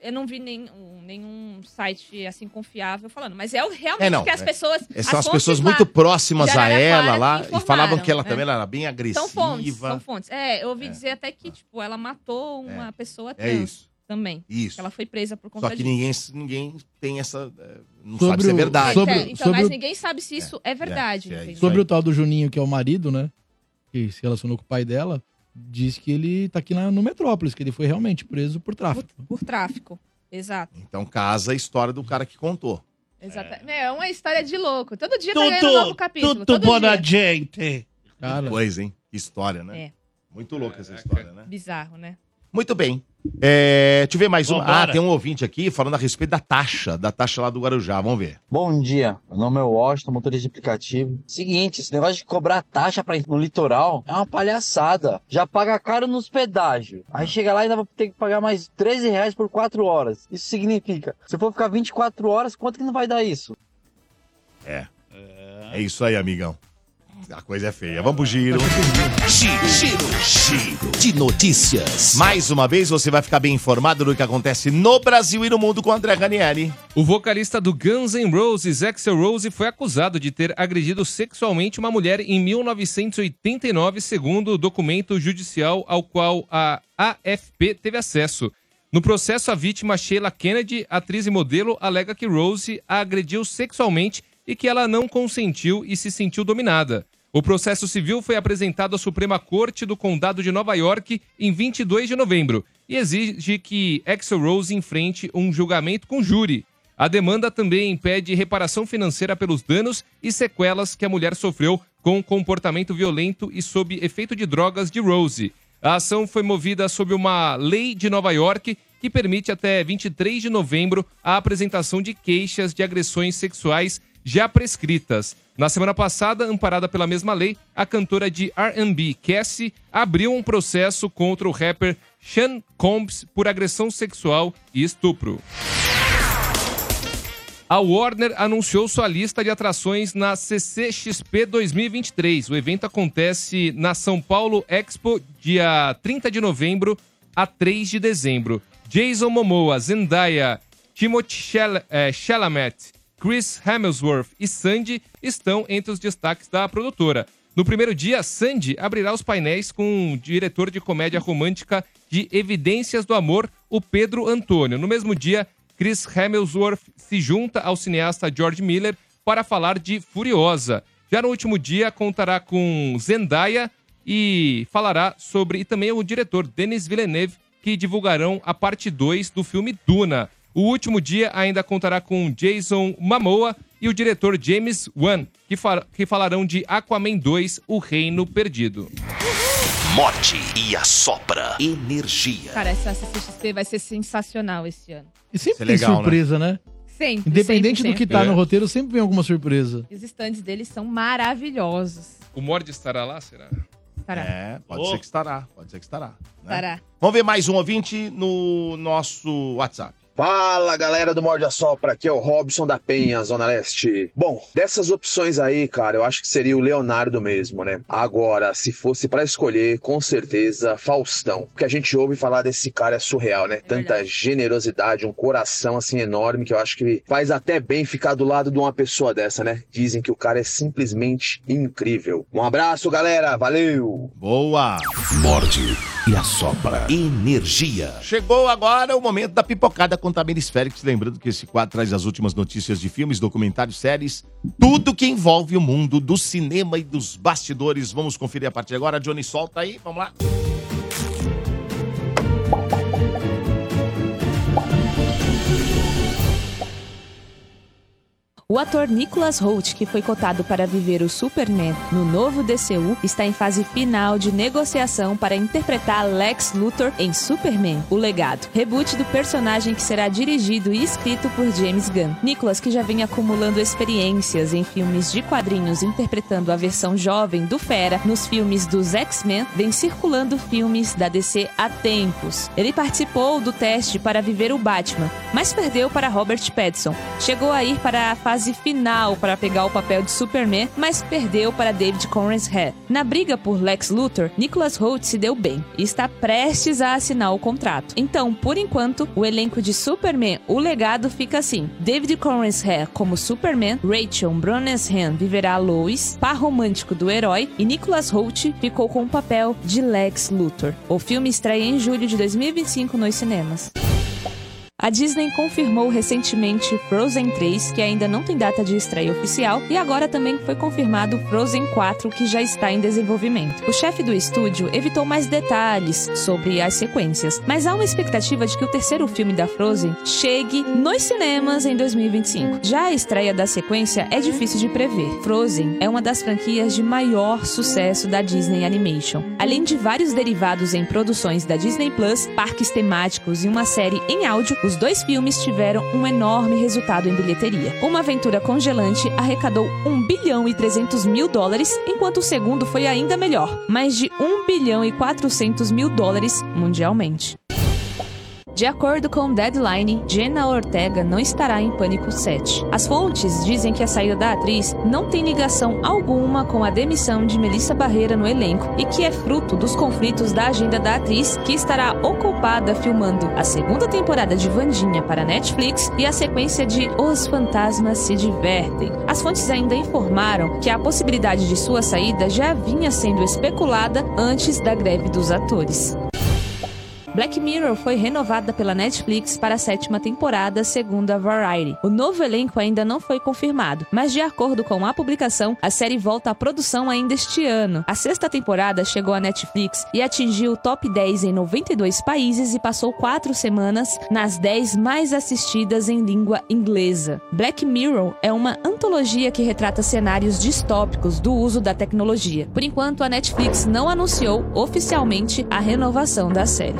eu não vi nenhum, nenhum site, assim, confiável falando. Mas é o- realmente É, não, que as é- pessoas... É, são as fontes pessoas lá muito próximas de a ela Araraquara lá que e falavam que ela informaram, também né? era bem agressiva. São fontes, são fontes. É, eu ouvi dizer até que, tipo, ela matou uma pessoa trans É. isso. também. Isso. Ela foi presa por conta Só que disso. ninguém, ninguém tem essa. eh, Não Sobre sabe se é o- verdade. sobre- É, então, mas ninguém sabe se isso é, verdade. entendeu? Sobre o tal do Juninho, que é o marido, né? Que se relacionou com o pai dela, diz que ele tá aqui na- no Metrópolis, que ele foi realmente preso por tráfico. Por tráfico. Exato. Então casa a história do cara que contou. Exatamente. Meu, É. uma história de louco. Todo dia tá ganhando um novo Tudo, capítulo. tudo todo bom na dia. gente. Que coisa, hein? Que história, né? É. Muito louca essa história, né? Bizarro, né? Muito bem. É, deixa eu ver mais uma. Vambora. Ah, tem um ouvinte aqui falando a respeito da taxa, da taxa lá do Guarujá. Vamos ver. Bom dia, meu nome é Washington, motorista de aplicativo. Seguinte, esse negócio de cobrar taxa pra ir no litoral é uma palhaçada. Já paga caro nos pedágios. Aí chega lá e ainda vai ter que pagar mais 13 reais por 4 horas. Isso significa, se for ficar 24 horas, quanto que não vai dar isso? É isso aí, É amigão. A coisa é feia. Vamos pro giro. Giro, giro, giro de notícias. Mais uma vez, você vai ficar bem informado do que acontece no Brasil e no mundo com o André Ganieri. O vocalista do Guns N' Roses, Axel Rose, foi acusado de ter agredido sexualmente uma mulher em 1989, segundo o documento judicial ao qual a AFP teve acesso. No processo, a vítima Sheila Kennedy, atriz e modelo, alega que Rose a agrediu sexualmente e que ela não consentiu e se sentiu dominada. O processo civil foi apresentado à Suprema Corte do Condado de Nova York em 22 de novembro e exige que Axel Rose enfrente um julgamento com júri. A demanda também pede reparação financeira pelos danos e sequelas que a mulher sofreu com o comportamento violento e sob efeito de drogas de Rose. A ação foi movida sob uma lei de Nova York que permite até 23 de novembro a apresentação de queixas de agressões sexuais já prescritas. Na semana passada, amparada pela mesma lei, a cantora de R&B Cassie abriu um processo contra o rapper Sean Combs por agressão sexual e estupro. A Warner anunciou sua lista de atrações na CCXP 2023. O evento acontece na São Paulo Expo, dia 30 de novembro a 3 de dezembro. Jason Momoa, Zendaya, Timothée Chal- eh, Chalamet, Chris Hemsworth e Sandy estão entre os destaques da produtora. No primeiro dia, Sandy abrirá os painéis com o diretor de comédia romântica de Evidências do Amor, o Pedro Antônio. No mesmo dia, Chris Hemsworth se junta ao cineasta George Miller para falar de Furiosa. Já no último dia, contará com Zendaya e falará sobre e também o diretor Denis Villeneuve, que divulgarão a parte 2 do filme Duna. O último dia ainda contará com Jason Momoa e o diretor James Wan, que, fa- que falarão de Aquaman 2, O Reino Perdido. Morte e a sopra energia. Cara, essa CCXP vai ser sensacional esse ano. E sempre Isso é legal, tem né? É. surpresa, né? Sempre. Independente sempre, do que sempre. tá no roteiro, sempre vem alguma surpresa. Os stands deles são maravilhosos. O Mord estará lá, será? Estará. É, pode Oh. ser que estará, pode ser que estará. né? Estará. Vamos ver mais um ouvinte no nosso WhatsApp. Fala galera do Morde a Sopra, aqui é o Robson da Penha, Zona Leste. Bom, dessas opções aí, cara, eu acho que seria o Leonardo mesmo, né? Agora, se fosse pra escolher, com certeza Faustão. O que a gente ouve falar desse cara é surreal, né? Tanta generosidade, um coração assim enorme que eu acho que faz até bem ficar do lado de uma pessoa dessa, né? Dizem que o cara é simplesmente incrível. Um abraço, galera, valeu! Boa! Morde e a sopra energia. Chegou agora o momento da pipocada com Tamires Félix. Lembrando que esse quadro traz as últimas notícias de filmes, documentários, séries, tudo que envolve o mundo do cinema e dos bastidores. Vamos conferir a partir de agora. Johnny, solta aí, vamos lá. O ator Nicholas Hoult, que foi cotado para viver o Superman no novo DCU, está em fase final de negociação para interpretar Lex Luthor em Superman: O Legado, reboot do personagem que será dirigido e escrito por James Gunn. Nicholas, que já vem acumulando experiências em filmes de quadrinhos interpretando a versão jovem do Fera nos filmes dos X-Men, vem circulando filmes da DC há tempos. Ele participou do teste para viver o Batman, mas perdeu para Robert Pattinson. Chegou a ir para a fase final para pegar o papel de Superman, mas perdeu para David Conrad Na briga por Lex Luthor, Nicholas Hoult se deu bem e está prestes a assinar o contrato. Então, por enquanto, o elenco de Superman, o legado fica assim: David Conrad como Superman, Rachel Brosnahan viverá Lois, par romântico do herói, e Nicholas Hoult ficou com o papel de Lex Luthor. O filme estreia em julho de 2025 nos cinemas. A Disney confirmou recentemente Frozen 3, que ainda não tem data de estreia oficial, e agora também foi confirmado Frozen 4, que já está em desenvolvimento. O chefe do estúdio evitou mais detalhes sobre as sequências, mas há uma expectativa de que o terceiro filme da Frozen chegue nos cinemas em 2025. Já a estreia da sequência é difícil de prever. Frozen é uma das franquias de maior sucesso da Disney Animation. Além de vários derivados em produções da Disney Plus, parques temáticos e uma série em áudio, os dois filmes tiveram um enorme resultado em bilheteria. Uma aventura congelante arrecadou 1 bilhão e 300 mil dólares, enquanto o segundo foi ainda um melhor, mais de 1 bilhão e 400 mil dólares mundialmente. De acordo com o Deadline, Jenna Ortega não estará em Pânico 7. As fontes dizem que a saída da atriz não tem ligação alguma com a demissão de Melissa Barreira no elenco e que é fruto dos conflitos da agenda da atriz, que estará ocupada filmando a segunda temporada de Vandinha para Netflix e a sequência de Os Fantasmas Se Divertem. As fontes ainda informaram que a possibilidade de sua saída já vinha sendo especulada antes da greve dos atores. Black Mirror foi renovada pela Netflix para a sétima temporada, segundo a Variety. O novo elenco ainda não foi confirmado, mas de acordo com a publicação, a série volta à produção ainda este ano. A sexta temporada chegou à Netflix e atingiu o top 10 em 92 países e passou quatro semanas nas 10 mais assistidas em língua inglesa. Black Mirror é uma antologia que retrata cenários distópicos do uso da tecnologia. Por enquanto, a Netflix não anunciou oficialmente a renovação da série.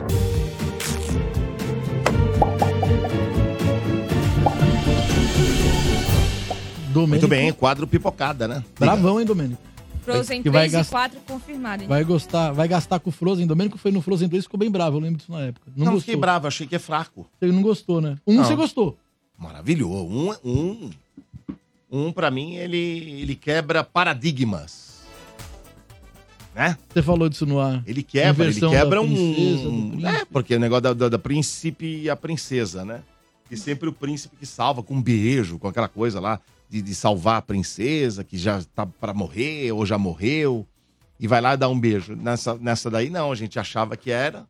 Muito bem, quadro pipocada, né? Bravão, hein, Domênico? Frozen Que vai 3 e gastar- 4 confirmado. hein? Vai gostar, vai gastar com o Frozen. Domênico foi no Frozen 2 e ficou bem bravo, eu lembro disso na época. Não, Não, gostou. fiquei bravo, achei que é fraco. Você não gostou, né? Um Não. você gostou. Maravilhoso. Um, um, um pra mim, ele, ele quebra paradigmas. Né? Você falou disso no ar. Ele Quebra, ele quebra princesa, do um. É, porque o negócio da, da, da príncipe e a princesa, né? E sempre o príncipe que salva com um beijo, com aquela coisa lá de, de salvar a princesa que já tá pra morrer ou já morreu. E vai lá dar um beijo. Nessa, nessa daí, não, a gente achava que era.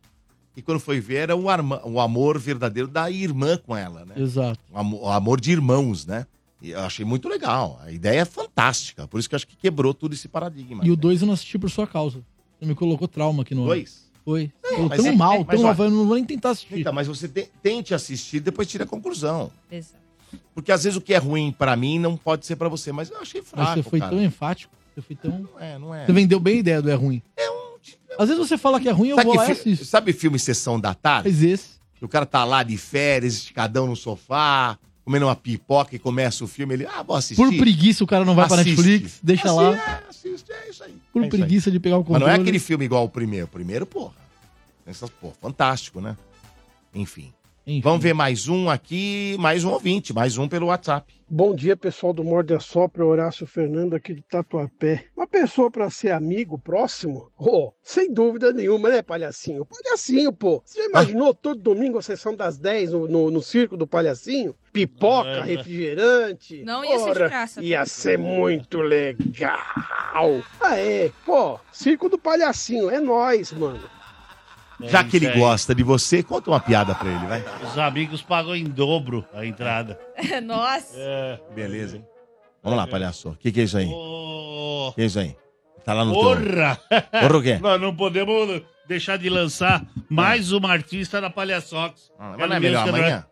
E quando foi ver, era o, arma- o amor verdadeiro da irmã com ela, né? Exato. O amo- o amor de irmãos, né? E eu achei muito legal. A ideia é fantástica. Por isso que eu acho que quebrou tudo esse paradigma. E o 2 eu não assisti por sua causa. Você me colocou trauma aqui no ar. Dois? Foi. Não, Pô, mas tão é- mal, mas tão olha- mal. Eu não vou nem tentar assistir. Então, mas você te- tente assistir, depois tira a conclusão. Exato. Porque às vezes o que é ruim pra mim não pode ser pra você. Mas eu achei fraco, Mas você foi cara. tão enfático. Você foi tão... É, não é. um Você vendeu bem a ideia do é ruim. Às vezes você fala que é ruim, eu sabe, vou que lá e fi- assisto. sabe filme Sessão da Tarde? Mas esse. O cara tá lá de férias, esticadão no sofá, comendo uma pipoca e começa o filme. Ele, ah, vou assistir. Por preguiça o cara não vai pra Assiste. Netflix, deixa lá. Assiste, assiste, é isso aí. Por É isso aí. preguiça de pegar o Mas controle. não é aquele filme igual o primeiro. O primeiro, porra. Pensa, pô, fantástico, né? Enfim. Vamos ver mais um aqui, mais um ouvinte, mais um pelo WhatsApp. Bom dia, pessoal do Morde Sopra, Horácio Fernando aqui de Tatuapé. Uma pessoa pra ser amigo próximo? Oh, sem dúvida nenhuma, né, palhacinho? Palhacinho, pô. Você já imaginou todo domingo a sessão das 10 no, no, no circo do palhacinho? Pipoca, É. refrigerante. Não ia ser de Ora, graça. tá? Ia ser muito legal. Aê, pô, circo do palhacinho, é nóis, mano. Já que ele É isso aí. gosta de você, conta uma piada pra ele, vai. Os amigos pagam em dobro a entrada. É. Nossa. Beleza, hein? Vamos lá, palhaço. O que, que é isso aí? O que é isso aí? Tá lá no Porra! (laughs) teu... Porra o quê? Nós não podemos deixar de lançar mais uma artista na Palhaçox. mas não é melhor amanhã?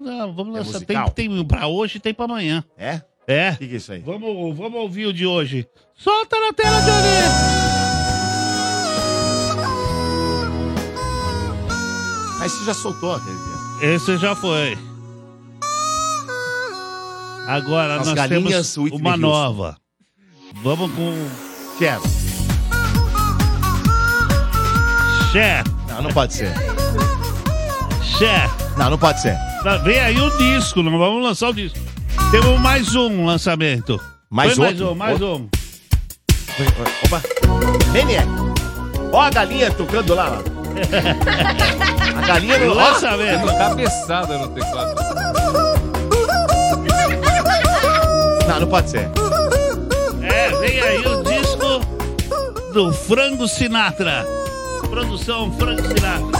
Não, vamos É lançar. musical? tem, tem pra hoje e tem pra amanhã. É? É. O que, que é isso aí? Vamos, vamos ouvir o de hoje. Solta na tela, Johnny! Aí você Ah, já soltou aquele piada. Esse já foi. Agora As nós galinhas temos Whitney uma Houston. nova. Vamos com... Quero. Chefe. Não, não pode ser. Chefe. Não, não pode ser. Tá, Vem aí o disco, não vamos lançar o disco. Temos mais um lançamento. Mais Foi outro? Mais um, mais Outro? um. Opa. Maniac. Ó a galinha tocando lá. lá. A galinha no Lançamento. Cabeçada no teclado. Não, não pode ser. É, vem aí o disco do Frango Sinatra. Produção Frango Sinatra.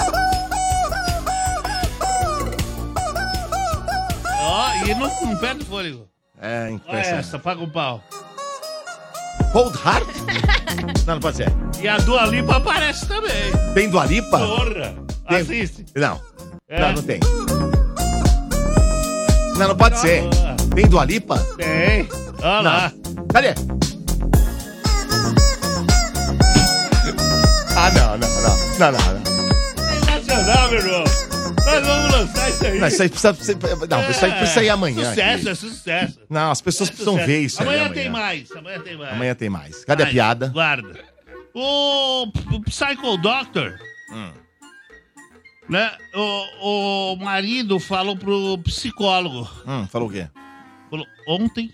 Ó, e não, não perde o fôlego. É, Olha impressionante. essa, paga um pau. Cold (laughs) Heart? Não, não pode ser. E a Dua Lipa aparece também. Tem Dua Lipa? Porra! Tem- Assiste. Não. É. Não, não tem. Não, não pode ser. Tem Dua Lipa? Tem. Olha lá. Cadê? Ah, não, não, não. Não, não, não. Sensacional, meu irmão. Nós vamos lançar isso aí. Não, isso aí precisa, precisa- não, isso aí precisa sair amanhã. É. Sucesso, aqui. é sucesso. Não, as pessoas precisam Sucesso. ver isso aí amanhã amanhã. tem mais, amanhã tem mais. Amanhã tem mais. Cadê a Ai, piada? Hum. Guarda. O P- Psycho Doctor Né? O, o marido falou pro psicólogo. Hum, falou o quê? Falou, ontem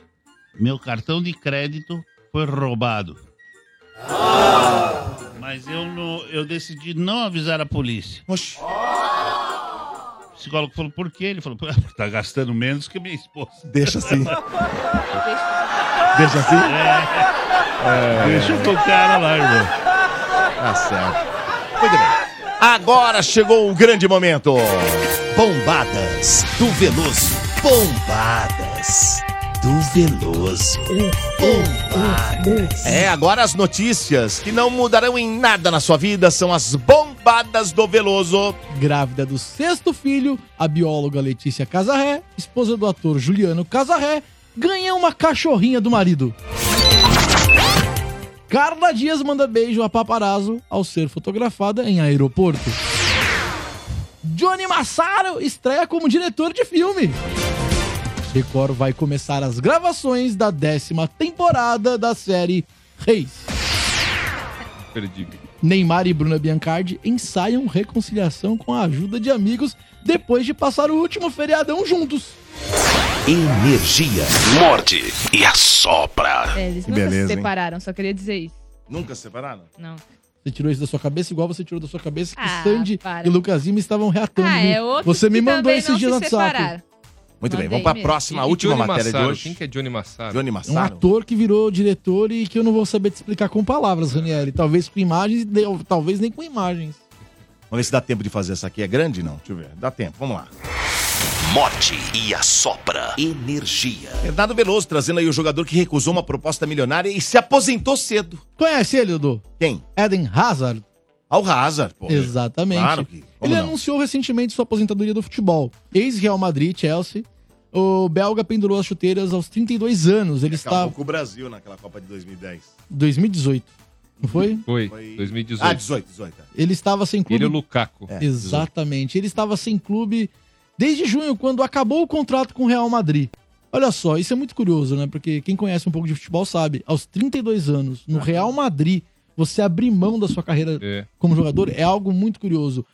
meu cartão de crédito foi roubado. Mas eu, não, eu decidi não avisar a polícia. O psicólogo falou, por quê? Ele falou, "Pô, tá gastando menos que minha esposa. Deixa (laughs) (laughs) assim. Deixa (laughs) assim? É. Deixa pro cara lá, irmão. Tá certo. Muito bem. Agora chegou o grande momento. Bombadas do Veloso. Bombadas do Veloso. Bombadas. É, agora as notícias que não mudarão em nada na sua vida são as bombadas do Veloso. Grávida do sexto filho, a bióloga Letícia Casarré, esposa do ator Juliano Casarré, ganha uma cachorrinha do marido. Carla Dias manda beijo a paparazzo ao ser fotografada em aeroporto. Johnny Massaro estreia como diretor de filme. Record vai começar as gravações da décima temporada da série Reis. Perdi. Neymar e Bruna Biancardi ensaiam reconciliação com a ajuda de amigos depois de passar o último feriadão juntos. Energia. Morde e assopra. É, eles Que nunca beleza, se hein? separaram, só queria dizer isso. Nunca separaram? Não. Você tirou isso da sua cabeça igual você tirou da sua cabeça que Ah, Sandy para. e Lucas Lima estavam reatando. Ah, viu? é outro você me que mandou também esses não dias no se separaram. WhatsApp. Um Muito bem, Mandei vamos pra mesmo. próxima, E última é Johnny matéria Massaro? de hoje. Quem que é Johnny Massaro? Johnny Um Massaro? ator que virou diretor e que eu não vou saber te explicar com palavras, Ranieri. Talvez com imagens, de- talvez nem com imagens. Vamos ver se dá tempo de fazer essa aqui. É grande? Não. Deixa eu ver. Dá tempo. Vamos lá. Morde e assopra. Energia. Bernardo Veloso trazendo aí o jogador que recusou uma proposta milionária e se aposentou cedo. Conhece ele, Dudu? Quem? Eden Hazard. Al Hazard, pô. Exatamente. Claro que. Ele anunciou recentemente sua aposentadoria do futebol. Ex-Real Madrid, Chelsea. O belga pendurou as chuteiras aos 32 anos. Ele Acabou estava. com o Brasil naquela Copa de 2010. 2018. Não foi? Foi, 2018. Ah, 18, 18. é. Ele estava sem clube. Ele e o Lukaku. É, Exatamente. Ele estava sem clube desde junho, quando acabou o contrato com o Real Madrid. Olha só, isso é muito curioso, né? Porque quem conhece um pouco de futebol sabe, aos 32 anos, no Real Madrid, você abrir mão da sua carreira É. como jogador é algo muito curioso.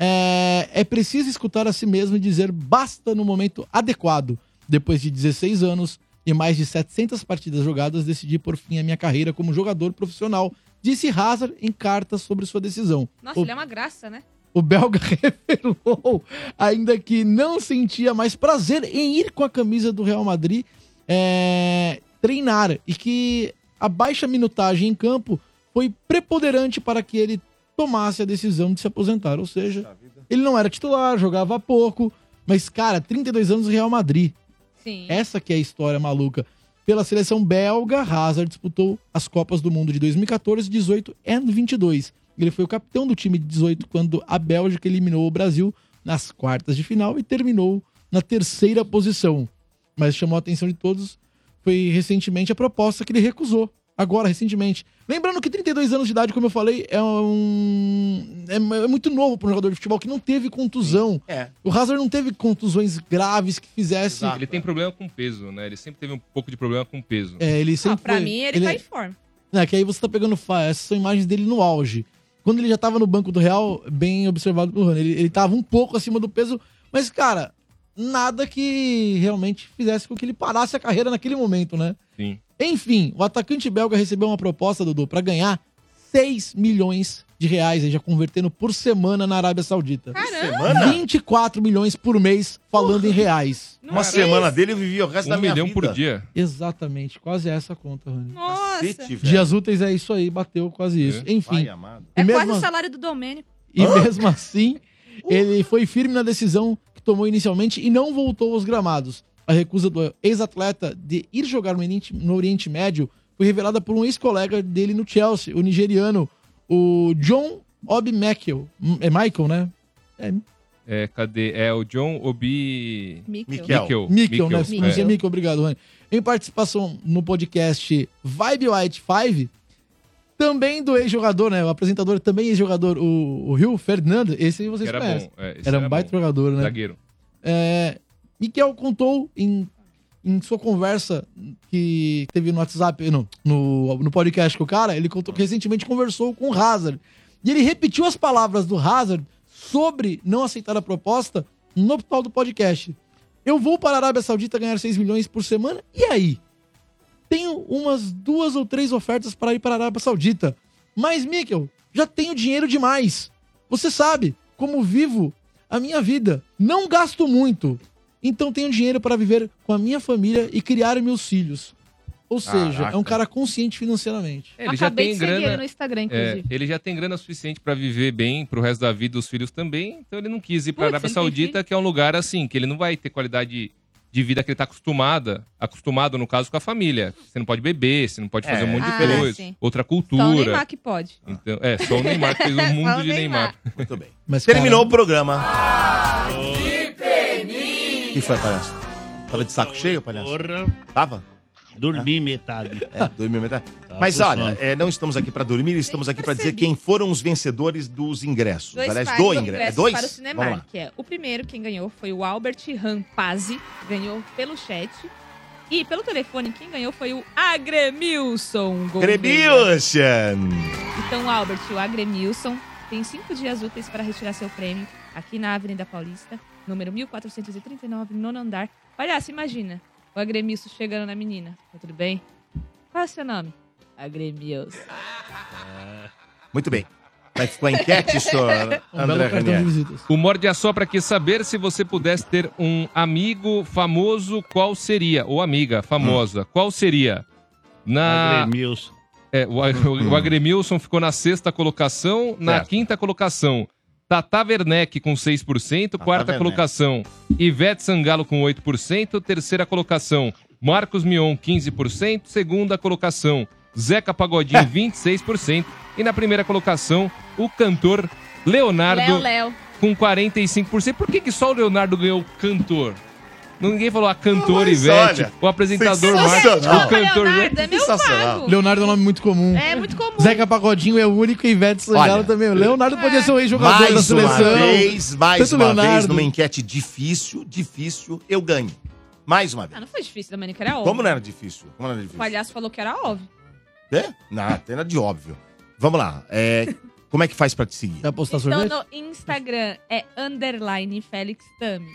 É, é preciso escutar a si mesmo e dizer basta no momento adequado. Depois de 16 anos e mais de 700 partidas jogadas, decidi por fim a minha carreira como jogador profissional, disse Hazard em cartas sobre sua decisão. Nossa, O- ele é uma graça, né? o belga (laughs) revelou ainda que não sentia mais prazer em ir com a camisa do Real Madrid é, treinar e que a baixa minutagem em campo foi preponderante para que ele tomasse a decisão de se aposentar. Ou seja, ele não era titular, jogava pouco, mas, cara, 32 anos Real Madrid. Sim. Essa que é a história maluca. Pela seleção belga, Hazard disputou as Copas do Mundo de 2014, 18 e 22. Ele foi o capitão do time de 18 quando a Bélgica eliminou o Brasil nas quartas de final e terminou na terceira posição. Mas chamou a atenção de todos foi recentemente a proposta que ele recusou. Agora, recentemente. Lembrando que 32 anos de idade, como eu falei, é um. É, é muito novo para um jogador de futebol que não teve contusão. É. O Hazard não teve contusões graves que fizesse. Ele tem problema com peso, né? Ele sempre teve um pouco de problema com peso. É, ele sempre Ah, Pra foi- mim, ele, tá em forma. É, que aí você tá pegando. fa- Essas são imagens dele no auge. Quando ele já tava no banco do Real, bem observado pelo Rony. Ele, ele tava um pouco acima do peso, mas, cara, nada que realmente fizesse com que ele parasse a carreira naquele momento, né? Sim. Enfim, o atacante belga recebeu uma proposta, Dudu, pra ganhar 6 milhões de reais, aí já convertendo por semana na Arábia Saudita. Semana? 24 milhões por mês, falando em reais. Uma semana dele eu vivia o resto da minha vida. Exatamente, quase essa a conta, Rony. Nossa. Cacete, velho. Dias úteis é isso aí, bateu quase isso. Enfim. Pai amado. É E quase mesmo- o salário do Domênico. e mesmo assim, ele foi firme na decisão que tomou inicialmente e não voltou aos gramados. A recusa do ex-atleta de ir jogar no Oriente, no Oriente Médio foi revelada por um ex-colega dele no Chelsea, o nigeriano, o John Obi Mikel. É Michael, né? É, É, cadê? É o John Obi... Mikel. Mikel. Mikel, né? Mikel, Pronuncia é. Mikel, obrigado, Rony. Em participação no podcast Vibe White 5, também do ex-jogador, né? O apresentador também ex-jogador, o, o Rio Fernando, esse vocês Era bom, conhecem. é, esse era um era baita bom. jogador, né? Zagueiro. É, Miquel contou em, em sua conversa que teve no WhatsApp, no, no, no podcast com o cara, ele contou que recentemente conversou com o Hazard. E ele repetiu as palavras do Hazard sobre não aceitar a proposta no total do podcast. Eu vou para a Arábia Saudita ganhar 6 milhões por semana, e aí? Tenho umas duas ou três ofertas para ir para a Arábia Saudita. Mas, Mikkel, já tenho dinheiro demais. Você sabe como vivo a minha vida. Não gasto muito. Então tenho dinheiro para viver com a minha família e criar meus filhos. Ou seja, é um Caraca. cara consciente financeiramente. É, Ele já tem grana. no Instagram, é, inclusive. ele já tem grana suficiente pra viver bem pro resto da vida, os filhos também. Então ele não quis ir pra Putz, Arábia ele tem Saudita, que é um lugar assim, que ele não vai ter qualidade de vida que ele tá acostumada, acostumado no caso com a família. Você não pode beber, você não pode fazer É. um monte de Ah, coisa, sim. outra Só o cultura. Neymar que pode. Então, é, só o Neymar que fez um (laughs) Só mundo o de Neymar. Muito bem. Mas, Terminou o programa. O que foi, palhaço? Tava de saco cheio, palhaço? Porra. Tava? Dormi metade. Tá É, dormiu metade. Mas com olha, sono. é, não estamos aqui pra dormir, estamos aqui pra dizer quem foram os vencedores dos ingressos. Aliás, pares do ingresso. de É ingressos dois? Para o Vamos lá. Cinemark, que é o primeiro quem ganhou foi o Albert Rampazzi, ganhou pelo chat. E pelo telefone, quem ganhou foi o Agremilson. Gouveia. Crebilson! Então, Albert, o Agremilson tem cinco dias úteis para retirar seu prêmio aqui na Avenida Paulista, número 1439, nono andar. Palhaço, imagina, o Agremilson chegando na menina. Tá tudo bem? Qual é o seu nome? Agremilson. Muito bem. Vai ficar (laughs) enquete, senhor Um belo André cartão Ranieri. de O Morde a Sopra quer saber se você pudesse ter um amigo famoso, qual seria? Ou amiga Hum. famosa, qual seria? Na... Agremilson. É, o, A- Hum. o Agremilson ficou na sexta colocação, na Certo. quinta colocação. Tata Werneck com 6%, Tá né? quarta Werneck. colocação Ivete Sangalo com 8%, terceira colocação Marcos Mion 15%, segunda colocação Zeca (laughs) Pagodinho 26% e na primeira colocação o cantor Léo, Leonardo Léo. com 45%. Por que, que só o Leonardo ganhou o cantor? Ninguém falou a cantora Mas Ivete, olha, o apresentador Marcos, sensacional. o cantor Leonardo, é meu Sensacional. vago. Leonardo é um nome muito comum. É muito comum. Zeca Pagodinho é o único e Ivete Sangalo Olha, também. O Leonardo Ah. É. podia ser um ex-jogador da Mais uma seleção. vez, mais Tanto uma vez, Leonardo. numa enquete difícil, difícil, eu ganho. Mais uma vez. Ah, não foi difícil, Domênica, era óbvio. Como não era difícil? Como não era O difícil? palhaço falou que era óbvio. É? Não, tem nada de óbvio. Vamos lá. é, como é que faz pra te seguir? Vai postar Então, no Instagram é underline Félix Tami.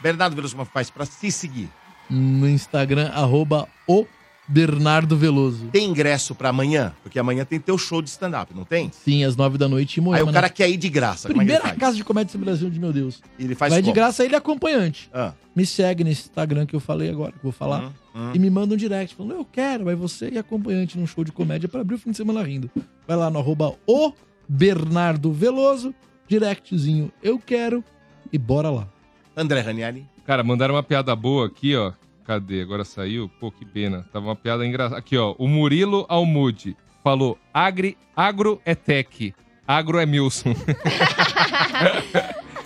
Bernardo Veloso, como faz pra se seguir? No Instagram, arroba o Bernardo Veloso. Tem ingresso pra amanhã? Porque amanhã tem teu show de stand-up, não tem? Sim, às nove da noite em Aí Moema. o cara na quer ir de graça. Como é que ele Primeira faz? casa de comédia do Brasil, de meu Deus. Ele faz Vai de como? graça ele é acompanhante. Ah. Me segue nesse Instagram que eu falei agora, que eu vou falar. Hum, hum. E me manda um direct falando, eu quero, vai você e acompanhante num show de comédia pra abrir o fim de semana rindo. Vai lá no arroba o Bernardo Veloso, directzinho, eu quero e bora lá. André Ranieri. Cara, mandaram uma piada boa aqui, ó. Cadê? Agora saiu? Pô, que pena. Tava uma piada engraçada. Aqui, ó. O Murilo Almude falou: Agri, agro é tech, agro é Milson. (laughs)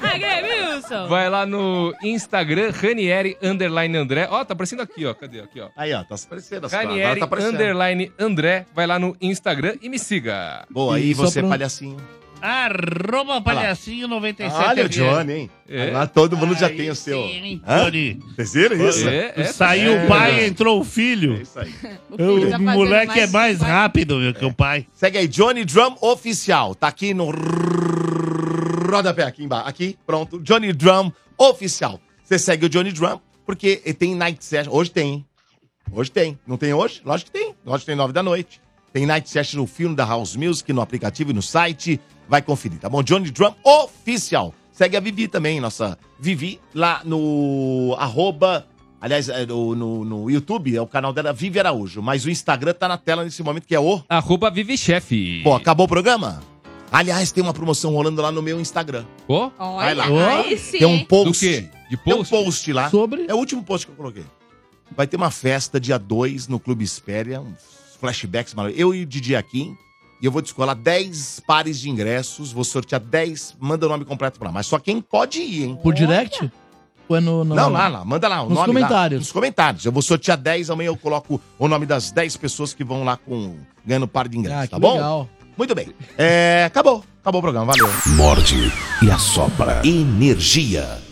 Agremilson! Vai lá no Instagram, Ranieri Underline André. Ó, tá aparecendo aqui, ó. Cadê? Aqui, ó. Aí, ó, tá aparecendo. Ranieri Agora tá aparecendo. Underline André. Vai lá no Instagram e me siga. Boa, aí você, palhacinho. Arroba palhacinho 97. Olha FM. o Johnny, hein? Lá todo mundo já tem o seu. hein, Hã? É. Johnny? Vocês viram isso? É É, é, Saiu o pai, entrou o filho. O Eu- filho O, tá fazendo moleque é mais que o pai. rápido meu, que o pai. Segue aí, Johnny Drum Oficial. Tá aqui no rodapé, aqui embaixo. Aqui, pronto. Johnny Drum Oficial. Você segue o Johnny Drum, porque tem night session. Hoje tem, hein? Hoje tem. Não tem hoje? Lógico que tem. Lógico que tem nove da noite. Tem night session no filme da House Music, no aplicativo e no site. Vai conferir, tá bom? Johnny Drum Oficial. Segue a Vivi também, nossa Vivi, lá no arroba... Aliás, é no, no- no YouTube é o canal dela Vivi Araújo, mas o Instagram tá na tela nesse momento, que é o... Arroba Vivi Chefe. Pô, acabou o programa? Aliás, tem uma promoção rolando lá no meu Instagram. Ó. Vai lá. aí sim, tem um hein? post. Do quê? De Tem um post lá. Sobre? É o último post que eu coloquei. Vai ter uma festa dia 2 no Clube Espéria, uns flashbacks maravilhosos. Eu e o Didi Akin. E eu vou descolar 10 pares de ingressos, vou sortear 10, manda o nome completo pra lá. Mas só quem pode ir, hein? Por direct? Ou é no, no- Não, lá, lá. Manda lá o Nos nome. lá. comentários. nos comentários. Eu vou sortear 10, amanhã eu coloco o nome das 10 pessoas que vão lá com ganhando par de ingressos, Ah, que tá bom? legal. Muito bem. É, acabou. Acabou o programa, valeu. Morde e assopra. Energia.